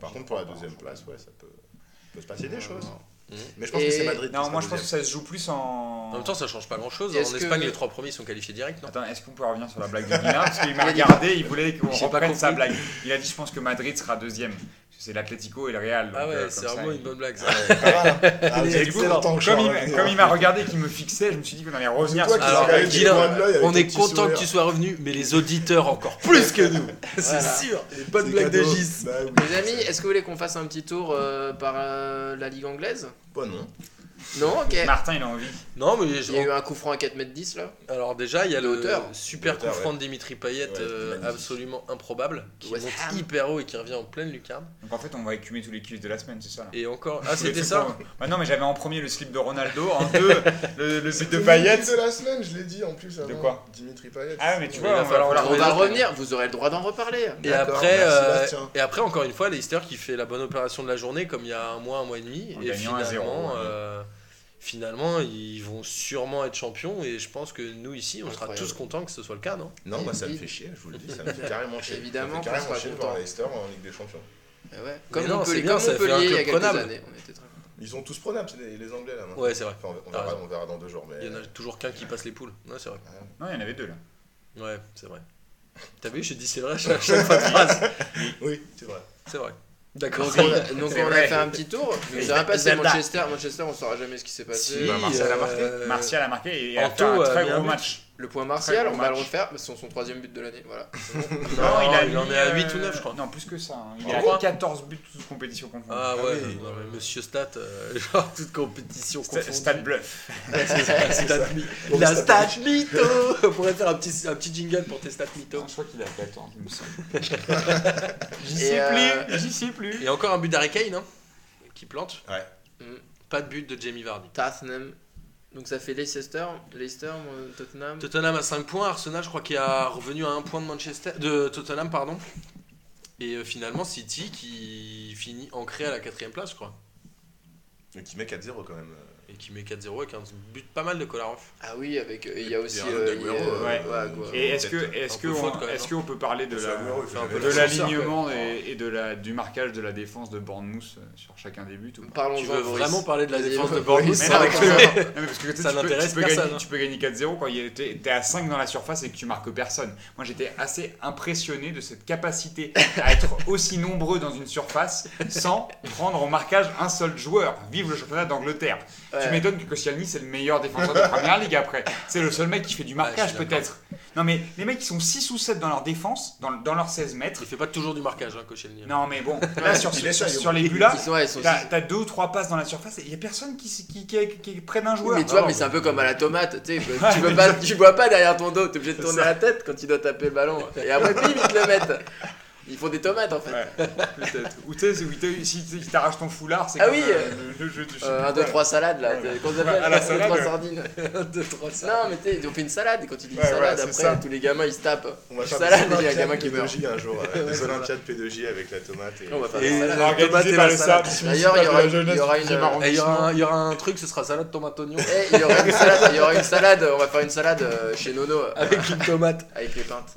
Speaker 3: Par contre, pour la deuxième place, ouais, ça peut, peut se passer des choses.
Speaker 4: Mhm.
Speaker 3: Mais je pense
Speaker 1: Et-
Speaker 3: que c'est Madrid.
Speaker 2: Non,
Speaker 3: qui
Speaker 2: moi, je
Speaker 3: sera
Speaker 2: pense que ça se joue plus en.
Speaker 4: En même temps, ça change pas grand chose.
Speaker 1: Est-ce
Speaker 4: En Espagne,
Speaker 1: que-
Speaker 4: les trois premiers sont qualifiés direct, non
Speaker 2: Attends, est-ce qu'on peut revenir sur la blague de Guilain Parce qu'il m'a
Speaker 1: Il a dit-
Speaker 2: regardé, il voulait qu'on
Speaker 4: J'ai pas
Speaker 2: reprenne sa
Speaker 4: compris.
Speaker 2: blague. Il a dit, je pense que Madrid sera deuxième. C'est l'Atlético et le Real.
Speaker 4: Ah
Speaker 2: donc, euh,
Speaker 4: ouais,
Speaker 2: comme
Speaker 4: c'est
Speaker 2: ça,
Speaker 4: vraiment
Speaker 2: il-
Speaker 4: une bonne blague. ça.
Speaker 3: deuxième. Ouais, pas mal, hein. Ah,
Speaker 2: Et
Speaker 3: c'est
Speaker 2: du coup,
Speaker 3: excellent temps
Speaker 2: comme,
Speaker 3: que je
Speaker 2: il
Speaker 3: sois
Speaker 2: m'a-
Speaker 3: revenu.
Speaker 2: comme il m'a regardé, qu'il me fixait, je me suis dit qu'on allait revenir
Speaker 3: C'est
Speaker 2: sur
Speaker 3: toi
Speaker 2: ça.
Speaker 4: Alors,
Speaker 3: qui regardes
Speaker 4: Guilain,
Speaker 3: les coins de l'œil avec
Speaker 4: On
Speaker 3: ton
Speaker 4: est
Speaker 3: petit
Speaker 4: content que
Speaker 3: sourire.
Speaker 4: tu sois revenu, mais les auditeurs encore plus que nous. C'est
Speaker 1: Voilà.
Speaker 4: sûr.
Speaker 3: Les
Speaker 4: bonnes blagues de
Speaker 3: cadeaux.
Speaker 4: Gis.
Speaker 3: Bah oui,
Speaker 1: les amis
Speaker 3: c'est-
Speaker 1: est-ce que vous voulez qu'on fasse un petit tour euh, par euh, la Ligue anglaise
Speaker 3: Bah non.
Speaker 1: Non, ok.
Speaker 2: Martin, il a envie.
Speaker 4: Non, mais je-
Speaker 1: Il y a eu un coup franc à 4m10 là
Speaker 4: alors déjà, il y a
Speaker 1: De
Speaker 4: le
Speaker 1: hauteur.
Speaker 4: super
Speaker 3: De hauteur,
Speaker 4: coup franc de Dimitri Payet,
Speaker 3: Ouais, c'était
Speaker 4: euh,
Speaker 3: magnifique.
Speaker 4: absolument improbable, qui
Speaker 1: West
Speaker 4: monte
Speaker 1: Ham.
Speaker 4: hyper haut et qui revient en pleine lucarne.
Speaker 2: Donc en fait, on va écumer tous les kiffs de la semaine, c'est ça là
Speaker 4: Et encore,
Speaker 2: Tous
Speaker 4: ah
Speaker 2: les
Speaker 4: c'était
Speaker 2: trucs
Speaker 4: ça
Speaker 2: qu'on- Bah non, mais j'avais en premier le slip de Ronaldo, en deux le, le slip de
Speaker 3: C'était
Speaker 2: Payet.
Speaker 3: le tweet de la semaine, je l'ai dit en plus. Avant.
Speaker 2: quoi
Speaker 3: Dimitri Payet.
Speaker 2: Ah, mais tu
Speaker 4: Il
Speaker 2: vois,
Speaker 4: va
Speaker 2: on va,
Speaker 4: falloir
Speaker 2: on va
Speaker 1: On
Speaker 4: regarder.
Speaker 1: va
Speaker 4: D'accord.
Speaker 1: revenir, vous aurez le droit d'en reparler.
Speaker 4: Et
Speaker 3: D'accord,
Speaker 4: après,
Speaker 3: merci,
Speaker 4: euh,
Speaker 3: Bastien.
Speaker 4: et après, encore une fois, Leicester qui fait la bonne opération de la journée, comme il y a un mois, un mois et demi.
Speaker 2: En
Speaker 4: et
Speaker 2: gagnant
Speaker 4: finalement,
Speaker 2: 1-0, ouais.
Speaker 4: euh, finalement, ils vont sûrement être champions. Et je pense que nous, ici, on sera
Speaker 1: Incroyable.
Speaker 4: tous contents que ce soit le cas, non
Speaker 3: Non, moi ça me
Speaker 1: Et-
Speaker 3: fait chier, je vous le dis, ça me fait carrément chier.
Speaker 1: Évidemment
Speaker 3: ça me fait carrément
Speaker 1: qu'on sera
Speaker 3: chier de
Speaker 1: content.
Speaker 3: voir Leicester en Ligue des Champions.
Speaker 1: Eh ouais. Comme
Speaker 4: non, c'est
Speaker 1: Montpellier,
Speaker 4: bien,
Speaker 1: comme
Speaker 4: ça fait un
Speaker 1: Montpellier il y a
Speaker 4: club
Speaker 1: quelques
Speaker 4: prenable.
Speaker 1: années. On était très contents.
Speaker 3: Ils sont tous prenables, c'est les, les Anglais là maintenant.
Speaker 4: Ouais, c'est vrai.
Speaker 3: Enfin, on, on
Speaker 4: T'as
Speaker 3: verra,
Speaker 4: raison.
Speaker 3: on verra dans deux jours. Mais...
Speaker 4: Il y en a toujours qu'un qui passe les poules. Ouais, c'est vrai.
Speaker 2: Non, il y en avait deux là.
Speaker 4: Ouais, c'est vrai. T'as vu, j'ai dit c'est vrai à chaque chaque fois de phrase.
Speaker 3: Oui, c'est vrai.
Speaker 4: C'est vrai.
Speaker 1: Donc
Speaker 4: D'accord.
Speaker 1: on a, donc
Speaker 2: C'est
Speaker 1: on a
Speaker 2: vrai.
Speaker 1: fait un petit tour. mais Vous avez passé Manchester. Manchester, on saura jamais ce qui s'est passé.
Speaker 4: Si,
Speaker 2: Bah, Martial a marqué.
Speaker 4: euh,
Speaker 2: Martial a marqué et a
Speaker 4: Anto
Speaker 2: fait un
Speaker 4: a
Speaker 2: très
Speaker 4: mis
Speaker 2: gros
Speaker 4: un but.
Speaker 2: match.
Speaker 1: Le point martial,
Speaker 2: Très bon
Speaker 1: on va le
Speaker 2: match.
Speaker 1: refaire. C'est son son troisième but de l'année. Voilà.
Speaker 4: Non, il, en
Speaker 2: mis,
Speaker 4: est à
Speaker 2: euh,
Speaker 4: 8 ou 9, je crois.
Speaker 2: Non, plus que ça. hein. Il
Speaker 4: Ah
Speaker 2: est
Speaker 4: ouais
Speaker 2: à 14 buts toutes compétitions confondues.
Speaker 4: Ah ouais,
Speaker 3: oui.
Speaker 4: non, mais monsieur Stat, euh, genre toute compétition
Speaker 2: Sta-
Speaker 4: confondue.
Speaker 2: Stade bluff.
Speaker 4: Stat mi-
Speaker 3: Bon,
Speaker 4: La
Speaker 3: Stat
Speaker 4: stat mytho On pourrait faire un petit, un petit jingle pour tes stats mytho.
Speaker 2: crois qu'il a 14, il me semble. J'y
Speaker 1: Et,
Speaker 2: sais
Speaker 1: euh,
Speaker 2: plus, j'y sais plus.
Speaker 4: Et encore un but d'Harry Kane, hein, qui plante.
Speaker 3: Ouais.
Speaker 1: Mm.
Speaker 4: Pas de but de Jamie Vardy.
Speaker 1: Tottenham. Donc ça fait Leicester, Leicester, euh, Tottenham.
Speaker 4: Tottenham à 5 points, Arsenal je crois qu'il a revenu à 1 point de Manchester de Tottenham pardon. Et euh, finalement City qui finit ancré à la quatrième place je crois
Speaker 3: Mais qui met 4-0 quand même. euh,
Speaker 4: et qui met 4-0 avec un but pas mal de Kolarov.
Speaker 1: Ah oui, avec. et Il y a aussi.
Speaker 3: Il y a un
Speaker 1: euh, il y a,
Speaker 3: Agüero,
Speaker 1: euh,
Speaker 2: ouais.
Speaker 1: ouais, quoi.
Speaker 2: Et est-ce que, est-ce
Speaker 4: Un
Speaker 2: que,
Speaker 4: peu faute, quand
Speaker 2: on,
Speaker 4: même,
Speaker 2: est-ce
Speaker 4: hein.
Speaker 2: qu'on peut parler de
Speaker 3: c'est Agüero,
Speaker 2: la,
Speaker 3: il fait un peu
Speaker 2: de
Speaker 3: de la-
Speaker 2: l'alignement et, et de la, du marquage de la défense de Bournemouth euh, sur chacun des buts ou pas
Speaker 1: Parlons-en.
Speaker 4: Tu veux
Speaker 1: Boris.
Speaker 4: vraiment parler de la
Speaker 1: Vas-y,
Speaker 4: défense de
Speaker 1: Boris,
Speaker 4: Bournemouth
Speaker 1: ça
Speaker 2: Mais
Speaker 4: sans
Speaker 2: non,
Speaker 1: va,
Speaker 2: mais
Speaker 1: ça va.
Speaker 2: que- Non, mais parce que tu sais,
Speaker 4: Ça
Speaker 2: tu peux-
Speaker 4: n'intéresse
Speaker 2: tu peux,
Speaker 4: personne,
Speaker 2: gagner-
Speaker 4: hein.
Speaker 2: tu peux gagner 4-0 quand il y a- t'es t'es à 5 dans la surface et que tu marques personne. Moi j'étais assez impressionné de cette capacité à être aussi nombreux dans une surface sans prendre au marquage un seul joueur. Vive le championnat d'Angleterre. Tu
Speaker 1: Ouais.
Speaker 2: m'étonnes que Koscielny c'est le meilleur défenseur de première ligue après. C'est le seul mec qui fait du marquage
Speaker 4: Ouais, je suis
Speaker 2: peut-être. Non mais les mecs qui sont 6 ou 7 dans leur défense, dans, dans leurs 16 mètres.
Speaker 4: Il fait pas toujours du marquage hein, Koscielny.
Speaker 2: Non mais bon, là sur,
Speaker 3: Il est
Speaker 2: sur-
Speaker 3: ça,
Speaker 2: sur les buts là,
Speaker 1: Ils sont, ouais, ils sont
Speaker 2: t'as t'as deux ou trois passes dans la surface et il y a personne qui, s- qui, qui, qui est près d'un
Speaker 1: Oui,
Speaker 2: joueur.
Speaker 1: mais tu
Speaker 2: Ah,
Speaker 1: vois, mais
Speaker 2: bon.
Speaker 1: c'est un peu comme à la tomate, tu sais, bah, tu peux pas, tu vois pas derrière ton dos, t'es obligé de
Speaker 2: C'est
Speaker 1: tourner
Speaker 2: ça.
Speaker 1: la tête quand tu dois taper le ballon. Et après, bim, ils te le mettent. Ils font des tomates en fait.
Speaker 2: Ouais, peut-être. Ou tu sais, c'est- ou t'es- si tu t'arraches ton foulard, c'est
Speaker 1: Ah
Speaker 2: comme,
Speaker 1: oui,
Speaker 2: euh, le, le jeu du
Speaker 1: Euh, un, deux, trois salades là,
Speaker 2: Ouais.
Speaker 1: qu'on
Speaker 2: Ouais, à la
Speaker 1: appelle, deux, trois
Speaker 2: salade.
Speaker 1: sardines.
Speaker 4: 2 3 ça.
Speaker 1: Non, mais tu sais, ils ont fait une salade, et quand tu dis
Speaker 2: Ouais,
Speaker 1: salade,
Speaker 2: voilà, c'est
Speaker 1: après,
Speaker 2: ça.
Speaker 1: tous les gamins ils se tapent.
Speaker 3: On va
Speaker 1: Une
Speaker 3: faire
Speaker 1: salade, il y
Speaker 3: des
Speaker 1: a un
Speaker 3: Olympiades
Speaker 1: gamin qui meurt.
Speaker 3: P2J un jour. euh,
Speaker 1: Ouais,
Speaker 3: Des
Speaker 1: c'est
Speaker 3: Olympiades
Speaker 1: E
Speaker 3: P2J avec la tomate. Et...
Speaker 1: On va faire
Speaker 4: Et
Speaker 1: des salades.
Speaker 4: la tomate et la salade.
Speaker 1: D'ailleurs, il y aura- il y aura une-
Speaker 4: Et Eh, il y, aura un- il y aura un truc, ce sera salade tomate oignon
Speaker 1: Eh, il y aura une salade, il y aura une salade, on va faire une salade euh, chez Nono euh,
Speaker 4: avec une tomate.
Speaker 1: avec les pintes.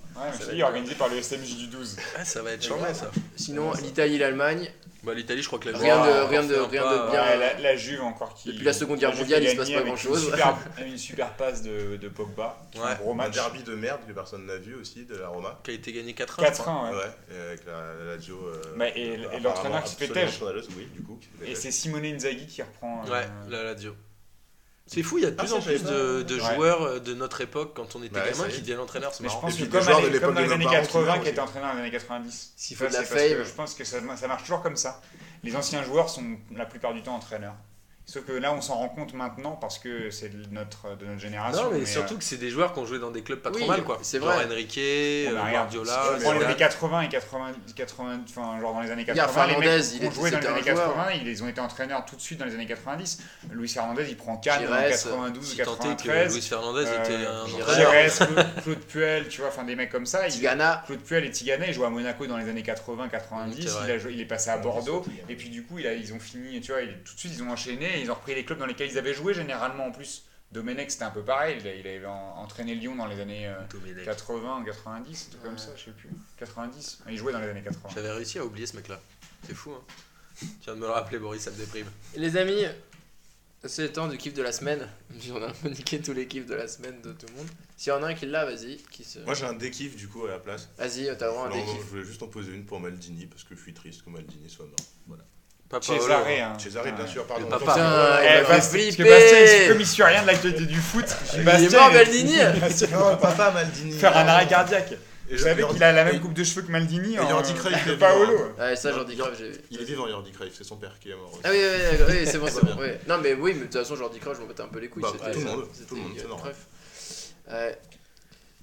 Speaker 2: est organisé par le SMJ du 12.
Speaker 4: Ah, ça va être charmant ça.
Speaker 1: Sinon, l'Italie, l'Allemagne,
Speaker 4: Bah l'Italie je crois que la
Speaker 1: Rien
Speaker 4: Juve
Speaker 1: de-
Speaker 4: va
Speaker 1: rien de-
Speaker 4: faire un
Speaker 1: rien
Speaker 4: pas,
Speaker 1: de
Speaker 4: euh,
Speaker 1: bien.
Speaker 2: Ouais, la, la Juve encore qui.
Speaker 1: Depuis la Seconde Guerre
Speaker 2: Juve
Speaker 1: mondiale,
Speaker 2: qui
Speaker 1: il
Speaker 2: a
Speaker 1: se passe
Speaker 2: gagné
Speaker 1: pas
Speaker 2: avec
Speaker 1: grand-chose.
Speaker 2: Une super, une super passe de, de Pogba. Un
Speaker 4: Ouais.
Speaker 2: gros
Speaker 3: Un
Speaker 2: match.
Speaker 3: derby de merde que personne n'a vu aussi de la Roma.
Speaker 4: euh, Qui a été gagné 4-1. je crois.
Speaker 2: 4-1, ouais.
Speaker 3: Ouais, et avec la, la Lazio. euh,
Speaker 2: Bah, et- et
Speaker 3: apparemment
Speaker 2: l'entraîneur qui se fait
Speaker 3: absolument
Speaker 2: têche.
Speaker 3: scandaleuse, Oui, du coup. qui se fait
Speaker 2: Et
Speaker 3: têche.
Speaker 2: c'est Simone Inzaghi qui reprend. euh,
Speaker 4: Ouais, la Lazio. C'est fou, il y a de
Speaker 3: Ah,
Speaker 4: plus
Speaker 3: ça,
Speaker 4: en plus
Speaker 3: j'avais pas-
Speaker 4: de, de
Speaker 2: Ouais.
Speaker 4: joueurs euh, de notre époque quand on était
Speaker 3: Bah ouais,
Speaker 4: gamin
Speaker 3: ça y est.
Speaker 4: qui deviennent entraîneurs, c'est
Speaker 2: Mais je
Speaker 4: marrant.
Speaker 2: pense
Speaker 3: Et
Speaker 2: que
Speaker 3: puis
Speaker 2: comme,
Speaker 3: des joueurs
Speaker 2: à-
Speaker 3: de l'époque
Speaker 2: comme dans
Speaker 3: de
Speaker 2: les années
Speaker 3: Neymar aussi,
Speaker 2: 80 qui
Speaker 3: aussi.
Speaker 2: étaient entraîneurs dans les années 90.
Speaker 1: s'il
Speaker 2: Ça,
Speaker 1: faut de la
Speaker 2: c'est parce que
Speaker 1: fame.
Speaker 2: Je pense que ça, ça marche toujours comme ça. Les anciens joueurs sont la plupart du temps entraîneurs. Sauf que là, on s'en rend compte maintenant parce que c'est de notre, de notre génération.
Speaker 4: Non, mais,
Speaker 2: euh,
Speaker 4: surtout que c'est des joueurs qui ont joué dans des clubs pas
Speaker 1: Oui,
Speaker 4: trop mal, quoi.
Speaker 1: c'est
Speaker 4: Genre
Speaker 1: vrai.
Speaker 4: Enrique,
Speaker 2: Bon,
Speaker 4: euh,
Speaker 2: bah, regarde,
Speaker 4: Guardiola,
Speaker 2: si tu prends les années
Speaker 4: Zidane.
Speaker 2: 80 et 80, 80 enfin, genre dans les années
Speaker 1: Hier,
Speaker 2: 80, les
Speaker 1: Fernandez,
Speaker 2: mecs
Speaker 1: il
Speaker 2: qui ont
Speaker 1: était-
Speaker 2: joué dans les
Speaker 1: c'était un
Speaker 2: années
Speaker 1: joueur.
Speaker 2: 80, ils ils ont été entraîneurs tout de suite dans les années 90. Luis Fernandez, il prend Cannes en
Speaker 1: Pires,
Speaker 2: 92,
Speaker 4: Si tant est que
Speaker 2: 93.
Speaker 4: Luis Fernandez
Speaker 2: euh,
Speaker 4: était un
Speaker 1: Pires,
Speaker 4: entraîneur.
Speaker 2: Pires, Claude- Claude Puel, tu vois, enfin des mecs comme ça. ils-
Speaker 1: Tigana,
Speaker 2: Claude Puel et Tigana, ils jouaient à Monaco dans les années 80, 90.
Speaker 4: Mm, c'est vrai.
Speaker 2: il, a joué- il est passé à Bordeaux.
Speaker 3: surtout, Tigana.
Speaker 2: Et puis du coup, il a- ils ont fini, tu vois, il- tout de suite, ils ont enchaîné. et Ils ont repris les clubs dans lesquels ils avaient joué généralement en plus. Domenech, c'était un peu pareil. Il, a- il avait en- entraîné Lyon dans les années euh,
Speaker 4: Domenech.
Speaker 2: 80, 90, un truc comme ça, je sais plus. 90. Il jouait dans les années 80.
Speaker 4: J'avais réussi à oublier ce mec-là. C'est fou, hein. Tu viens de me le rappeler, Boris, ça me déprime.
Speaker 1: les amis, c'est le temps du kiff de la semaine. On a un peu niqué tous les kiffs de la semaine de tout le monde. S'il y en a un qui l'a, vas-y. Qui se...
Speaker 3: Moi j'ai un dékiff du coup à la place.
Speaker 1: Vas-y, t'as vraiment un
Speaker 3: Non,
Speaker 1: dékiff.
Speaker 3: Je voulais juste en poser une pour Maldini parce que je suis triste que Maldini soit mort. Voilà.
Speaker 4: Pas Paolo,
Speaker 2: Cesare,
Speaker 4: hein.
Speaker 2: hein.
Speaker 3: Cesare, bien
Speaker 2: Ouais.
Speaker 3: sûr, pardon.
Speaker 4: Le papa.
Speaker 3: Attends,
Speaker 1: Ah. Putain, il
Speaker 2: Eh,
Speaker 3: c'est-
Speaker 1: m'a fait
Speaker 2: Bastien, parce que
Speaker 1: flipper.
Speaker 2: Bastien, il se- comme il suit rien de l'actualité du foot,
Speaker 1: Il est
Speaker 2: Bastien,
Speaker 1: mort,
Speaker 2: il est-
Speaker 1: Maldini
Speaker 2: Bastien,
Speaker 3: Non, papa Maldini. Ah.
Speaker 2: faire un arrêt cardiaque.
Speaker 3: Et
Speaker 2: Vous savez
Speaker 3: Jordi-
Speaker 2: qu'il a la même
Speaker 3: et-
Speaker 2: coupe de cheveux que Maldini
Speaker 3: et
Speaker 2: en
Speaker 3: Jordi Cruyff, il
Speaker 2: que
Speaker 3: est vivant.
Speaker 2: Paolo.
Speaker 1: Ouais, ça,
Speaker 3: Non,
Speaker 1: Jordi
Speaker 3: non.
Speaker 1: Cruyff, j'ai vu.
Speaker 3: Il est vivant, Jordi Cruyff, c'est son père qui est mort aussi.
Speaker 1: Ah oui, oui, oui, d'accord, oui, c'est bon,
Speaker 3: Ça
Speaker 1: c'est bon.
Speaker 3: vient.
Speaker 1: ouais. Non, mais oui, mais de toute façon, Jordi Cruyff, je m'en battais un peu les couilles.
Speaker 3: Bah,
Speaker 1: c'était-
Speaker 3: tout le monde,
Speaker 1: c'était- Euh,
Speaker 3: tout le monde, c'est normal.
Speaker 1: Cruyff. Ouais.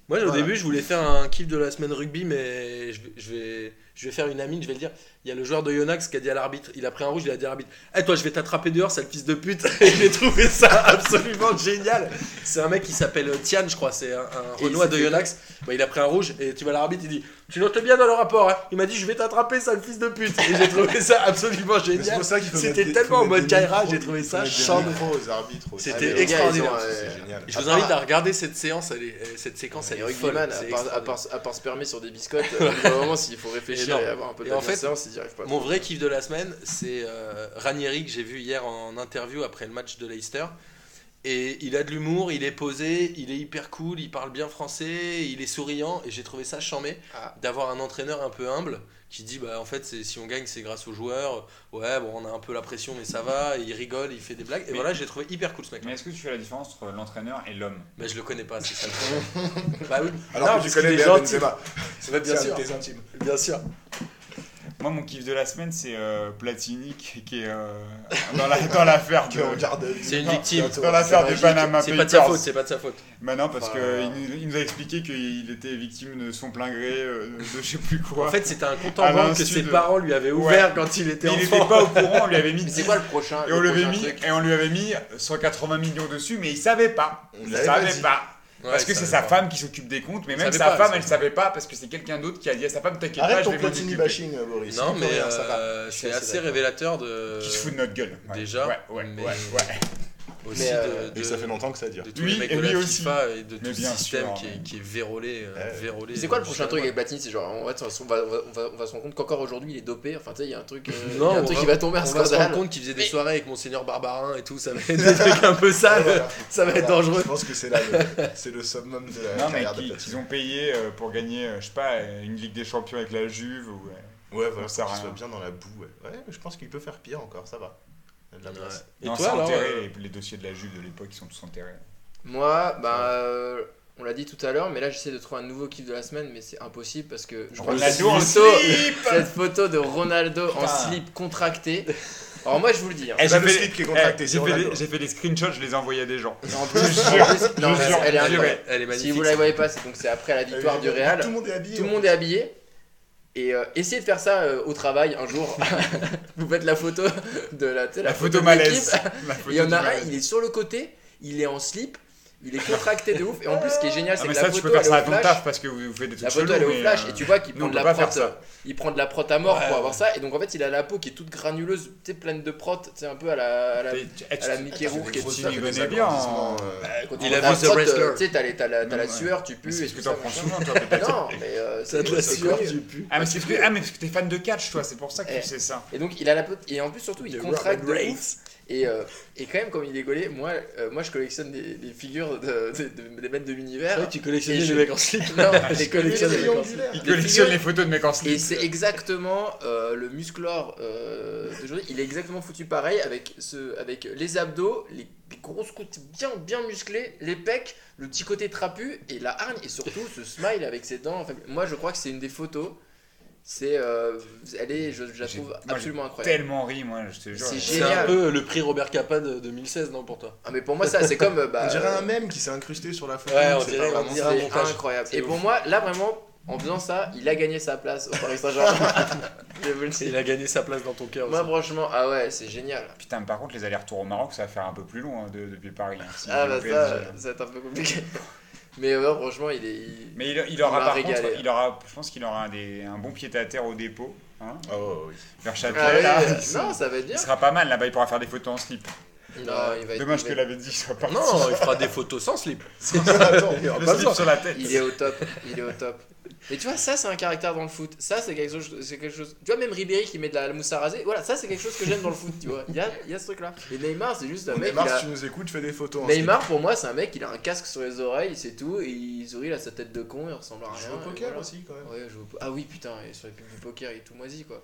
Speaker 4: Moi, au
Speaker 3: Voilà.
Speaker 4: début, je voulais faire un kiff de la semaine rugby, mais je vais, je vais, je vais faire une amine, je vais le dire. Il y a le joueur de Yonax qui a dit à l'arbitre, il a pris un rouge, il a dit à l'arbitre Eh, toi, je vais t'attraper dehors, sale fils de pute Et j'ai trouvé ça absolument génial C'est un mec qui s'appelle Tian, je crois, c'est un, un
Speaker 1: Et il
Speaker 4: Renoir
Speaker 1: s'est
Speaker 4: de
Speaker 1: fait-
Speaker 4: Yonax. Bah, il a pris un rouge, et tu vois l'arbitre, il dit Tu notes bien dans le rapport, hein. Il m'a dit Je vais t'attraper, sale fils de pute Et j'ai trouvé ça absolument
Speaker 3: Mais c'est
Speaker 4: génial
Speaker 3: pour ça qu'il faut
Speaker 4: C'était
Speaker 3: mettre des-
Speaker 4: tellement
Speaker 3: faut
Speaker 4: en mode
Speaker 3: mettre des
Speaker 4: Kaira,
Speaker 3: micros-
Speaker 4: j'ai trouvé
Speaker 3: faut
Speaker 4: ça
Speaker 3: mettre des
Speaker 4: chambre.
Speaker 3: micros aux arbitres aussi.
Speaker 4: C'était
Speaker 1: Ah,
Speaker 3: mais-
Speaker 1: les gars, ils ont,
Speaker 4: extraordinaire.
Speaker 1: euh,
Speaker 3: C'est génial.
Speaker 4: Je vous
Speaker 1: À part-
Speaker 4: invite à regarder cette séance, elle est- euh, cette séquence, elle
Speaker 1: Et
Speaker 4: est
Speaker 1: rugbyman,
Speaker 4: folle.
Speaker 1: à
Speaker 4: c'est
Speaker 1: part, à,
Speaker 4: extraordinaire.
Speaker 1: part, à part se permettre sur des biscottes, euh, au bout d'un moment, s'il faut réfléchir
Speaker 4: Énorme.
Speaker 1: et avoir un peu de
Speaker 4: Et en fait,
Speaker 1: séance, ils n'y arrivent pas.
Speaker 4: Mon vrai kiff de la semaine, c'est euh, Ranieri que j'ai vu hier en interview après le match de Leicester. Et il a de l'humour, il est posé, il est hyper cool, il parle bien français, il est souriant. Et j'ai trouvé ça charmé
Speaker 1: Ah.
Speaker 4: d'avoir un entraîneur un peu humble qui dit bah en fait c'est- si on gagne c'est grâce aux joueurs. Ouais bon on a un peu la pression mais ça va. Et il rigole, il fait des blagues. Et
Speaker 2: Mais-
Speaker 4: voilà j'ai trouvé hyper cool ce mec.
Speaker 2: Mais est-ce que tu fais la différence entre l'entraîneur et l'homme
Speaker 4: Mais je le connais pas c'est ça. le problème. bah oui. Non,
Speaker 3: Alors que tu
Speaker 4: parce qu'il
Speaker 3: connais
Speaker 4: est
Speaker 3: Léa
Speaker 4: gentil.
Speaker 3: Benzema.
Speaker 4: Mais bien
Speaker 3: C'est un
Speaker 4: sûr.
Speaker 3: de tes intimes.
Speaker 4: Bien sûr.
Speaker 2: Moi, mon kiff de la semaine, c'est euh, Platini qui qui est euh, dans la- dans l'affaire
Speaker 3: Tu
Speaker 2: de.
Speaker 3: regardes.
Speaker 4: C'est une
Speaker 2: Non,
Speaker 4: victime.
Speaker 2: Dans l'affaire du
Speaker 1: magique.
Speaker 2: Panama
Speaker 4: C'est pas de sa
Speaker 2: Papers.
Speaker 4: faute, c'est pas de sa faute.
Speaker 2: Bah non, parce qu'il
Speaker 4: euh,
Speaker 1: Enfin,
Speaker 2: nous, il nous a expliqué qu'il était victime de son plein gré, euh, de je sais plus quoi.
Speaker 4: En fait, c'était un compte
Speaker 2: À
Speaker 4: en banque que
Speaker 2: l'insu
Speaker 4: ses
Speaker 2: de-
Speaker 4: parents lui avaient ouvert quand il était
Speaker 2: Mais il
Speaker 4: enfant.
Speaker 2: était pas au courant, on lui avait mis
Speaker 1: Mais c'est
Speaker 2: 10
Speaker 1: quoi le prochain
Speaker 2: et on,
Speaker 1: le
Speaker 2: lui avait
Speaker 1: prochain
Speaker 2: mis,
Speaker 1: truc
Speaker 2: et on lui avait mis 180 millions dessus, mais il savait pas.
Speaker 3: On
Speaker 2: Il
Speaker 3: l'avait pas
Speaker 2: savait
Speaker 3: dit.
Speaker 2: pas.
Speaker 4: Ouais,
Speaker 2: parce que
Speaker 4: il
Speaker 2: c'est
Speaker 4: savait
Speaker 2: sa
Speaker 4: pas.
Speaker 2: femme qui s'occupe des comptes, mais
Speaker 4: Il
Speaker 2: même
Speaker 4: savait
Speaker 2: sa
Speaker 4: pas,
Speaker 2: femme,
Speaker 4: ça.
Speaker 2: elle savait pas, parce que c'est quelqu'un d'autre qui a dit à sa femme T'inquiète pas,
Speaker 3: Arrête
Speaker 2: je
Speaker 3: ton
Speaker 2: vais m'en occuper.
Speaker 3: Platini bashing, euh, Boris.
Speaker 4: Non, mais
Speaker 3: Rien, ça va.
Speaker 4: euh, c'est
Speaker 3: Je suis assez
Speaker 4: assez
Speaker 3: d'accord.
Speaker 4: révélateur de.
Speaker 2: Qui se fout de notre gueule. Ouais.
Speaker 4: déjà,
Speaker 2: Ouais, ouais,
Speaker 4: mais-
Speaker 2: ouais, ouais.
Speaker 4: Aussi
Speaker 1: Mais,
Speaker 4: de-
Speaker 1: euh,
Speaker 4: de,
Speaker 3: Et ça fait longtemps que ça dure.
Speaker 4: de tous
Speaker 2: Lui
Speaker 4: les mecs
Speaker 2: et
Speaker 4: de la
Speaker 2: lui aussi.
Speaker 4: FIFA et de tout
Speaker 2: Mais
Speaker 4: le
Speaker 2: bien
Speaker 4: système
Speaker 2: sûr.
Speaker 4: qui, est, qui est vérolé. euh,
Speaker 3: Ouais.
Speaker 4: vérolé,
Speaker 1: C'est quoi le
Speaker 4: euh,
Speaker 1: prochain
Speaker 4: jusqu'à
Speaker 1: truc
Speaker 4: la
Speaker 1: avec Platini C'est genre, on va, on va, on va, on va se rendre compte qu'encore aujourd'hui il est dopé. Enfin, tu sais, il y a un truc, euh, il y
Speaker 4: Non,
Speaker 1: a un
Speaker 4: on
Speaker 1: truc
Speaker 4: va-
Speaker 1: qui va tomber
Speaker 4: mort.
Speaker 1: à
Speaker 4: On va se rendre
Speaker 1: scandale.
Speaker 4: compte qu'il faisait des
Speaker 1: Mais-
Speaker 4: soirées avec Monseigneur Barbarin et tout, ça va être des trucs un peu sales,
Speaker 3: Voilà.
Speaker 4: ça va être
Speaker 3: Voilà.
Speaker 4: dangereux.
Speaker 3: Je pense que c'est là le, c'est le summum de la
Speaker 2: Non, mais
Speaker 3: carrière de
Speaker 2: qui-
Speaker 3: Platini.
Speaker 2: qu'ils ont payé euh, pour gagner, euh, je sais pas, euh, une Ligue des Champions avec la Juve ou. euh,
Speaker 3: Ouais, voilà,
Speaker 2: Ça sert
Speaker 3: ça
Speaker 2: à
Speaker 3: soit
Speaker 2: rien.
Speaker 3: bien dans la boue. Ouais, Ouais, mais je pense qu'il peut faire pire encore, ça va. Il y a de la
Speaker 4: Ouais.
Speaker 3: place.
Speaker 4: Et
Speaker 2: non,
Speaker 4: toi
Speaker 2: c'est
Speaker 4: alors
Speaker 2: enterré,
Speaker 4: euh,
Speaker 2: les, les dossiers de la Juve de l'époque, ils sont tous enterrés.
Speaker 1: Moi, bah, euh, on l'a dit tout à l'heure, mais là j'essaie de trouver un nouveau kiff de la semaine, mais c'est impossible parce que je crois que cette
Speaker 2: Ronaldo en
Speaker 1: photo,
Speaker 2: slip
Speaker 1: cette photo de Ronaldo en
Speaker 2: Putain.
Speaker 1: slip contracté. Alors moi, je vous le dis. hein.
Speaker 2: Eh,
Speaker 3: C'est
Speaker 2: j'ai
Speaker 3: le
Speaker 2: fait-
Speaker 3: slip qui est
Speaker 2: eh,
Speaker 3: contracté, c'est
Speaker 2: J'ai fait,
Speaker 3: Ronaldo.
Speaker 2: des- j'ai fait des screenshots, je les ai envoyés à des gens.
Speaker 1: En plus,
Speaker 2: jure,
Speaker 1: en plus- non,
Speaker 2: je
Speaker 1: mais
Speaker 2: jure,
Speaker 1: elle est
Speaker 2: je jure.
Speaker 1: incroyable.
Speaker 4: Elle est magnifique.
Speaker 1: Si vous la voyez pas, c'est donc c'est après la victoire du Real.
Speaker 3: Euh, Tout le monde est habillé. hein.
Speaker 1: Tout le monde est habillé. Et euh, essayez de faire ça euh, au travail un jour. Vous faites la photo de la, tu sais,
Speaker 2: La photo
Speaker 1: de
Speaker 2: malaise.
Speaker 1: l'équipe.
Speaker 2: La photo
Speaker 1: Et Il y en
Speaker 2: du
Speaker 1: a un,
Speaker 2: malaise.
Speaker 1: il est sur le côté, il est en slip, il est contracté de ouf. Et en plus, ce qui est génial,
Speaker 2: Ah,
Speaker 1: c'est
Speaker 2: mais
Speaker 1: que
Speaker 2: ça,
Speaker 1: la
Speaker 2: tu
Speaker 1: photo
Speaker 2: peux faire
Speaker 1: elle est
Speaker 2: ça à
Speaker 1: au
Speaker 2: ton
Speaker 1: flash.
Speaker 2: taf parce que vous faites des trucs
Speaker 1: La photo
Speaker 2: chelous,
Speaker 1: elle est
Speaker 2: mais,
Speaker 1: au flash
Speaker 2: euh,
Speaker 1: et tu vois qu'il
Speaker 2: nous,
Speaker 1: prend
Speaker 2: on
Speaker 1: de
Speaker 2: peut
Speaker 1: la
Speaker 2: pas faire
Speaker 1: prot,
Speaker 2: ça.
Speaker 1: euh, il prend de la prot à mort
Speaker 4: Ouais,
Speaker 1: pour
Speaker 4: ouais.
Speaker 1: avoir ça et donc en fait il a la peau qui est toute granuleuse, tu sais pleine de prot, tu sais un peu à la, à la,
Speaker 2: t'es- tu- eh,
Speaker 1: à la
Speaker 2: tu-
Speaker 1: Mickey
Speaker 3: Ah, c'est
Speaker 1: Rourke
Speaker 3: des
Speaker 1: et
Speaker 3: grosses
Speaker 1: tout
Speaker 2: tu
Speaker 1: ça.
Speaker 2: y
Speaker 3: tapes,
Speaker 2: connais
Speaker 3: des
Speaker 2: bien,
Speaker 3: agrandissements,
Speaker 2: hein.
Speaker 3: euh,
Speaker 1: Quand
Speaker 4: Il
Speaker 1: on
Speaker 4: a
Speaker 1: prend de
Speaker 4: vu The
Speaker 1: la prot,
Speaker 4: Wrestler.
Speaker 1: euh, tu sais t'as les- t'as la, t'as la
Speaker 2: Ouais.
Speaker 1: sueur, tu
Speaker 2: mais
Speaker 1: pues
Speaker 2: C'est
Speaker 1: et
Speaker 2: ce que
Speaker 1: tout
Speaker 2: t'en
Speaker 1: ça,
Speaker 2: prends
Speaker 1: machin.
Speaker 2: souvent, toi, peut-être.
Speaker 1: Non mais euh,
Speaker 4: Ça a de la
Speaker 1: c'est
Speaker 4: sueur,
Speaker 1: connu.
Speaker 4: tu pues.
Speaker 2: Ah, mais c'est parce que- ah, mais parce que t'es fan de catch, toi, c'est pour ça que
Speaker 1: Eh.
Speaker 2: tu sais ça.
Speaker 1: Et donc il a la peau- et en plus surtout il
Speaker 4: Le
Speaker 1: contracte de
Speaker 4: Roman Reigns.
Speaker 1: ouf. Et, euh, et quand même comme il est gaulé, moi euh, moi je collectionne des, des figures de, de- de- des mecs de
Speaker 4: C'est vrai
Speaker 1: l'univers.
Speaker 4: que tu collectionnais
Speaker 1: Et je-
Speaker 4: les mecs en slip.
Speaker 1: Non,
Speaker 4: je les collectionne
Speaker 3: Il est
Speaker 4: les mecs en slip.
Speaker 3: triangulaire.
Speaker 2: Il
Speaker 1: Les
Speaker 2: collectionne
Speaker 1: figures-
Speaker 2: les photos de mecs en
Speaker 1: Et
Speaker 2: slip.
Speaker 1: c'est exactement euh, le musclore euh, d'aujourd'hui. Il est exactement foutu pareil avec, ce, avec les abdos, les, les grosses côtes bien, bien musclées, les pecs, le petit côté trapu et la hargne. Et surtout ce smile avec ses dents. Enfin, moi, je crois que c'est une des photos. C'est, euh, elle est, je, je la
Speaker 2: J'ai-
Speaker 1: trouve
Speaker 2: moi, j'ai
Speaker 1: absolument incroyable.
Speaker 2: Tellement ri, moi, je te jure.
Speaker 1: C'est
Speaker 4: C'est un
Speaker 1: Génial.
Speaker 4: peu le prix Robert Capa de 2016, non, pour toi
Speaker 1: Ah, mais pour moi, ça, c'est comme. euh, Bah,
Speaker 3: On dirait un
Speaker 1: euh,
Speaker 3: mème qui s'est incrusté sur la photo.
Speaker 4: Ouais, on
Speaker 3: c'est
Speaker 4: dirait-
Speaker 3: pas
Speaker 4: on
Speaker 3: vraiment-
Speaker 4: dirait un
Speaker 1: c'est
Speaker 4: montage.
Speaker 1: incroyable.
Speaker 4: C'est
Speaker 1: Et pour
Speaker 4: ouf.
Speaker 1: moi, là, vraiment, en faisant ça, il a gagné sa place au Paris Saint-Germain. je vous le dis.
Speaker 4: Il a gagné sa place dans ton cœur
Speaker 1: Moi,
Speaker 4: aussi.
Speaker 1: franchement, ah ouais, c'est génial.
Speaker 2: Putain, mais par contre, les allers-retours au Maroc, ça va faire un peu plus long hein, de- depuis Paris. hein, si
Speaker 1: Ah
Speaker 2: vous
Speaker 1: bah
Speaker 2: plaît,
Speaker 1: ça,
Speaker 2: je-
Speaker 1: ça va être un peu compliqué. Mais ouais, franchement, il est. il-
Speaker 2: Mais il, il aura
Speaker 1: m'a
Speaker 2: par
Speaker 1: régalé. hein.
Speaker 2: contre, il aura, je pense qu'il aura un, des- un bon pied à terre au dépôt, hein,
Speaker 3: Oh, oui.
Speaker 2: vers
Speaker 1: Ah
Speaker 2: Châtelet.
Speaker 1: ouais,
Speaker 2: là.
Speaker 1: euh, non, ça va être bien. Bah,
Speaker 2: il sera pas mal là-bas, il pourra faire des photos en slip.
Speaker 1: Non, il va être.
Speaker 2: Dommage
Speaker 1: il
Speaker 2: que
Speaker 1: va-
Speaker 2: l'avais dit, ça part.
Speaker 4: Non, il fera des photos sans slip.
Speaker 3: Attends, il y aura
Speaker 2: Le
Speaker 3: pas
Speaker 2: slip sur la tête.
Speaker 1: Il est au top. Il est au top. Mais tu vois, ça, c'est un caractère dans le foot. Ça, c'est quelque chose. C'est quelque chose. Tu vois, même Ribéry qui met de la mousse à raser. Voilà, ça, c'est quelque chose que j'aime dans le foot. Tu vois, il y a, il y a ce truc-là. Et Neymar, c'est juste un mec.
Speaker 3: Neymar,
Speaker 1: il a-
Speaker 3: si tu nous écoutes, fais des photos. en
Speaker 1: Neymar, pour moi, c'est un mec. Il a un casque sur les oreilles, c'est tout. Et il sourit, il a sa tête de con, il ressemble à rien.
Speaker 3: slip. Je joue au
Speaker 1: et
Speaker 3: poker
Speaker 1: voilà.
Speaker 3: aussi, quand même.
Speaker 1: Ouais, je joue au po- Ah oui, putain, et sur les pubs du poker, il est tout moisi quoi.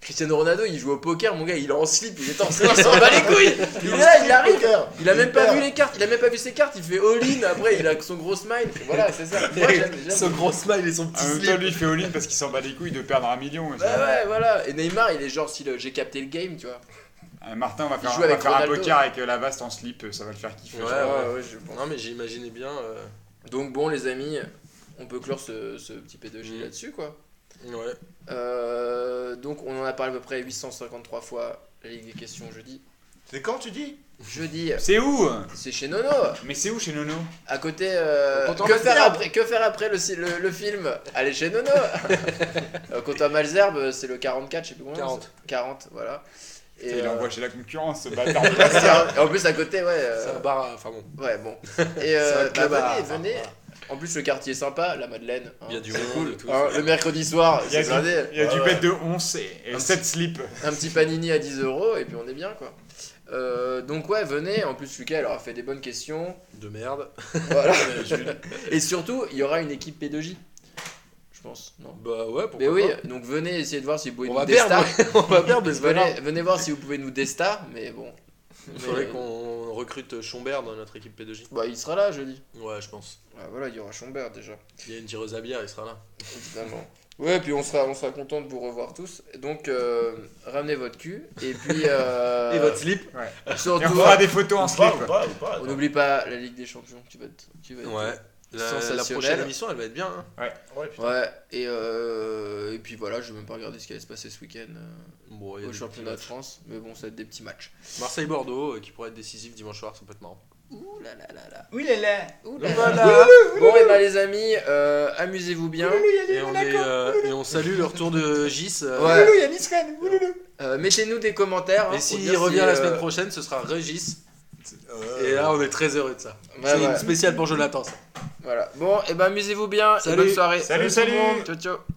Speaker 1: Cristiano Ronaldo, il joue au poker, mon gars, il est en slip, il est en slip, il s'en bat les couilles Il est là, il arrive Il a même pas vu les cartes, il a même pas vu ses cartes, il fait all-in, après il a son gros smile, voilà, c'est ça. Moi, j'aime- j'aime.
Speaker 4: Son gros smile et son petit
Speaker 2: En même
Speaker 4: slip.
Speaker 2: temps, lui, il fait all-in parce qu'il s'en bat les couilles de perdre un million.
Speaker 1: Ouais, Bah ouais, voilà. Et Neymar, il est genre, si le- j'ai capté le game, tu vois.
Speaker 2: Euh, Martin, on va faire,
Speaker 1: joue
Speaker 2: on va
Speaker 1: avec
Speaker 2: faire un
Speaker 1: Ronaldo.
Speaker 2: poker avec euh, la vaste en slip, euh, ça va le faire kiffer.
Speaker 4: Ouais,
Speaker 2: je crois.
Speaker 4: ouais,
Speaker 1: je pense.
Speaker 4: Non, mais j'imaginais bien. euh,
Speaker 1: Donc bon, les amis, on peut clore ce, ce petit P2J
Speaker 4: Mm.
Speaker 1: là-dessus, quoi.
Speaker 4: Ouais.
Speaker 1: Euh, donc on en a parlé à peu près 853 fois, la Ligue des questions jeudi.
Speaker 3: C'est quand tu dis
Speaker 1: Jeudi,
Speaker 2: C'est où
Speaker 1: c'est chez Nono,
Speaker 2: Mais c'est où chez Nono
Speaker 1: à côté... euh,
Speaker 4: Au comptoir
Speaker 1: que, faire
Speaker 4: Malzerbe.
Speaker 1: après, que faire après le, si- le, le film Allez chez Nono Au Comptoir Malzerbe, c'est le 44, je sais plus combien.
Speaker 4: 40.
Speaker 1: c'est- 40, voilà. Et,
Speaker 2: Il
Speaker 1: euh,
Speaker 2: envoie chez la concurrence, ce bâtard.
Speaker 1: et en plus à côté, ouais. euh,
Speaker 4: C'est un bar. à- Enfin bon.
Speaker 1: Ouais, bon. Et euh,
Speaker 4: C'est un
Speaker 1: bah,
Speaker 4: club à-
Speaker 1: venez, venez. En plus, le quartier est sympa, la Madeleine. hein,
Speaker 4: Il y a du
Speaker 1: c'est
Speaker 4: monde
Speaker 1: cool.
Speaker 4: et tout,
Speaker 1: Hein,
Speaker 4: c'est-
Speaker 1: le mercredi soir,
Speaker 2: Il y a
Speaker 1: c'est
Speaker 2: du-
Speaker 1: blindé.
Speaker 2: Il y a
Speaker 3: Ah
Speaker 2: du
Speaker 3: ouais.
Speaker 2: bête de 11 et, et
Speaker 1: Un
Speaker 2: 7 slips.
Speaker 1: Un petit panini à 10 euros et puis on est bien, quoi. Euh, donc, ouais, venez. En plus, Lucas, elle aura fait des bonnes questions.
Speaker 4: De merde.
Speaker 1: Voilà.
Speaker 4: Mais je-
Speaker 1: Et surtout, il y aura une équipe P2J. Je pense, non
Speaker 4: bah ouais, pourquoi
Speaker 1: Mais oui,
Speaker 4: pas.
Speaker 1: donc venez essayer de voir si vous pouvez
Speaker 4: On
Speaker 1: nous
Speaker 4: va
Speaker 1: destar.
Speaker 4: perdre. on va perdre, mais c'est pas
Speaker 1: venez,
Speaker 4: grave.
Speaker 1: venez voir si vous pouvez nous destar, mais bon.
Speaker 4: Il faudrait
Speaker 1: Mais, euh,
Speaker 4: qu'on recrute Chombert dans notre équipe P2J.
Speaker 1: Bah, il sera là jeudi.
Speaker 4: Ouais, je pense.
Speaker 1: Ah, voilà, il y aura Schombert déjà.
Speaker 4: Il y a une tireuse à bière, il sera là.
Speaker 1: Évidemment. Ouais, puis on sera, on sera content de vous revoir tous. Donc, euh, ramenez votre cul. Et puis, euh,
Speaker 4: Et votre slip
Speaker 2: Et on
Speaker 1: surtout,
Speaker 2: fera des photos en
Speaker 3: Ou pas,
Speaker 2: slip.
Speaker 3: ou pas, ou pas,
Speaker 1: on
Speaker 3: attends.
Speaker 1: n'oublie pas la Ligue des Champions. Tu vas être. Tu vas être-
Speaker 4: Euh, Ouais. La, la
Speaker 1: Sensationnel.
Speaker 4: prochaine émission, elle va être bien. hein.
Speaker 3: Ouais, putain.
Speaker 1: Ouais, et, euh, et puis voilà, je vais même pas regarder ce qui allait se passer ce week-end euh,
Speaker 4: Bon, il y a
Speaker 1: au
Speaker 4: des
Speaker 1: championnat de
Speaker 4: petits matchs.
Speaker 1: France. Mais bon, ça va être des petits matchs.
Speaker 4: Marseille-Bordeaux, euh, qui pourrait être décisif dimanche soir, ça peut être marrant.
Speaker 1: Ouh là là là là.
Speaker 2: Oui, là là.
Speaker 1: Ouh là là.
Speaker 4: Voilà.
Speaker 1: Bon, et bah les amis, euh, amusez-vous bien.
Speaker 4: Et on, est, euh, et on salue le retour de Gis. euh,
Speaker 1: Ouais.
Speaker 2: il y a Miss Rennes. Ouloulou.
Speaker 1: Euh, Mettez-nous des commentaires. hein,
Speaker 4: Et
Speaker 1: pour
Speaker 4: s'il
Speaker 1: dire
Speaker 4: revient
Speaker 1: si,
Speaker 4: la
Speaker 1: euh,
Speaker 4: semaine prochaine, ce sera Régis.
Speaker 3: Euh,
Speaker 4: Et là, on est très heureux de ça.
Speaker 1: ouais,
Speaker 4: C'est
Speaker 1: ouais,
Speaker 4: une spéciale pour Jonathan. ça.
Speaker 1: voilà. Bon, et bah amusez-vous bien. et
Speaker 4: Salut.
Speaker 1: bonne soirée.
Speaker 2: Salut,
Speaker 1: tout le
Speaker 2: salut.
Speaker 1: monde. Ciao, ciao.